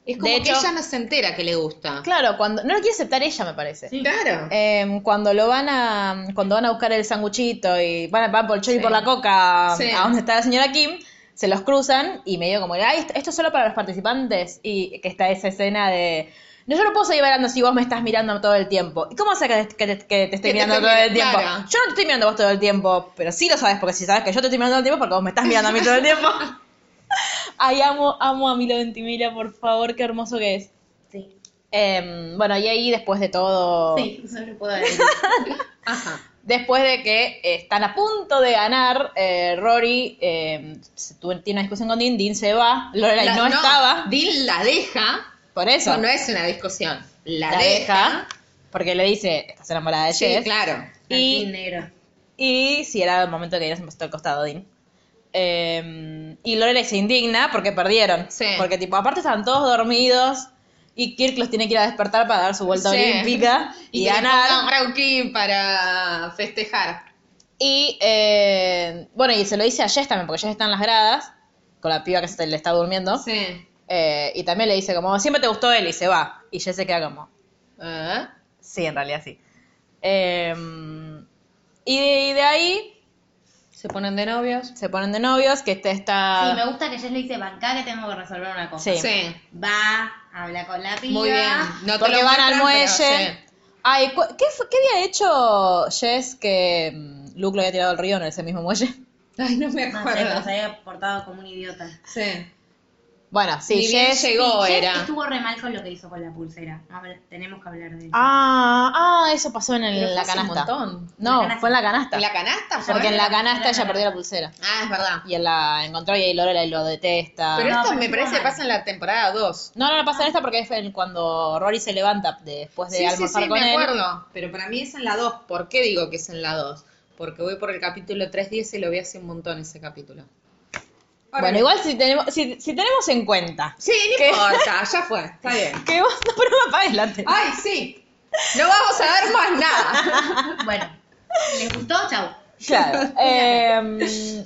S3: Es como
S1: De
S3: que
S1: hecho-
S3: ella no se entera que le gusta.
S1: Claro, cuando. No lo quiere aceptar ella, me parece.
S3: Claro.
S1: Em, cuando lo van a cuando van a buscar el sanguchito y van, a- van por el chori y por la coca
S3: Sí.
S1: a donde está la señora Kim se los cruzan y medio como ay esto, esto es solo para los participantes y que está esa escena de no yo no puedo seguir bailando si vos me estás mirando todo el tiempo y cómo sé que, que te, que te estoy
S3: Que te
S1: mirando
S3: estoy
S1: todo el
S3: mirando,
S1: tiempo
S3: claro.
S1: yo no te estoy mirando a vos todo el tiempo pero sí lo sabes porque si sabes que yo te estoy mirando todo el tiempo porque vos me estás mirando a mí todo el tiempo ay amo amo a Milo Ventimiglia por favor qué hermoso que es
S2: Sí.
S1: Em, bueno y ahí después de todo
S2: Sí, eso lo puedo decir.
S3: Ajá.
S1: Después de que eh, están a punto de ganar, eh, Rory eh, se tuvo- tiene una discusión con Dean, Dean se va, Lorelai
S3: La-
S1: no, estaba,
S3: Dean la deja.
S1: por eso
S3: No, no es una discusión. La,
S1: la
S3: deja.
S1: deja, porque le dice, estás enamorada de
S3: Sí,
S1: Jess,
S3: claro.
S1: Y-
S2: Y negro.
S1: y si era el momento que ella se puso al costado Dean. Eh, y Lorelai se indigna porque perdieron,
S3: Sí.
S1: porque tipo, aparte estaban todos dormidos y Kirk los tiene que ir a despertar para dar su vuelta
S3: Sí.
S1: olímpica y,
S3: Y, que le
S1: ganar.
S3: pongan Rauki para festejar.
S1: Y eh, bueno, y se lo dice a Jess también, porque Jess está en las gradas, con la piba que se le está durmiendo.
S3: Sí.
S1: Eh, y también le dice como, siempre te gustó él y se va. Y Jess se queda como,
S3: ¿Eh?
S1: sí, en realidad sí. Eh, y, de, y de ahí
S3: Se ponen de novios.
S1: se ponen de novios, que este está...
S2: Sí, me gusta que Jess le dice, bancá que tengo que resolver una cosa.
S1: Sí.
S3: Sí.
S2: Va, habla con la piba.
S3: Muy bien. No te
S1: porque
S3: lo
S1: van al
S3: muestran,
S1: muelle.
S3: pero sí.
S1: Ay, cu- ¿qué, fue- qué había hecho Jess que mm, Luke lo había tirado al río en ese mismo muelle?
S3: Ay, no
S1: Ah,
S3: me
S2: No sé, pero
S3: acuerdo.
S2: se había portado como un idiota.
S3: Sí.
S1: Bueno, sí,
S3: Ni bien
S1: Jess...
S3: llegó,
S2: Sí, Jess
S3: era.
S2: estuvo re mal con lo que hizo con la pulsera. Habla- Tenemos que hablar de eso.
S1: Ah, ah, eso pasó en el-
S3: Pero fue
S1: la
S3: hace un
S1: canasta.
S3: montón.
S1: No,
S2: La canasta.
S1: fue en la canasta.
S3: ¿En la canasta? fue?
S1: Porque en la
S2: la
S1: canasta
S2: pulsera
S1: ella
S2: no.
S1: perdió la pulsera.
S3: Ah, es verdad.
S1: Y él la encontró y ahí Lorelai lo detesta.
S3: Pero
S2: No,
S3: esto
S2: pero
S3: me
S2: no.
S3: parece que pasa en la temporada 2.
S1: No, no, no pasa en esta porque es en- cuando Rory se levanta después de
S3: Sí, sí,
S1: almorzar
S3: sí,
S1: con
S3: me
S1: él.
S3: acuerdo. Pero para mí es en la 2. ¿Por qué digo que es en la 2? Porque voy por el capítulo 310 y lo vi hace un montón ese capítulo.
S1: Bueno, igual si tenemos, si, si tenemos en cuenta
S3: Sí, no
S1: ¿Qué?
S3: importa, ya fue, está bien.
S1: que vos no pero no apagues la tele.
S3: Ay, sí. No vamos a ver más nada.
S2: Bueno, ¿les gustó? Chau.
S1: Claro. Eh,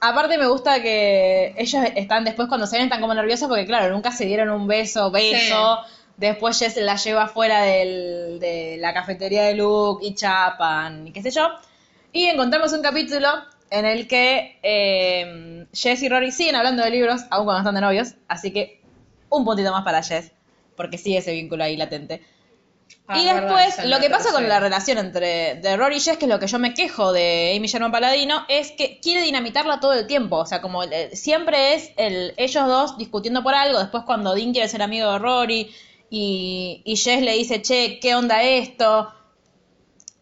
S1: aparte me gusta que ellos están después cuando se ven están como nerviosos porque claro, nunca se dieron un beso, beso. Después Jess la lleva afuera del- de la cafetería de Luke y chapan y qué sé yo. Y encontramos un capítulo en el que eh, Jess y Rory siguen hablando de libros, aun cuando están de novios. Así que un puntito más para Jess, porque sigue ese vínculo ahí latente.
S3: Ah,
S1: Y después, lo que pasa con la relación entre de Rory y Jess, que es lo que yo me quejo de Amy Sherman Paladino, es que quiere dinamitarla todo el tiempo. O sea, como eh, siempre es el, ellos dos discutiendo por algo. Después, cuando Dean quiere ser amigo de Rory y, y Jess le dice, che, ¿qué onda esto?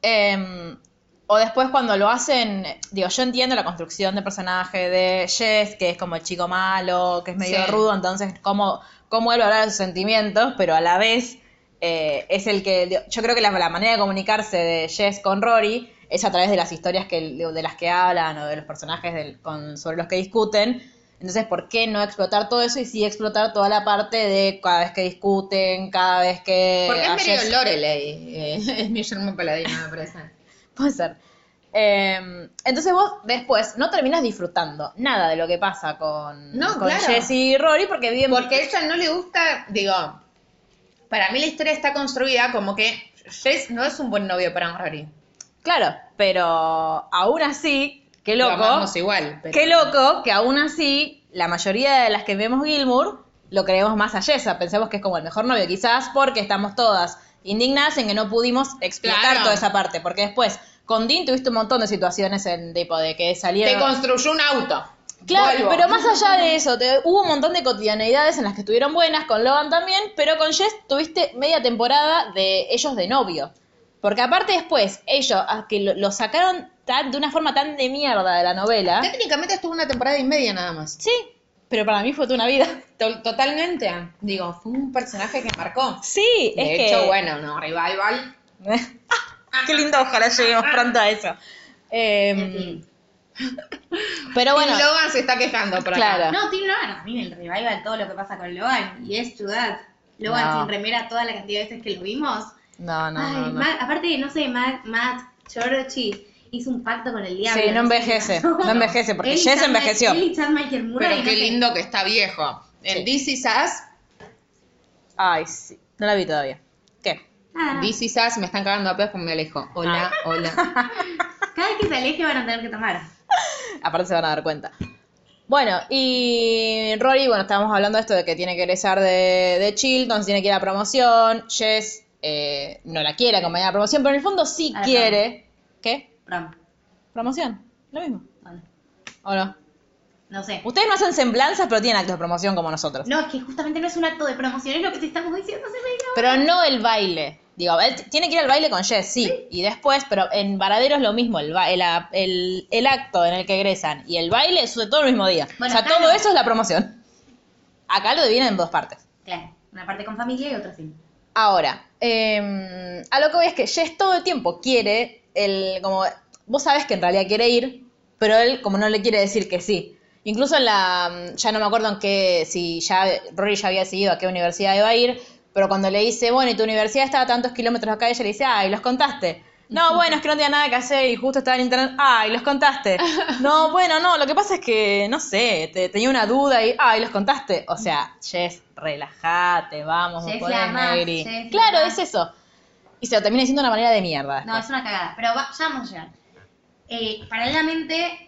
S1: Em, o después, cuando lo hacen, digo, yo entiendo la construcción de personaje de Jess, que es como el chico malo, que es medio
S3: Sí.
S1: rudo, entonces, ¿cómo, cómo él hablar de sus sentimientos? Pero a la vez. Eh, es el que digo, yo creo que la, la manera de comunicarse de Jess con Rory es a través de las historias que digo, de las que hablan o de los personajes del- con- sobre los que discuten entonces por qué no explotar todo eso y sí explotar toda la parte de cada vez que discuten cada vez que
S3: Porque
S1: a
S3: es medio
S1: Jess-
S3: Lorelei. eh, es mi Germán Paladino, me parece.
S1: Puede ser. Eh, entonces vos después no terminas disfrutando nada de lo que pasa con,
S3: No,
S1: con
S3: claro.
S1: Jess y Rory porque viven
S3: Porque a ella no le gusta, digo, para mí la historia está construida como que Jess no es un buen novio para Rory.
S1: Claro, pero aún así, Qué
S4: Lo
S1: loco.
S4: amamos igual. pero-
S1: Qué loco que aún así, la mayoría de las que vemos Gilmour lo creemos más a Jessa. Pensamos que es como el mejor novio, quizás porque estamos todas indignadas en que no pudimos explotar
S4: Claro.
S1: toda esa parte. Porque después, con Dean tuviste un montón de situaciones en tipo de que
S4: Te
S1: salieron.
S4: construyó un auto.
S1: Claro,
S4: Volvo.
S1: pero más allá de eso, te- hubo un montón de cotidianeidades en las que estuvieron buenas, con Logan también, pero con Jess tuviste media temporada de ellos de novio. Porque aparte después, ellos, a que lo, lo sacaron tan- de una forma tan de mierda de la novela.
S4: Técnicamente estuvo una temporada y media nada más.
S1: Sí, pero para mí fue toda una vida.
S4: To- Totalmente. Digo, fue un personaje que marcó.
S1: Sí,
S4: De
S1: es
S4: hecho,
S1: que...
S4: bueno, no, revival.
S1: Ah, Qué lindo, ojalá lleguemos pronto a eso. Eh,
S2: En fin.
S1: pero bueno,
S4: Tim Logan se está quejando por acá.
S1: claro.
S2: No, Tim Logan, a mí el revival, todo lo que pasa con Logan, y es Judas. Logan
S1: No.
S2: sin remera toda la cantidad de veces que lo vimos.
S1: No, no,
S2: Ay,
S1: no, no.
S2: Ma- aparte, no sé, Matt, Matt Chorochi hizo un pacto con el diablo.
S1: Sí, no
S2: sé qué
S1: envejece,
S2: pasó.
S1: no envejece, porque
S2: Él y
S1: Jess
S2: Chad Ma-
S1: envejeció.
S2: Él y Chad Michael Murray,
S4: Pero
S2: no
S4: qué
S2: sé.
S4: lindo que está viejo.
S1: Sí.
S4: En This Is Us,
S1: Ay, sí. No la vi todavía. ¿Qué?
S2: Nada, nada.
S4: This Is Us me están cagando a pedos porque me alejo. Hola,
S1: Ah.
S4: hola.
S2: Cada vez que se aleje van a tener que tomar.
S1: Aparte se van a dar cuenta. Bueno, y Rory, bueno, estábamos hablando de esto de que tiene que egresar de, de Chilton, tiene que ir a promoción. Jess eh, no la quiere acompañar a la promoción, pero en el fondo sí
S2: A la
S1: quiere. ¿Qué?
S2: Prom.
S1: ¿Promoción? Lo mismo.
S2: Bueno,
S1: ¿O no?
S2: No sé.
S1: Ustedes no hacen semblanzas, pero tienen actos de promoción como nosotros.
S2: No, es que justamente no es un acto de promoción, es lo que te estamos diciendo hace media hora.
S1: Pero no el baile. Digo, él t- tiene que ir al baile con Jess, sí. Y después, pero en Varadero es lo mismo. El, ba- el, a- el- el acto en el que egresan y el baile sucede todo el mismo día.
S2: Bueno,
S1: o sea,
S2: acá
S1: todo
S2: no.
S1: eso es la promoción. Acá lo dividen en dos partes.
S2: Claro, una parte con familia y otra sin.
S1: Ahora, eh, a lo que voy es que Jess todo el tiempo quiere, el, como vos sabés que en realidad quiere ir, pero él como no le quiere decir que sí. Incluso en la, em, ya no me acuerdo en qué, si ya Rory ya había decidido a qué universidad iba a ir, pero cuando le dice, bueno, y tu universidad estaba a tantos kilómetros acá, ella le dice, ay, los contaste. No, bueno, es que no tenía nada que hacer y justo estaba en internet. Ay, los contaste. No, bueno, no, lo que pasa es que, no sé, te- tenía una duda y, ay, los contaste. O sea, Jess, relájate, vamos,
S2: Jess
S1: vos podés,
S2: la amás,
S1: Negri.
S2: Jess la
S1: Claro,
S2: amás.
S1: es eso. Y se lo termina diciendo de una manera de mierda.
S2: No, es una cagada, pero va- ya vamos a llegar. Eh, paralelamente,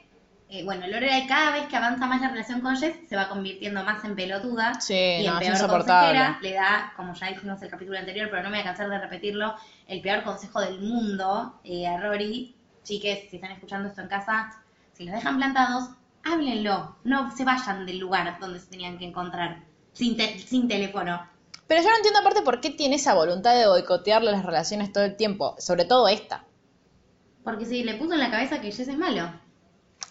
S2: eh, bueno, Lorelai cada vez que avanza más la relación con Jess se va convirtiendo más en pelotuda
S1: Sí,
S2: y
S1: no,
S2: en
S1: es
S2: peor
S1: insoportable.
S2: consejera. Le da, como ya dijimos en el capítulo anterior, pero no me voy a cansar de repetirlo, el peor consejo del mundo eh, a Rory. Chiques, si están escuchando esto en casa, si los dejan plantados, háblenlo. No se vayan del lugar donde se tenían que encontrar sin, te- sin teléfono.
S1: Pero yo no entiendo aparte por qué tiene esa voluntad de boicotearle las relaciones todo el tiempo, sobre todo esta.
S2: Porque si le puso en la cabeza que Jess es malo.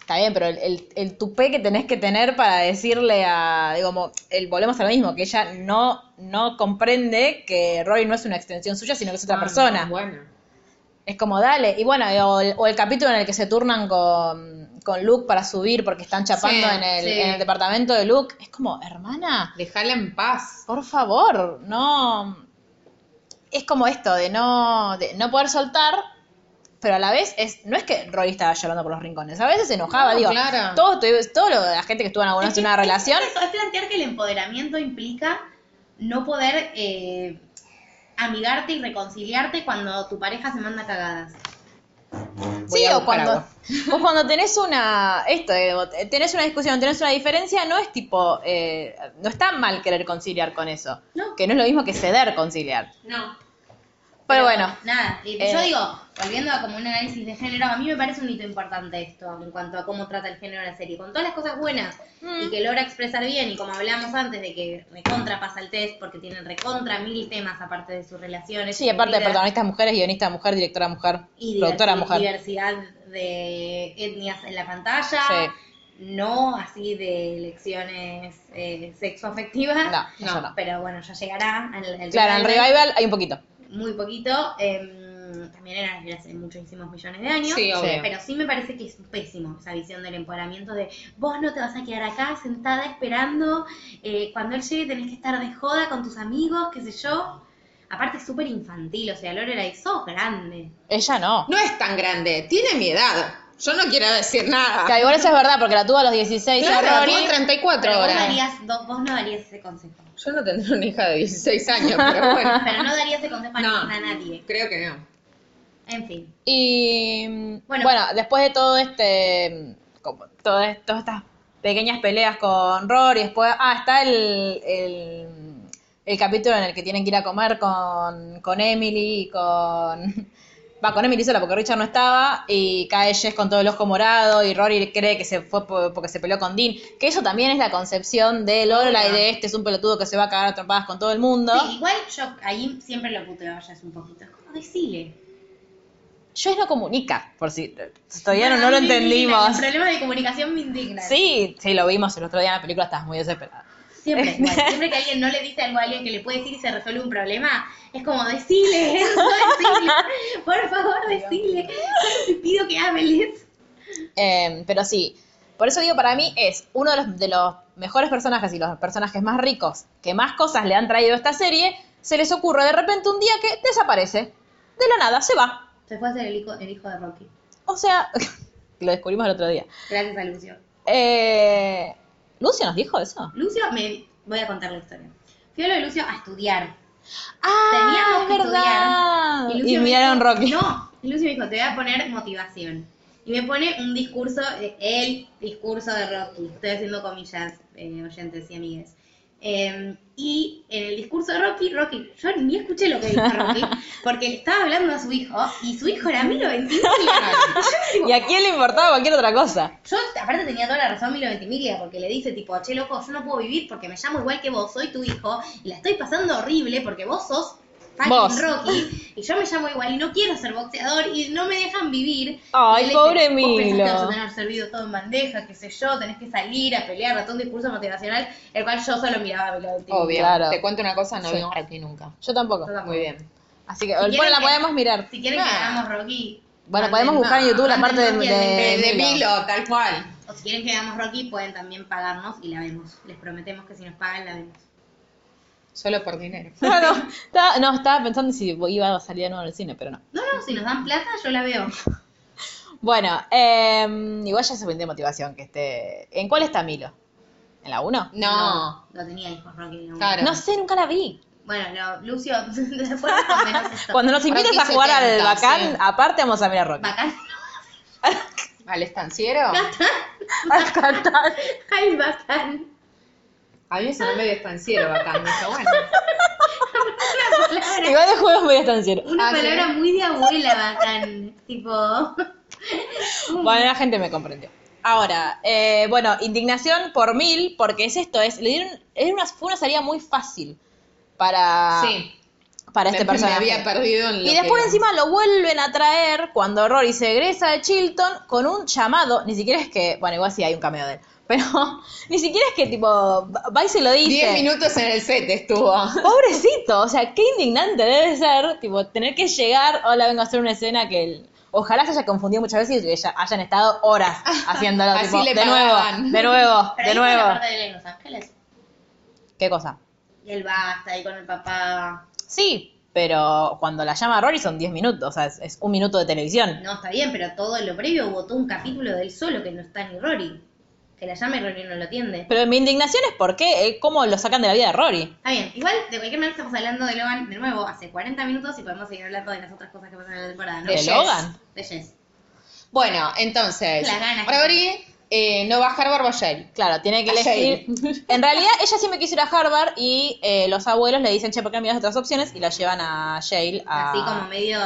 S1: Está bien, pero el, el, el tupé que tenés que tener para decirle a. Digo, como, el, volvemos a lo mismo, que ella no, no comprende que Rory no es una extensión suya, sino que es otra
S4: Ah,
S1: persona.
S4: no, bueno.
S1: Es como, dale. Y bueno, o el, o el capítulo en el que se turnan con, con Luke para subir porque están chapando
S4: Sí,
S1: en, el,
S4: sí.
S1: en el departamento de Luke. Es como, hermana,
S4: Dejala en paz.
S1: por favor, no. Es como esto de no, de no poder soltar, pero a la vez es no es que Roy estaba llorando por los rincones. A veces se enojaba,
S4: No,
S1: digo.
S4: claro.
S1: Todo, tu- todo lo de la gente que estuvo en alguna,
S2: Es que-
S1: una
S2: es que
S1: relación.
S2: Es, eso, es plantear que el empoderamiento implica no poder eh, amigarte y reconciliarte cuando tu pareja se manda cagadas.
S4: Voy
S1: Sí,
S4: a
S1: o
S4: buscar
S1: cuando,
S4: agua.
S1: o cuando tenés una, esto, eh, tenés una discusión, tenés una diferencia, no es tipo, eh, no está mal querer conciliar con eso,
S2: No.
S1: que no es lo mismo que ceder conciliar.
S2: No.
S1: Pero, bueno,
S2: Nada, y
S1: Eh.
S2: yo digo, volviendo a como un análisis de género, a mí me parece un hito importante esto en cuanto a cómo trata el género la serie. Con todas las cosas buenas y que logra expresar bien, y como hablamos antes de que recontra pasa el test porque tienen recontra mil temas aparte de sus relaciones.
S1: sí, aparte de
S2: perdón
S1: protagonistas mujeres, guionista mujer, directora mujer,
S2: y
S1: productora
S2: diversi-
S1: mujer.
S2: diversidad de etnias en la pantalla, no así de elecciones eh, sexoafectivas,
S1: No, eso no.
S2: pero bueno, ya llegará al, al
S1: Claro, en
S2: revival,
S1: Revival hay un poquito.
S2: muy poquito, em, también era desde hace muchísimos millones de años,
S4: Sí, obvio.
S2: pero sí me parece que es pésimo esa visión del empoderamiento de vos no te vas a quedar acá sentada esperando, eh, cuando él llegue tenés que estar de joda con tus amigos, qué sé yo. Aparte es súper infantil, o sea, Lorelai sos grande.
S1: Ella no.
S4: No es tan grande, tiene mi edad. Yo no quiero decir nada.
S1: Que igual eso es verdad, porque la tuvo a los 16
S4: Claro,
S1: a Rory.
S4: tiene 34
S2: Pero vos,
S4: ahora.
S2: darías, do- vos no darías ese consejo.
S4: Yo no tendré una hija de 16 años, pero bueno.
S2: Pero no darías ese consejo a
S4: No.
S2: a nadie.
S4: Creo que no.
S2: En fin.
S1: Y mm,
S2: Bueno.
S1: bueno, después de todo este, mm, como todo es- todas estas pequeñas peleas con Rory, después, ah, está el, el, el capítulo en el que tienen que ir a comer con, con Emily y con... Va, con Emily sola porque Richard no estaba y cae Jess con todo el ojo morado y Rory cree que se fue por- porque se peleó con Dean. Que eso también es la concepción de Lorelai de este es un pelotudo que se va a cagar a trompadas con todo el mundo.
S2: Sí, igual yo ahí siempre lo puteo a Jess un poquito. Es como decirle.
S1: Jess no comunica, por si todavía no, no lo entendimos.
S2: Los problemas de comunicación me indignan.
S1: Sí, sí, lo vimos el otro día en la película, estabas muy desesperada.
S2: Siempre, igual. siempre que alguien no le dice algo a alguien que le puede decir y se resuelve un problema, es como decile eso, decile, por favor, decile. Solo te pido que hables.
S1: Eh, pero sí, por eso digo, para mí es uno de los, de los mejores personajes y los personajes más ricos que más cosas le han traído a esta serie, se les ocurre de repente un día que desaparece. De la nada, se va.
S2: Se fue a hacer el hijo, el hijo de Rocky.
S1: O sea, lo descubrimos el otro día.
S2: Gracias a Lucio.
S1: Eh, ¿Lucio nos dijo eso?
S2: Lucio, me voy a contar la historia. Fui a lo de Lucio a estudiar.
S1: Ah,
S2: Teníamos
S1: es
S2: que
S1: verdad.
S2: estudiar.
S1: Y,
S2: Lucio me
S1: miraron
S2: dijo,
S1: Rocky.
S2: No, y Lucio me dijo, te voy a poner motivación. Y me pone un discurso, eh, el discurso de Rocky. Estoy haciendo comillas, eh, oyentes y amigues. Eh, y en el discurso de Rocky, Rocky, yo ni escuché lo que dijo Rocky, porque le estaba hablando a su hijo, y su hijo era Milo Ventimiglia. Yo digo,
S1: ¿Y a quién le importaba cualquier otra cosa?
S2: yo, aparte, tenía toda la razón Milo Ventimiglia, porque le dice, tipo, che, loco, yo no puedo vivir porque me llamo igual que vos, soy tu hijo, y la estoy pasando horrible porque vos sos fucking
S1: Vos.
S2: Rocky, y yo me llamo igual y no quiero ser boxeador y no me dejan vivir.
S1: Ay,
S2: Y yo le
S1: pobre
S2: dije, "Vos pensás que
S1: Milo".
S2: vas a tener servido todo en bandeja, qué sé yo, tenés que salir a pelear, a todo un discurso motivacional, el cual yo solo miraba a Milo Ventimiglia.
S4: Obvio.
S1: Claro.
S4: Te cuento una cosa, no
S1: Sí.
S4: vi un Rocky nunca.
S1: Yo tampoco.
S2: Yo tampoco.
S4: Muy bien.
S1: Así que,
S2: Si
S1: bueno,
S2: quieren
S1: la
S2: que-
S1: podemos mirar.
S2: Si quieren que
S1: Ah.
S4: Nah.
S2: hagamos Rocky.
S1: Bueno,
S2: manden-
S1: podemos buscar en
S4: no,
S1: YouTube la parte de,
S2: manden
S1: de,
S2: Rocky al
S4: Eh, de
S1: Milo.
S4: Milo, tal cual.
S2: O si quieren que hagamos Rocky, pueden también pagarnos y la vemos. Les prometemos que si nos pagan, la vemos.
S4: Solo por dinero.
S1: Claro, estaba- no, estaba pensando si iba a salir de nuevo al cine, pero no.
S2: No, no, si nos dan plata, yo la veo.
S1: Bueno, eh, igual ya se vendió motivación que esté. ¿En cuál está Milo? ¿En la 1?
S4: No.
S2: No tenía hijos, Rocky. no.
S4: Claro.
S1: No sé, nunca la vi.
S2: Bueno, lo, Lucio, después menos esto.
S1: Cuando nos invites a
S4: Rocky
S1: jugar al
S4: 70,
S1: Bacán,
S4: sí.
S1: aparte vamos a mirar Rocky.
S2: Bacán.
S4: ¿Al estanciero?
S1: Al cantar.
S2: Ay, bacán.
S4: A mí me sonó medio estanciero bacán. Dije, bueno.
S2: Una palabra,
S1: Igual de juegos medio estanciero.
S2: una
S4: Ah, sí.
S2: palabra muy de abuela, bacán. tipo.
S1: Bueno, la gente me comprendió. Ahora, eh, bueno, indignación por mil, porque es esto, es, le dieron, era una, fue una salida muy fácil para,
S4: Sí.
S1: para Ah,
S4: me,
S1: este
S4: me
S1: personaje.
S4: había perdido en lo
S1: Y después
S4: que-
S1: encima lo vuelven a traer cuando Rory se egresa de Chilton con un llamado, ni siquiera es que, bueno, igual sí hay un cameo de él, pero ni siquiera es que tipo, va y se lo dice.
S4: Diez minutos en el set estuvo.
S1: Pobrecito, o sea, qué indignante debe ser, tipo, tener que llegar, hola, vengo a hacer una escena que el- ojalá se haya confundido muchas veces y ella- hayan estado horas haciéndolo,
S4: Así
S1: tipo,
S4: le
S1: de nuevo,
S4: pagaban".
S1: de nuevo,
S2: Pero
S1: de
S2: ahí fue La
S1: nuevo.
S2: parte de él en Los Ángeles.
S1: ¿Qué cosa?
S2: Y el basta, y con el papá.
S1: Sí, pero cuando la llama Rory son 10 minutos, o sea, es, es un minuto de televisión.
S2: No, está bien, pero todo lo previo hubo todo un capítulo del solo que no está ni Rory. Que la llama y Rory no lo atiende.
S1: Pero mi indignación es por qué, eh, cómo lo sacan de la vida de Rory.
S2: Está bien, igual de cualquier manera estamos hablando de Logan de nuevo hace 40 minutos y podemos seguir hablando de las otras cosas que pasan en la temporada, ¿no?
S1: ¿De
S4: Jess.
S1: Logan?
S2: De Jess.
S4: Bueno, entonces,
S2: Las ganas.
S4: Rory eh, no va a Harvard, va a Yale.
S1: Claro, tiene que
S2: Ah,
S4: A
S1: elegir. En realidad, ella siempre quiso ir a Harvard y eh, los abuelos le dicen, che, ¿por qué no miras otras opciones? Y la llevan a Yale. a-
S2: Así como medio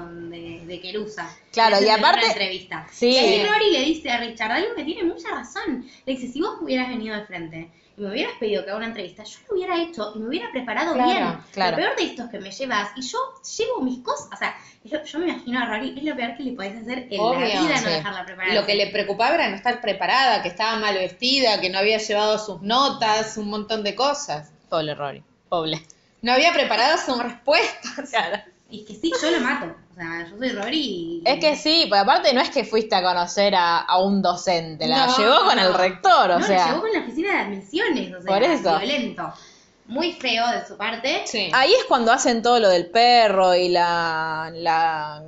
S2: de, de querusa.
S1: Ah. Claro,
S2: Le hacen
S1: y
S2: una
S1: aparte-
S2: entrevista.
S1: Sí.
S2: Y ahí Rory le dice a Richard algo que tiene mucha razón. Le dice, si vos hubieras venido de frente y me hubieras pedido que haga una entrevista, yo lo hubiera hecho y me hubiera preparado
S4: Claro,
S2: bien.
S1: claro.
S2: Lo peor de esto es que me llevas y yo llevo mis cosas. O sea, yo, yo me imagino a Rory, es lo peor que le podés hacer en la
S4: Obvio,
S2: vida no
S4: sí.
S2: dejarla preparada.
S4: Lo que le preocupaba era no estar preparada, que estaba mal vestida, que no había llevado sus notas, un montón de cosas.
S1: Pobre Rory. Pobre.
S4: No había preparado sus respuestas.
S2: Y que sí, yo lo mato. O sea, yo soy Rory y...
S1: Es que sí, porque aparte no es que fuiste a conocer a, a un docente, la
S4: No.
S1: llevó con el rector, o
S2: no,
S1: sea.
S2: la llevó con la oficina de admisiones, o sea,
S1: Por eso.
S2: violento. Muy feo de su parte.
S4: Sí.
S1: Ahí es cuando hacen todo lo del perro y la, la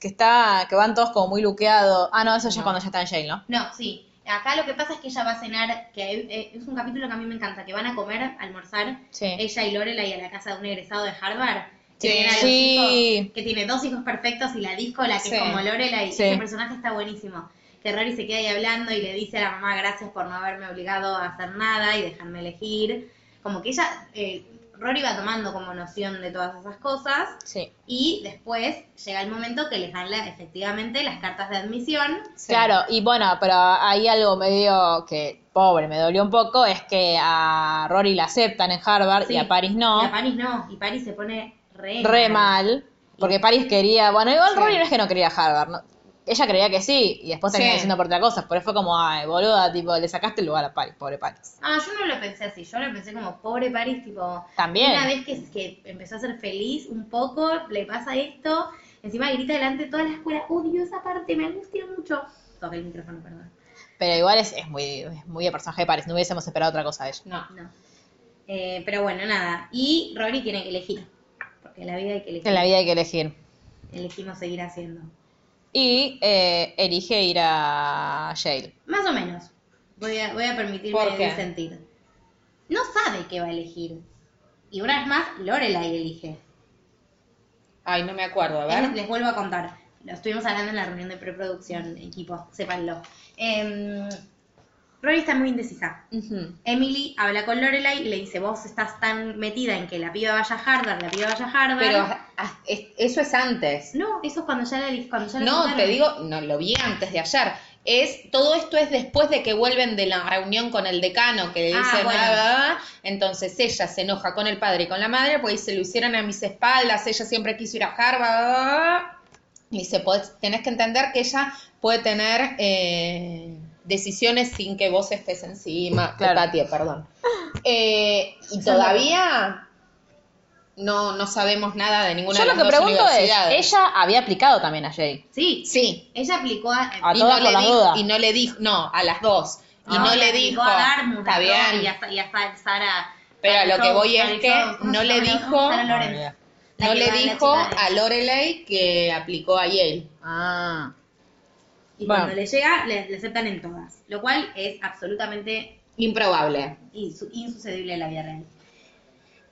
S1: que está, que van todos como muy luqueados. Ah, no, eso ya es cuando ya está en Yale, ¿no?
S2: No, sí. Acá lo que pasa es que ella va a cenar, que eh, es un capítulo que a mí me encanta, que van a comer, a almorzar,
S1: Sí.
S2: ella y Lorela y a la casa de un egresado de Harvard. Que
S4: Sí.
S2: tiene a los
S1: Sí.
S2: hijos- que tiene dos hijos perfectos y la disco, la que
S4: Sí.
S2: es como Lorela, y
S1: Sí.
S2: ese personaje está buenísimo. Que Rory se queda ahí hablando y le dice a la mamá gracias por no haberme obligado a hacer nada y dejarme elegir. Como que ella, eh, Rory va tomando como noción de todas esas cosas
S1: Sí.
S2: y después llega el momento que les dan la- efectivamente las cartas de admisión.
S1: Claro, y bueno, pero hay algo medio que, pobre, me dolió un poco, es que a Rory la aceptan en Harvard
S2: Sí.
S1: y a Paris no,
S2: Y a Paris no, y Paris se pone re,
S1: re mal, porque Paris quería, bueno, igual
S4: Sí.
S1: Rory no es que no quería Harvard, ¿no? ella creía que sí, y después terminó
S4: Sí.
S1: diciendo por otra cosa, pero fue como, ay, boluda, tipo, le sacaste el lugar a Paris, pobre Paris.
S2: No, Ah, yo no lo pensé así, yo lo pensé como pobre Paris, tipo,
S1: También.
S2: una vez que, que empezó a ser feliz un poco, le pasa esto, encima grita delante de toda la escuela, odio esa parte, me angustia mucho. Toca el micrófono, perdón.
S1: Pero igual es, es muy es muy el personaje de Paris, no hubiésemos esperado otra cosa de ella.
S4: No.
S2: No. Eh, pero bueno, nada. Y Rory tiene que elegir, porque en la vida hay que elegir.
S1: En la vida hay que elegir.
S2: Elegimos seguir haciendo.
S1: Y eh, elige ir a Yale.
S2: Más o menos. Voy a, voy a permitirme
S4: ¿Por qué?
S2: disentir. No sabe qué va a elegir. Y una vez más, Lorelai elige.
S4: Ay, no me acuerdo, a
S2: Les,
S4: ver.
S2: Eh, les vuelvo a contar. Lo estuvimos hablando en la reunión de preproducción, equipo, sépanlo. Em, Rory está muy indecisa.
S4: Ujú.
S2: Emily habla con Lorelai y le dice, vos estás tan metida en que la piba vaya a Harvard, la piba vaya a Harvard.
S4: Pero a- a- es- eso es antes.
S2: No, eso es cuando ya la elige- cuando ya la
S4: No, te
S2: contaron.
S4: digo, no lo vi antes de ayer. Es todo esto es después de que vuelven de la reunión con el decano que le
S2: Ah,
S4: dice
S2: bueno.
S4: entonces ella se enoja con el padre y con la madre, pues se lo hicieron a mis espaldas, ella siempre quiso ir a Harvard, bla, bla, bla. y dice, "Podés- tenés que entender que ella puede tener eh, decisiones sin que vos estés encima,
S1: Claro.
S4: Katia, perdón. Eh, y todavía no, no sabemos nada de ninguna
S1: Yo
S4: de
S1: lo
S4: las
S1: que
S4: dos
S1: pregunto es,
S4: universidades.
S1: ella había aplicado también a Yale.
S2: Sí,
S4: Sí,
S2: ella aplicó a...
S1: A
S4: y
S1: todas
S4: no
S1: por
S4: le
S1: las
S4: dijo,
S1: dudas.
S4: y no le dijo, no, a las dos. Ah, Y
S2: Ah,
S4: no
S2: y
S4: le
S2: aplicó
S4: dijo,
S2: a Dartmouth,
S4: está
S2: a Ross
S4: bien.
S2: Y a, y a Sa- Sara...
S4: Pero
S2: Sara
S4: a lo que
S2: Jones,
S4: voy
S2: Sara
S4: es que
S2: Jones, ¿cómo
S4: no
S2: se
S4: le
S2: llama la-
S4: dijo-
S2: cómo se llama
S1: No,
S3: Ah,
S2: Loren?
S1: ni idea.
S2: La
S4: No
S2: que
S4: le
S2: va- la
S4: dijo
S2: chica de-
S4: a Lorelei que aplicó a Yale.
S1: Ah.
S2: Y
S1: Bueno.
S2: cuando le llega, le, le aceptan en todas. Lo cual es absolutamente
S4: Improbable.
S2: insu- insucedible en la vida real.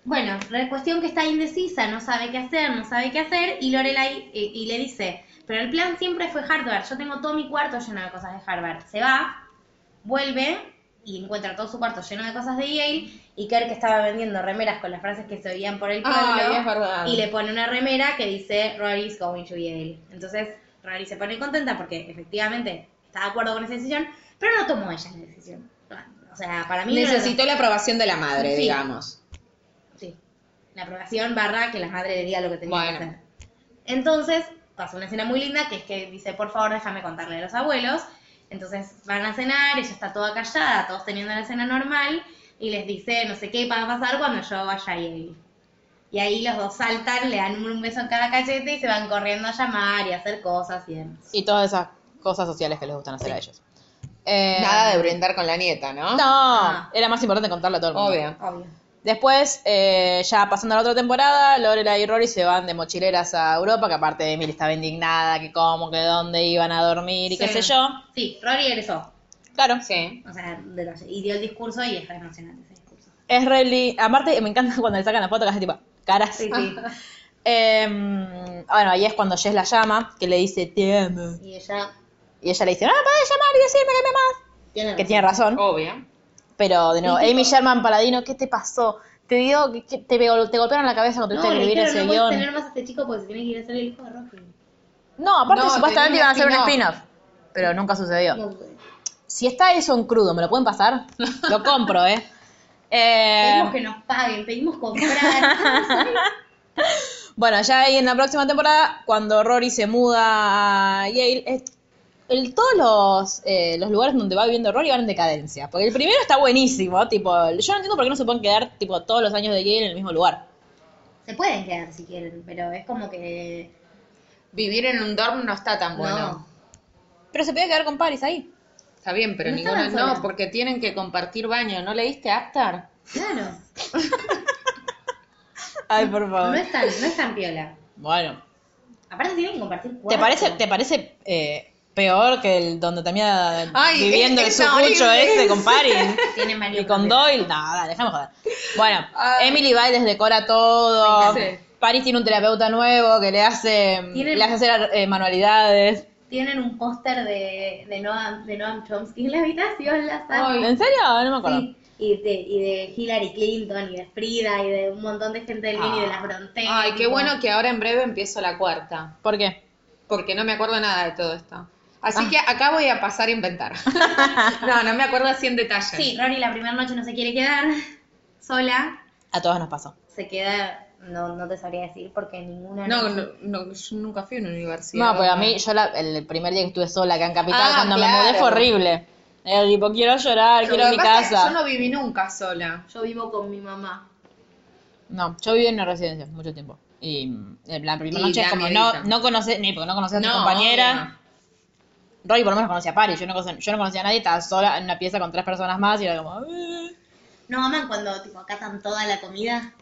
S2: Bueno, la cuestión que está indecisa, no sabe qué hacer, no sabe qué hacer, y Lorelai eh, y le dice, pero el plan siempre fue Harvard, yo tengo todo mi cuarto lleno de cosas de Harvard. Se va, vuelve y encuentra todo su cuarto lleno de cosas de Yale, y Kerr que estaba vendiendo remeras con las frases que se oían por el pueblo,
S4: Ay, es verdad.
S2: y le pone una remera que dice Rory's going to Yale. Entonces Rory se pone contenta porque efectivamente está de acuerdo con esa decisión, pero no tomó ella la decisión. O sea, para mí no era-
S4: Necesitó la aprobación de la madre,
S2: Sí.
S4: digamos.
S2: Sí. La aprobación barra que la madre le diga lo que tenía que
S4: Bueno.
S2: hacer. Entonces, pasa una escena muy linda que es que dice, por favor, déjame contarle a los abuelos. Entonces van a cenar, ella está toda callada, todos teniendo la cena normal, y les dice, no sé qué va a pasar cuando yo vaya a Yale. Y ahí los dos saltan, le dan un beso en cada cachete y se van corriendo a llamar y a hacer cosas y demás.
S1: Y todas esas cosas sociales que les gustan hacer a ellos. Eh,
S4: Nada de brindar con la nieta, ¿no?
S1: No,
S2: Ah.
S1: era más importante contarle a todo el mundo.
S4: Obvio.
S2: Obvio.
S1: Después, eh, ya pasando a la otra temporada, Lorela y Rory se van de mochileras a Europa, que aparte de Emily estaba indignada, que cómo, que dónde iban a dormir y qué
S4: Sí.
S1: sé yo.
S2: Sí, Rory egresó.
S1: Claro.
S4: Sí.
S2: O sea, detalle. Y dio el discurso y es re emocionante ese discurso.
S1: Es really... Aparte, me encanta cuando le sacan la foto, que hace tipo, caras.
S2: Sí, sí.
S1: Eh, bueno, ahí es cuando Jess la llama, que le dice, te amo.
S2: y ella
S1: Y ella le dice, no, me podés llamar y decirme que me amas.
S2: tiene
S1: Que tiene razón.
S2: Oh.
S4: Obvio.
S1: Pero de nuevo, Amy Sherman Paladino, ¿qué te pasó? Te digo que que te, pegó- te golpearon la cabeza cuando
S2: No,
S1: tuviste
S2: le
S1: que escribir
S2: dijeron,
S1: ese
S2: no
S1: guión.
S2: puedes tener más a este chico porque se tiene que ir a hacer el hijo de Rocky.
S1: No, aparte
S4: No,
S1: supuestamente
S4: tenía
S1: iban a
S4: un
S1: hacer un
S4: spin-off.
S1: spin-off. Pero nunca sucedió.
S2: No sé.
S1: Si está eso en crudo, ¿me lo pueden pasar? Lo compro, ¿eh? eh
S2: Pedimos que nos paguen, pedimos comprar.
S1: Bueno, ya ahí en la próxima temporada, cuando Rory se muda a Yale, es- el- todos los, eh, los lugares donde va viviendo Rory van en decadencia. Porque el primero está buenísimo, tipo, yo no entiendo por qué no se pueden quedar tipo todos los años de Yale en el mismo lugar.
S2: se pueden quedar si quieren, pero es como que.
S4: Vivir en un dorm no está
S3: Ah,
S4: tan bueno.
S1: Pero se puede quedar con Paris ahí.
S4: Está bien, pero
S2: No
S4: ninguno
S2: estaban
S4: no,
S2: solas.
S4: porque tienen que compartir baño. ¿No leíste Aptar?
S2: No, claro.
S1: Ay, por
S2: No
S1: favor.
S2: es tan, no es tan piola.
S1: Bueno,
S2: Aparte tienen que compartir cuarto.
S1: ¿te parece, te parece eh, peor que el donde termina
S4: Ay,
S1: viviendo
S4: es-
S1: el
S4: es
S1: sucucho
S4: horrible.
S1: ese con Paris?
S2: Tienen varios
S1: Y con
S2: problemas.
S3: Ah.
S1: Doyle, nada, dejame joder. Bueno,
S4: Ay.
S1: Emily va y les decora todo.
S4: Me encanta.
S1: Paris tiene un terapeuta nuevo que le hace,
S2: Tiene-
S1: le hace hacer eh, manualidades.
S2: Tienen un póster de, de, Noam, de Noam Chomsky en la habitación, la sala.
S1: ¿En serio? No me acuerdo.
S2: Sí, y de, y de Hillary Clinton, y de Frida, y de un montón de gente del bien
S1: Ah.
S2: y de las fronteras.
S3: Ay, qué bueno que ahora en breve empiezo la cuarta,
S1: ¿Por qué?
S3: porque no me acuerdo nada de todo esto. Así
S4: Ah.
S3: que acá voy a pasar a inventar. no, no me acuerdo así en detalle.
S2: Sí, Rory la primera noche no se quiere quedar sola,
S1: A todos nos pasó.
S2: se queda, no, no te sabría decir porque ninguna...
S3: No,
S2: noche-
S3: no, no, yo nunca fui a una universidad.
S1: No, pero a mí, yo la- el primer día que estuve sola acá en Capital,
S3: Ah,
S1: cuando
S3: claro.
S1: me mudé, fue horrible. Era tipo, quiero llorar,
S3: Lo
S1: quiero
S3: que
S1: mi
S3: pasa es que
S1: casa.
S3: yo no viví nunca sola.
S2: Yo vivo con mi mamá.
S1: no... yo viví en una residencia mucho tiempo. Y mm, la primera
S3: Y
S1: noche,
S3: da
S1: como
S3: miedito.
S1: no, no conocés, ni porque no conocía a tu
S3: No,
S1: compañera. Roy por lo menos conocía a Paris, yo no conocía, yo no conocía a nadie, estaba sola en una pieza con tres personas más y era como... "Eh".
S2: No aman cuando tipo acatan toda la comida.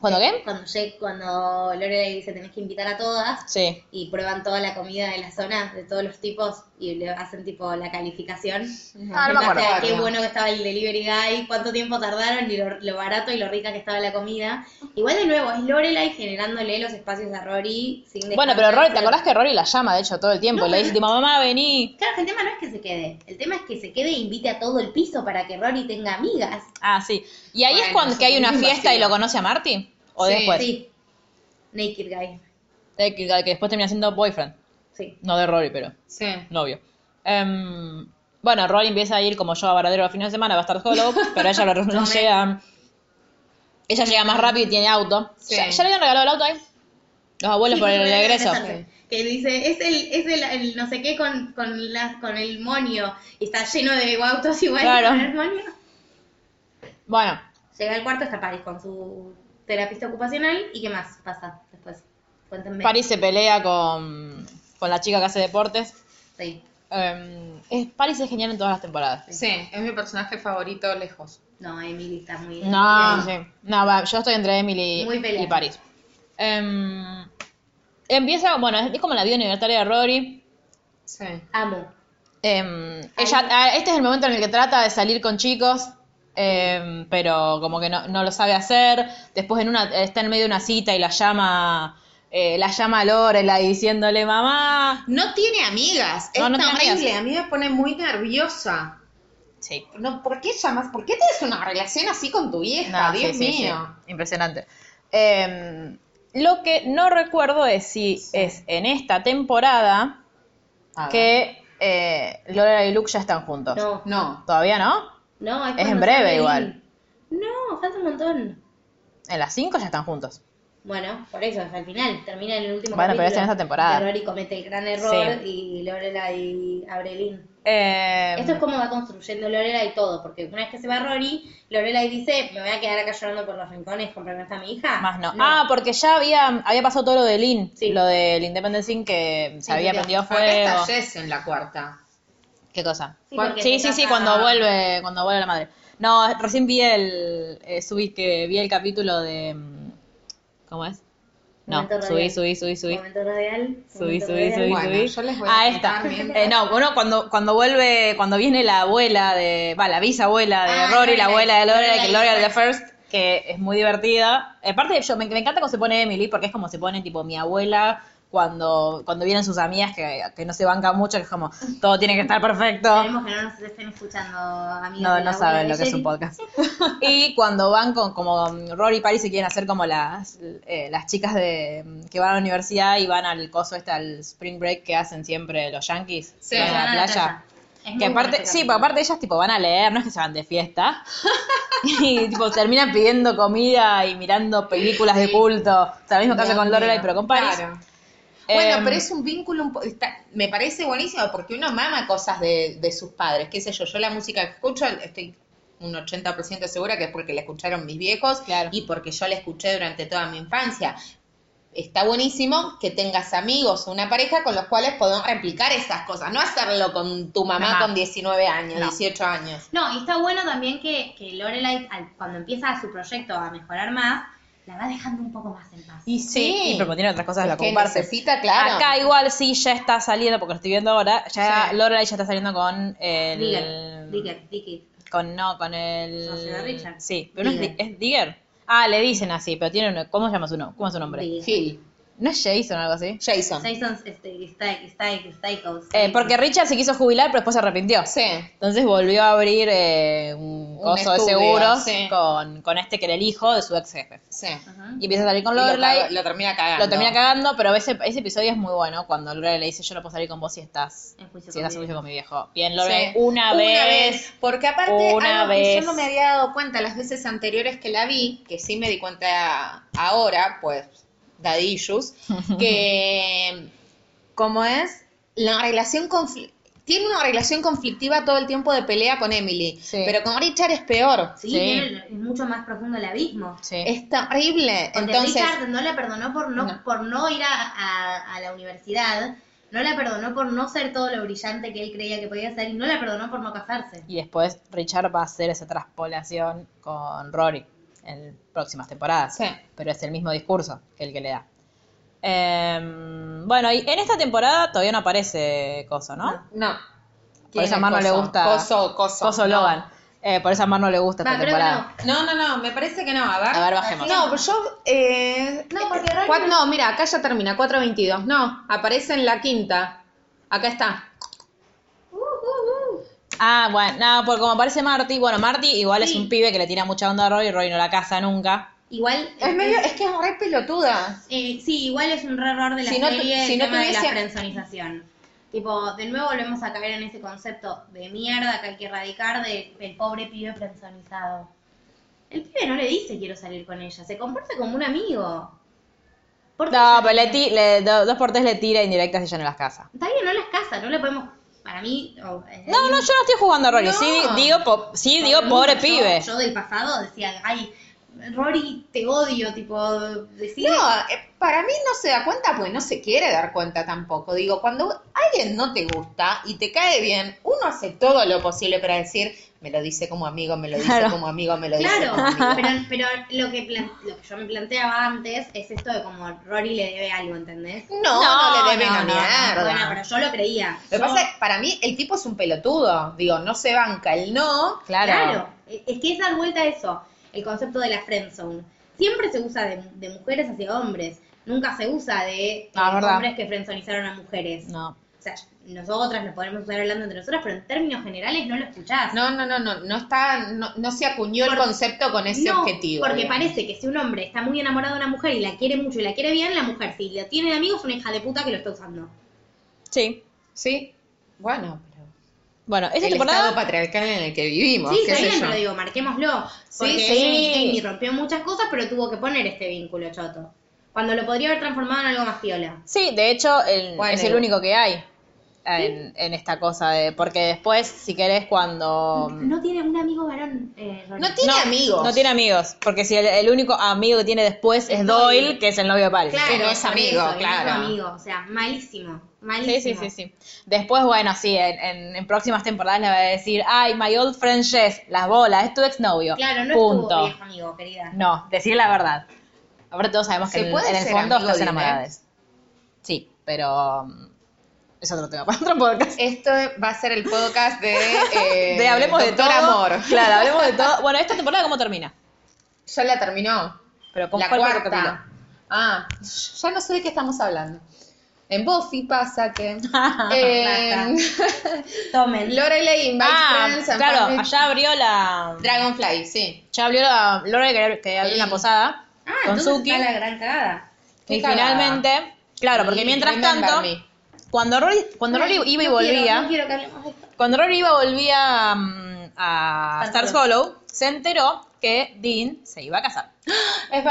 S1: ¿Cuándo qué?
S2: Cuando lleg- cuando Lorelai dice tenés que invitar a todas
S1: Sí.
S2: y prueban toda la comida de la zona, de todos los tipos, y le hacen tipo la calificación.
S1: Ah, no me
S2: En base
S1: acuerdo.
S2: a qué bueno que estaba el delivery guy, cuánto tiempo tardaron y lo, lo barato y lo rica que estaba la comida. Igual de nuevo, es Lorelai generándole los espacios a Rory sin
S1: Bueno,
S2: dejar
S1: pero
S2: de
S1: Rory, ¿te
S2: hacer-
S1: acordás que Rory la llama, de hecho, todo el tiempo?
S2: No,
S1: Le
S2: pero-
S1: dice tipo, mamá, vení.
S2: Claro, que el tema no es que se quede, el tema es que se quede e invite a todo el piso para que Rory tenga amigas.
S1: Ah, sí. ¿Y ahí es
S3: Bueno,
S1: cuando
S3: sí,
S1: que hay una
S3: muy
S1: fiesta y
S3: vacío.
S1: lo conoce a Marty? ¿O
S3: Sí,
S1: después?
S2: Sí. Naked guy.
S1: Eh, Que, que después termina siendo boyfriend.
S2: Sí.
S1: No de Rory, pero
S3: Sí.
S1: novio. Em, bueno, Rory empieza a ir como yo a Varadero los fines de semana, va a estar solo, pero ella lo no llega. Ella llega más rápido y tiene auto.
S3: Sí.
S1: ¿Ya, ya le habían regalado el auto ahí? Los abuelos por el regreso.
S2: Que dice, es el, es el, el no sé qué con, con, la, con el monio. Y está lleno de autos igual
S1: Claro.
S2: con el monio.
S1: Bueno,
S2: Llega al cuarto, está Paris con su terapista ocupacional. ¿Y qué más pasa después? Cuéntenme.
S1: Paris se pelea con, con la chica que hace deportes.
S2: Sí.
S1: Em, es, Paris es genial en todas las temporadas.
S3: Sí, es mi personaje favorito lejos.
S2: No, Emily está muy...
S1: No,
S2: muy-
S1: sí. no va, yo estoy entre Emily
S2: Muy
S1: y
S2: peleada.
S1: Paris. Em, empieza, bueno, es, es como la vida universitaria de Rory.
S3: Sí.
S2: Amo.
S1: Em, ella, ah, este es el momento en el que trata de salir con chicos, em, pero como que no, no lo sabe hacer. Después en una, está en medio de una cita y la llama, eh, la llama Lorelai diciéndole mamá.
S3: No tiene amigas.
S1: No,
S3: es
S1: no tiene
S3: horrible.
S1: amigas.
S3: A mí me pone muy nerviosa.
S1: Sí.
S3: No, ¿Por qué llamas? ¿Por qué tienes una relación así con tu vieja?
S1: No, sí,
S3: Dios
S1: sí, sí.
S3: mío.
S1: Ah, Impresionante. Em, lo que no recuerdo es si es en esta temporada
S3: A ver.
S1: que eh, Lola y Luke ya están juntos.
S2: No,
S3: No.
S1: ¿Todavía no?
S2: no.
S1: Es en
S2: cuando
S1: breve
S2: sale
S1: igual.
S2: Lynn. No, falta un montón.
S1: En las 5 ya están juntos.
S2: Bueno, por eso, al final, termina en el último
S1: Bueno, pero
S2: capítulo.
S1: es en esta temporada.
S2: que Rory comete el gran error y Lorelai abre el in.
S1: Eh,
S2: Esto es como va construyendo Lorela y todo, porque una vez que se va Rory, Lorela dice, me voy a quedar acá llorando por los rincones, comprarme hasta mi hija.
S1: Más no. Ah, porque ya había, había pasado todo lo de Lynn.
S2: Sí.
S1: Lo del Independent Sin que se
S2: Sí,
S1: había
S2: sí,
S1: prendido
S3: Acá está
S1: fuego.
S3: Jess en la cuarta.
S1: ¿Qué cosa?
S2: Sí, porque
S1: sí,
S2: se
S1: sí, sí,
S2: casa-
S1: cuando vuelve, cuando vuelve la madre. No, recién vi el, eh, subí que vi el capítulo de, mm, ¿cómo es? No,
S2: Momento
S1: subí,
S2: radial.
S1: subí, subí, subí.
S2: Momento radial.
S1: Subí,
S2: momento
S1: subí,
S2: radial.
S1: subí,
S3: Bueno,
S1: subí.
S3: yo les voy a
S1: ah, esta.
S3: contar bien.
S1: Eh, no, bueno, cuando, cuando vuelve, cuando viene la abuela de, va, la bisabuela de
S2: Ah,
S1: Rory, la
S2: Lorelai.
S1: abuela de Lorelai, que
S2: Lorelai
S1: Lorelai de First, que es muy divertida. Eh, Aparte, yo, me, me encanta cómo se pone Emily, porque es como se pone, tipo, mi abuela cuando, cuando vienen sus amigas que, que no se bancan mucho, que es como, todo tiene que estar perfecto.
S2: Esperemos que no nos estén escuchando, amigos.
S1: No,
S2: de la
S1: no saben
S2: abuela
S1: lo
S2: de
S1: que es un
S2: Jerry.
S1: podcast. Y cuando van con, como Rory y Paris se quieren hacer como las, eh, las chicas de que van a la universidad y van al coso este, al spring break que hacen siempre los yankees.
S3: Sí,
S1: que van a la
S2: Van
S1: playa.
S2: Es muy
S1: Que aparte, sí,
S2: bueno este
S1: pero
S2: capítulo.
S1: aparte ellas tipo van a leer, no es que se van de fiesta. y tipo terminan pidiendo comida y mirando películas de culto. O sea, lo mismo que hace
S3: Dios
S1: con Lorelai,
S3: mío.
S1: pero con Paris.
S3: Claro. Bueno,
S1: Em,
S3: pero es un vínculo, un po- está- me parece buenísimo porque uno mama cosas de, de sus padres, qué sé yo, yo la música que escucho estoy un 80% segura que es porque la escucharon mis viejos
S1: Claro.
S3: y porque yo la escuché durante toda mi infancia. Está buenísimo que tengas amigos o una pareja con los cuales podemos replicar esas cosas, no hacerlo con tu mamá
S1: Mamá.
S3: con 19 años,
S1: No.
S3: 18 años.
S2: No, y está bueno también que, que Lorelai, al- cuando empieza su proyecto a mejorar más, la va dejando un poco más en paz.
S3: Y
S1: Y proponiendo otras cosas de
S3: es
S1: las que
S3: que
S1: ocuparse.
S3: necesita, claro.
S1: Acá igual sí ya está saliendo, porque lo estoy viendo ahora, ya
S3: Sí.
S1: Lorelai ya está saliendo con el...
S2: Digger, Digger, Digger.
S1: Con, no, con el...
S2: Sociedad Richard.
S1: Sí, pero no es,
S2: Digger.
S1: Di- es Digger. Ah, le dicen así, pero tiene un, ¿cómo se llama su nombre? ¿Cómo es su nombre?
S3: Gil,
S1: ¿No es Jason o algo así?
S3: Jason.
S2: Jason este, Sty- Sty- Stichels.
S1: Eh, porque Richard se quiso jubilar, pero después se arrepintió.
S3: Sí.
S1: Entonces volvió a abrir eh, un coso
S3: estudio,
S1: de seguros
S3: sí.
S1: con, con este que era el hijo de su ex jefe.
S3: Sí.
S1: Y empieza a salir con
S3: Y lo
S1: Lorelai.
S3: caga- lo termina cagando.
S1: Lo termina cagando, pero ese, ese episodio es muy bueno cuando Lorelai le dice, yo no puedo salir con vos si estás
S2: En juicio
S1: si estás en
S2: con mi
S1: juicio con mi viejo. Bien,
S3: Sí.
S1: Lorelai, una, vez.
S3: Porque aparte,
S1: una
S3: algo que
S1: vez.
S3: yo no me había dado cuenta las veces anteriores que la vi, que sí me di cuenta ahora, pues, daddy issues, que, ¿cómo es? La relación conflictiva. Tiene una relación conflictiva todo el tiempo de pelea con Emily,
S1: Sí.
S3: pero con Richard es peor.
S2: Sí,
S1: Sí.
S2: tiene el- es mucho más profundo el abismo.
S1: Sí.
S3: Es terrible.
S2: Porque
S3: Entonces,
S2: Richard no la perdonó por no,
S3: No.
S2: por no ir a, a- a la universidad, no la perdonó por no ser todo lo brillante que él creía que podía ser y no la perdonó por no casarse.
S1: Y después Richard va a hacer esa traspolación con Rory en próximas temporadas.
S3: Sí.
S1: Pero es el mismo discurso que el que le da. Em, bueno, y en esta temporada todavía no aparece Coso, ¿no?
S2: No.
S3: no.
S1: Por
S3: ¿Quién
S1: eso a
S3: es
S1: Mar no le
S3: Coso?
S1: gusta.
S3: Coso, Coso.
S1: Coso
S3: no.
S1: Logan. Eh, por eso a Mar no le gusta
S2: Va,
S1: esta
S2: creo que
S1: temporada.
S2: no.
S3: No, no, no, me parece que no. A ver.
S1: A ver, bajemos.
S3: No, pero yo. Eh,
S2: No, porque Rory
S3: cua-
S2: no-
S3: No, mira, acá ya termina, 4.22. No, aparece en la quinta. Acá está.
S1: Ah, bueno, no, porque como aparece Marty, bueno, Marty igual es
S2: Sí.
S1: un pibe que le tira mucha onda a Rory, Rory no la casa nunca.
S2: Igual
S3: Es, medio, es que es re pelotuda.
S2: Eh, sí, igual es un re error de la
S3: Si no tu-
S2: serie
S3: si
S2: el
S3: no
S2: tema de
S3: tuviese-
S2: la frenzonización. Tipo, de nuevo volvemos a caer en ese concepto de mierda que hay que erradicar de- del pobre pibe frenzonizado. El pibe no le dice quiero salir con ella, se comporta como un amigo. ¿Por qué
S1: No,
S2: se-
S1: pero le ti- le- do- dos por tres le tira indirectas y ya no las casa.
S2: Está bien, no las casa, no le podemos... Para mí... oh, eh,
S1: No, no, yo no estoy jugando a Rory, sí di- digo, po- sí,
S2: todo
S1: digo
S2: el mundo,
S1: pobre
S2: yo-
S1: pibe.
S2: Yo del pasado decía, ay, Rory, te odio, tipo, decir...
S3: No, eh, para mí no se da cuenta porque no se quiere dar cuenta tampoco. Digo, cuando alguien no te gusta y te cae bien, uno hace todo lo posible para decir, me lo dice como amigo, me lo dice
S1: Claro.
S3: como amigo, me lo dice
S2: Claro,
S3: como amigo.
S2: pero, pero lo, que plan- lo que yo me planteaba antes es esto de como Rory le debe algo, ¿entendés?
S3: No, no, le debe
S1: no,
S3: una
S1: no, no,
S3: mierda.
S2: Bueno, pero yo lo creía.
S3: Lo que
S2: Yo-
S3: pasa es que para mí el tipo es un pelotudo. Digo, no se banca el no.
S1: Claro.
S2: e, es que es dar vuelta a eso, el concepto de la friendzone. Siempre se usa de, de mujeres hacia hombres, nunca se usa de
S1: Ah,
S2: eh,
S1: es verdad.
S2: hombres que friendzonizaron a mujeres.
S1: No.
S2: O sea, nosotras lo podemos usar hablando entre nosotras, pero en términos generales no lo escuchás.
S3: No, no, no, no, no está, no, no se acuñó el
S2: Por-
S3: concepto con ese
S2: No,
S3: objetivo.
S2: Porque
S3: digamos.
S2: parece que si un hombre está muy enamorado de una mujer y la quiere mucho y la quiere bien, la mujer, si la tiene de amigo, es una hija de puta que lo está usando.
S1: Sí.
S3: Sí, bueno, pero
S1: Bueno, esta
S3: el estado
S1: temporada.
S3: patriarcal en el que vivimos,
S2: Sí,
S3: qué
S2: está
S3: sé
S2: bien,
S3: yo.
S2: pero digo, marquémoslo. Porque
S1: sí.
S2: Jamie Jamie rompió muchas cosas, pero tuvo que poner este vínculo choto. Cuando lo podría haber transformado en algo más piola.
S1: Sí, de hecho, el-
S3: Bueno,
S1: es el
S3: digo-
S1: único que hay en, en esta cosa de. Porque después, si querés, cuando.
S2: No tiene un amigo varón. eh, Rory.
S3: No tiene amigos.
S1: No Um, tiene amigos, porque si el, el único amigo que tiene después es
S2: Doyle.
S1: Doyle, que es el novio de Paris.
S3: que no es
S2: por
S3: amigo,
S2: eso, y no es
S3: claro.
S2: amigo, o sea, malísimo.
S1: Sí,
S2: Malísimo.
S1: sí, sí, sí. Después, bueno, sí, en, en- en próximas temporadas le va a decir, ay, my old friend Jess, las bolas, es tu exnovio.
S2: Claro, no
S1: Punto.
S2: estuvo viejo amigo, querida.
S1: No, decir la verdad. Ahora todos sabemos que
S3: ¿Se
S1: en,
S3: puede
S1: en el
S3: ser
S1: fondo
S3: amigo
S1: estás
S3: de
S1: enamorada de
S3: Inés?
S1: él. Sí, pero mm, es otro tema para otro podcast.
S3: Esto va a ser el podcast de, eh,
S1: De hablemos de
S3: Doctor
S1: todo.
S3: Amor.
S1: Claro, hablemos de todo. Bueno, esta temporada cómo termina.
S3: Ya la terminó.
S1: Pero ¿cómo
S3: la
S1: cuál fue el
S3: cuarta. Ah, ya no sé de qué estamos hablando. En Buffy pasa que. Eh, en-
S2: Tomen.
S3: Lorelei invites
S1: Ah,
S3: friends and
S1: claro,
S3: family-
S1: allá abrió la.
S3: Dragonfly, sí.
S1: Ya abrió la. Lore que, que abrió
S3: Sí.
S1: una posada
S2: Ah,
S1: con
S2: entonces
S1: Suki.
S2: está la gran cagada.
S3: Qué
S1: Y
S3: cagada.
S1: finalmente. Claro, porque
S3: Y
S1: mientras
S3: Remember
S1: tanto.
S3: Me.
S1: Cuando Rory, cuando Rory
S2: Ay,
S1: iba y
S2: no quiero,
S1: volvía.
S2: no quiero que hablemos de esto.
S1: Cuando Rory iba volvía mm, a
S2: Stars
S1: Stars Hollow, se enteró que Dean se iba a casar.
S3: Es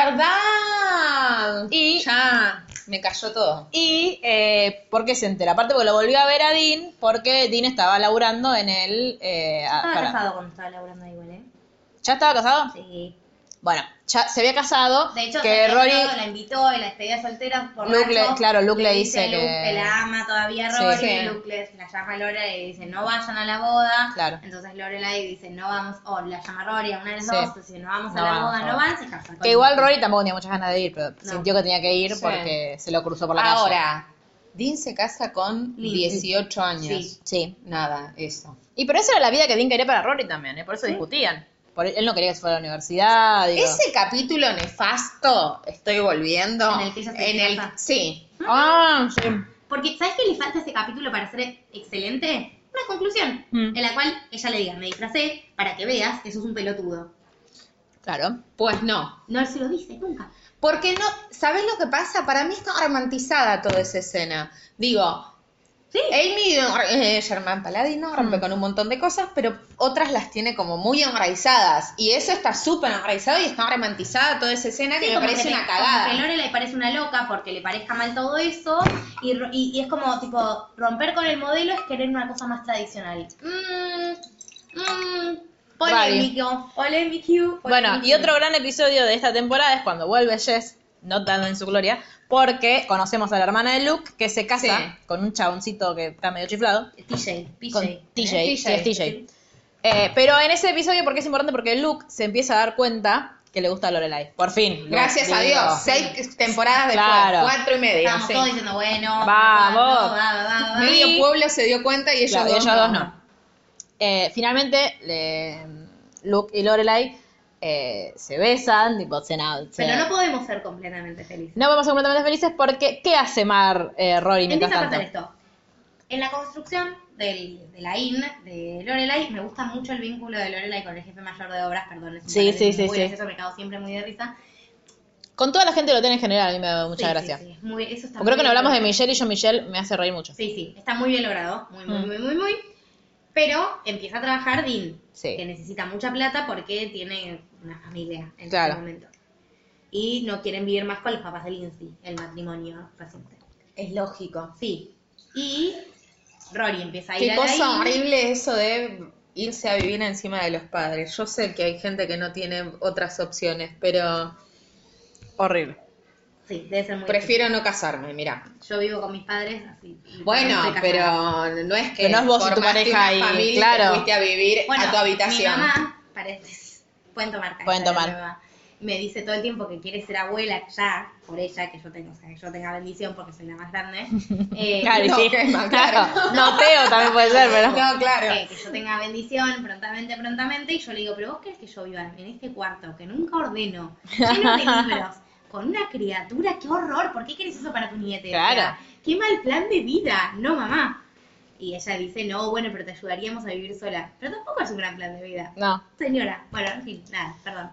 S3: verdad.
S1: Y-
S3: ya me cayó todo.
S1: Y eh, ¿por qué se entera? Aparte porque lo volvió a ver a Dean, porque Dean estaba laburando en el... eh, a-
S2: Estaba
S1: para-
S2: casado cuando estaba laburando ahí, igual, ¿eh?
S1: ¿Ya estaba casado?
S2: Sí.
S1: Bueno, ya se había casado.
S2: De hecho,
S1: que
S2: se había
S1: Rory...
S2: casado, la invitó y la despedía soltera por
S1: Luke le- claro, Luke le dice que-
S2: Luke la ama todavía a
S1: Sí.
S2: Rory,
S3: Sí.
S2: Luke le- la llama a Lorelai y dice no vayan a la boda.
S1: Claro.
S2: Entonces Lorelai dice no vamos, o la llama Rory a una de las
S1: Sí.
S2: dos, dice no vamos
S1: No
S2: a la
S1: vamos a
S2: boda,
S1: la
S2: no
S1: boda.
S2: van, se casan.
S1: Que igual Rory tampoco tenía muchas ganas de ir, pero sintió que tenía que ir
S3: Sí.
S1: porque se lo cruzó por la calle.
S3: Ahora, Dean se casa con
S2: Lindsay.
S3: 18 años.
S2: Sí.
S1: Mm, Sí.
S3: Nada, eso.
S1: Y pero esa era la vida que Dean quería para Rory también, ¿eh? por eso discutían. por él, él no quería que se fuera a la universidad. digo.
S3: Ese capítulo nefasto, estoy volviendo.
S2: En el que ella se
S3: en el-
S2: casa.
S3: Sí.
S1: Ah, sí.
S2: Porque, ¿sabes qué le falta a ese capítulo para ser excelente? Una conclusión,
S1: Mm.
S2: en la cual ella le diga, me disfracé para que veas que sos un pelotudo.
S3: Claro. Pues no.
S2: No se lo dice nunca.
S3: Porque no, ¿sabes lo que pasa? Para mí está romantizada toda esa escena. Digo,
S2: Sí.
S3: Amy eh, Germán Paladino rompe
S1: Mm.
S3: con un montón de cosas, pero otras las tiene como muy enraizadas. Y eso está súper enraizado y está romantizada toda esa escena
S2: Sí,
S3: que me
S2: como
S3: parece
S2: que le-
S3: una
S2: como que
S3: cagada.
S2: Lore le parece una loca porque le parezca mal todo eso. Y, ro- y- y es como, tipo, romper con el modelo es querer una cosa más tradicional.
S3: Mm,
S2: Mmm, mmm, polémico, polémico.
S1: Bueno, y
S2: polémico.
S1: otro gran episodio de esta temporada es cuando vuelve Jess, no tan en su gloria, porque conocemos a la hermana de Luke que se casa
S3: Sí.
S1: con un chaboncito que está medio chiflado.
S2: TJ, PJ.
S1: con
S2: ¿eh?
S1: TJ, sí,
S3: TJ.
S1: es TJ. Eh, pero en ese episodio, porque es importante, porque Luke se empieza a dar cuenta que le gusta a Lorelai. Por fin. Luke,
S3: Gracias a
S1: digo.
S3: Dios. Seis temporadas después,
S1: Claro.
S3: cuatro y media.
S2: Estábamos
S3: sí.
S2: todos diciendo, bueno,
S1: Vamos.
S2: va, va, va, va.
S3: Medio pueblo se dio cuenta y ellos,
S1: Claro, y
S3: dos,
S1: ellos dos no. Eh, finalmente, le- Luke y Lorelai eh, se besan, tipo, se na- se-
S2: Pero no podemos ser completamente felices.
S1: No vamos a ser completamente felices porque ¿qué hace Mar eh, Rory mientras
S2: Empieza a pasar
S1: tanto?
S2: esto. En la construcción del- de la IN, de Lorelai, me gusta mucho el vínculo de Lorelai con el jefe mayor de obras, perdón. es un
S1: Sí,
S2: paréntesis
S1: sí, sí,
S2: muy
S1: sí.
S2: gracioso, me cago siempre muy de risa.
S1: Con toda la gente lo tiene en general, a mí me da mucha
S2: Sí,
S1: gracia.
S2: sí, sí, es muy- eso está
S1: Porque creo
S2: muy
S1: que no
S2: bien
S1: hablamos de
S2: logrado.
S1: Michelle y yo Michelle me hace reír mucho.
S2: Sí, sí, está muy bien logrado, muy, muy,
S1: Mm.
S2: muy, muy, muy. Pero empieza a trabajar Dean,
S1: Sí.
S2: que necesita mucha plata porque tiene una familia en
S1: Claro.
S2: este momento. Y no quieren vivir más con los papás de Lindsay, el matrimonio reciente.
S3: Es lógico.
S2: Sí. Y Rory empieza a ir
S3: Qué
S2: a la
S3: cosa
S2: IN.
S3: horrible eso de irse a vivir encima de los padres. Yo sé que hay gente que no tiene otras opciones, pero
S1: Horrible.
S2: Sí, debe ser muy
S3: prefiero no casarme, mira.
S2: difícil. Yo vivo con mis padres, así. y
S3: Bueno,
S2: no estoy casada.
S3: pero no es que
S1: Pero Este no es vos y tu
S3: formaste
S1: pareja
S3: una
S1: y-
S3: familia y te
S1: claro.
S3: fuiste a vivir
S2: Bueno,
S3: a tu habitación.
S2: Mi mamá, parece, pueden tomar café,
S1: Pueden tomar.
S2: la nueva. Me dice todo el tiempo que quiere ser abuela ya, por ella, que yo tengo, o sea, que yo tenga bendición porque soy la más grande. Eh,
S1: Claro, y
S3: no,
S1: sí.
S3: que es más
S1: Claro.
S3: claro.
S1: No, Teo también puede ser, pero.
S3: No, claro.
S2: eh, que yo tenga bendición prontamente, prontamente, y yo le digo, pero vos querés que yo viva en este cuarto, que nunca ordeno, lleno de libros, con una criatura, qué horror, ¿por qué querés eso para tu nietera?
S1: Claro.
S2: Qué mal plan de vida, no mamá. Y ella dice, no, bueno, pero te ayudaríamos a vivir sola. Pero tampoco es un gran plan de vida.
S1: No.
S2: Señora, bueno, en fin, nada, perdón.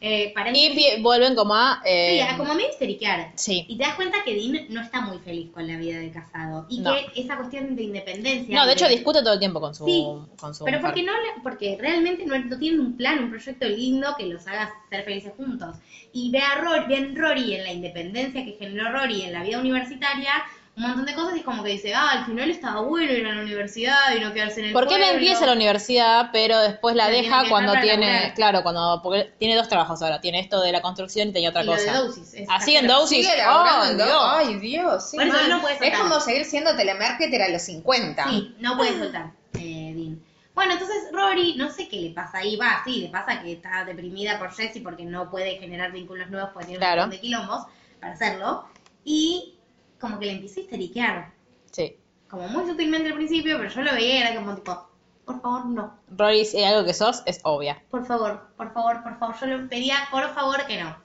S2: Eh, para
S1: Y vi- vuelven como a. eh,
S2: como medio histeriquear.
S1: Sí.
S2: Y te das cuenta que Dean no está muy feliz con la vida de casado. Y
S1: No.
S2: que esa cuestión de independencia.
S1: No, de hecho discute todo el tiempo con su.
S2: Sí,
S1: con su
S2: Pero
S1: mujer.
S2: porque no, le- porque realmente no, no tienen un plan, un proyecto lindo que los haga ser felices juntos. Y ve a Rory, ven Rory en la independencia que generó Rory en la vida universitaria, un montón de cosas, y es como que dice, ah, al final estaba bueno ir a la universidad y no quedarse en el
S1: Porque él
S2: pueblo".
S1: empieza la universidad, pero después la
S2: La tiene
S1: deja
S2: que
S1: cuando
S2: dejar para
S1: tiene,
S2: laburar.
S1: claro, cuando porque tiene dos trabajos ahora, tiene esto de la construcción y tenía otra
S2: Y lo de
S1: cosa.
S2: Dosis, es
S1: Así en
S2: casero.
S1: dosis,
S3: Sigue
S1: oh,
S3: laburando,
S1: Dios.
S3: Ay, Dios. sí,
S2: Por eso
S3: mal.
S2: no puede
S3: es
S2: soltar.
S3: como seguir siendo telemarketer a los 50.
S2: Sí, no puede soltar, eh, Dean. Bueno, entonces Rory, no sé qué le pasa ahí, va, sí, le pasa que está deprimida por Jessie porque no puede generar vínculos nuevos porque tiene
S1: Claro.
S2: un montón de quilombos para hacerlo. Y como que le empieza a histeriquear,
S1: Sí.
S2: como muy sutilmente al principio, pero yo lo veía, era como tipo, por favor, no,
S1: Rory, si hay algo que sos, es obvia.
S2: por favor, por favor, por favor, yo le pedía, por favor, que no.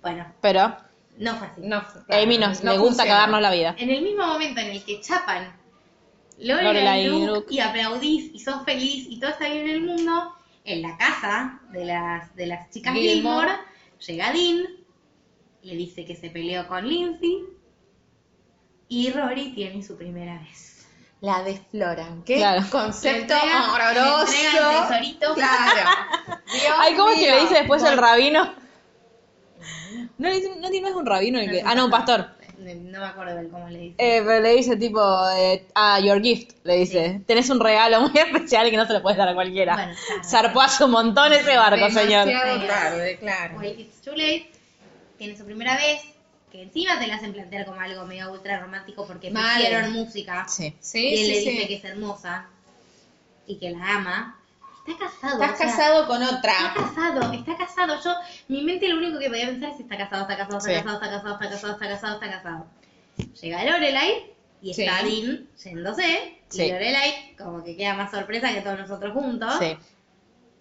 S2: Bueno,
S1: Pero
S2: no fue así.
S3: No,
S1: a Amy nos
S3: no
S1: le gusta
S3: funciona.
S1: cagarnos la vida.
S2: En el mismo momento en el que chapan Lorelai
S1: Lorelai
S2: y
S1: y
S2: Luke,
S1: Luke.
S2: y aplaudís y sos feliz y todo está bien en el mundo, en la casa de las, de las chicas Gilmore,
S3: Gilmore.
S2: llega Dean, le dice que se peleó con Lindsay y Rory tiene su primera vez.
S3: La desfloran. Qué
S1: Claro.
S3: concepto
S2: Le entrega-
S3: horroroso.
S2: le entrega el tesorito.
S3: Claro. Dios
S1: Ay, ¿cómo es que
S3: mío.
S1: le dice después el rabino? No, le dice- no, no es un rabino. el que- ah, no, un pastor.
S2: No me acuerdo del cómo le dice.
S1: Eh, pero le dice tipo, eh, ah, your gift, le dice. Tenés un regalo muy especial que no se lo puedes dar a cualquiera.
S2: Bueno, claro.
S1: Zarpó hace un montón ese barco, señor.
S3: Demasiado tarde, claro.
S2: Well, it's too late. Tiene su primera vez, que encima te la hacen plantear como algo medio ultra romántico porque
S3: Mal.
S2: pusieron música.
S1: Sí.
S3: Sí,
S2: y él
S3: sí,
S2: le
S3: sí.
S2: dice que es hermosa y que la ama. Está casado.
S3: Estás
S2: o sea,
S3: casado con
S2: Está
S3: otra.
S2: casado, está casado. Yo, mi mente lo único que podía pensar es está casado, está casado, está
S1: Sí.
S2: casado, está casado, está casado, está casado, está casado. Llega Lorelai y
S3: Sí.
S2: está Dean yéndose.
S1: Sí.
S2: Y Lorelai como que queda más sorpresa que todos nosotros juntos.
S1: Sí.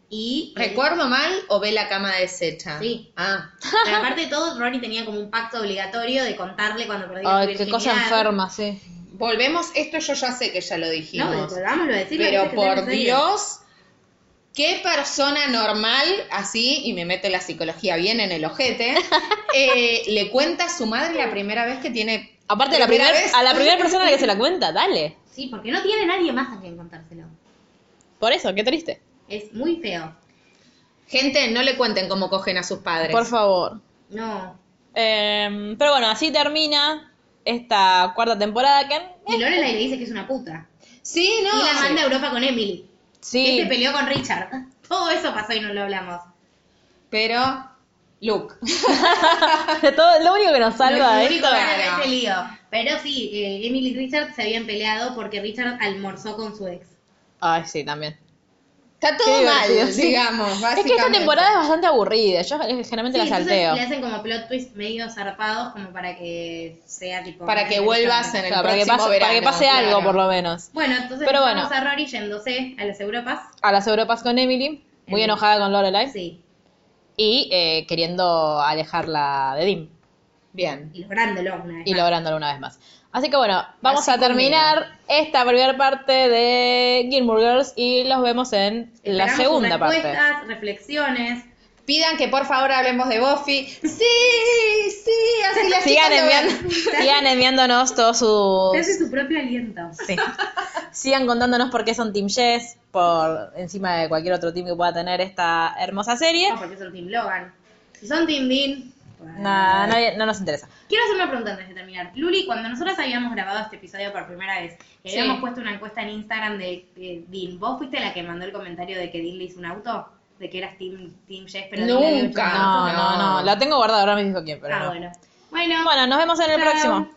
S2: Y
S3: ¿Recuerdo mal o ve la cama deshecha?
S2: Sí.
S3: Ah,
S2: Pero aparte de todo, Ronnie tenía como un pacto obligatorio de contarle cuando perdía su
S1: Ay, qué
S2: virginidad.
S1: cosa enferma, sí.
S3: volvemos, esto yo ya sé que ya lo
S2: No,
S3: dijimos.
S2: volvámoslo a decir.
S3: pero
S2: las veces que
S3: por
S2: tenemos que
S3: Dios, qué persona normal, así, y me meto la psicología bien en el ojete, eh, le cuenta a su madre la primera vez que tiene...
S1: Aparte, la
S3: Primera
S1: primer-
S3: vez.
S1: a la primera persona a la que se la cuenta, dale.
S2: decir. Sí, porque no tiene nadie más a quien contárselo.
S1: Por eso, qué triste.
S2: Es muy feo.
S3: Gente, no le cuenten cómo cogen a sus padres.
S1: Por favor.
S2: No.
S1: Eh, pero bueno, así termina esta cuarta temporada que...
S2: Y Lorelai le dice que es una puta.
S3: Sí, no.
S2: Y la manda a Europa con Emily. Que se
S1: Sí,
S2: peleó con Richard. Todo eso pasó y no lo hablamos.
S3: Pero, Luke.
S1: de todo, lo único que nos salva
S2: Lo
S1: de
S2: único
S1: esto...
S2: que era ese lío. Pero sí, eh, Emily y Richard se habían peleado porque Richard almorzó con su ex.
S1: Ay, sí, también.
S3: Está todo
S1: Qué divertido,
S3: mal,
S1: sí.
S3: digamos,
S1: Es que esta
S3: básicamente.
S1: temporada es bastante aburrida. Yo eh, generalmente la
S2: Sí, entonces
S1: salteo.
S2: Le hacen como plot twist medio zarpados como para que sea tipo...
S3: Para
S2: más
S3: que vuelvas en
S2: interesante.
S3: el
S1: Claro, para, que
S3: próximo
S1: pase,
S3: verano,
S1: para que pase
S3: claro.
S1: algo, por lo menos.
S2: Bueno, entonces
S1: Pero
S2: Pero
S1: bueno.
S2: a Rory yéndose a las Europas.
S1: A las Europas con Emily, muy enojada con Lorelai
S2: Sí,
S1: y eh, queriendo alejarla de Dim
S3: Bien.
S2: y lográndolo una vez
S1: y
S2: más.
S1: lográndolo una vez más. Así que bueno, vamos
S3: Así
S1: a terminar esta primera parte de Gilmore Girls y los vemos en la
S2: Esperamos
S1: segunda
S2: sus
S1: parte.
S2: respuestas, reflexiones.
S3: Pidan que por favor hablemos de Buffy. Sí, sí, así las
S1: Sigan,
S3: chicas lo ven.
S1: enviando- sigan enviándonos todos
S2: Se hace
S1: sus...
S2: su propio aliento.
S1: sí. Sigan contándonos por qué son Team Jess, por encima de cualquier otro team que pueda tener esta hermosa serie.
S2: No, porque son Team Logan. Si son Team Dean... pues,
S1: Nada, nadie- no nos interesa.
S2: Quiero hacer una pregunta antes de terminar. Luli, cuando nosotras habíamos grabado este episodio por primera vez, y
S3: Sí.
S2: habíamos puesto una encuesta en Instagram de eh, Dean, ¿vos fuiste la que mandó el comentario de que Dean le hizo un auto? ¿De que eras Team, team Jess, pero Dean le había hecho un
S3: Nunca.
S2: auto?
S1: No, no, no. La tengo guardada, ahora me dijo quién, pero
S2: Ah,
S1: no.
S2: bueno. Bueno,
S1: Bueno, nos vemos en el
S2: Chao.
S1: próximo.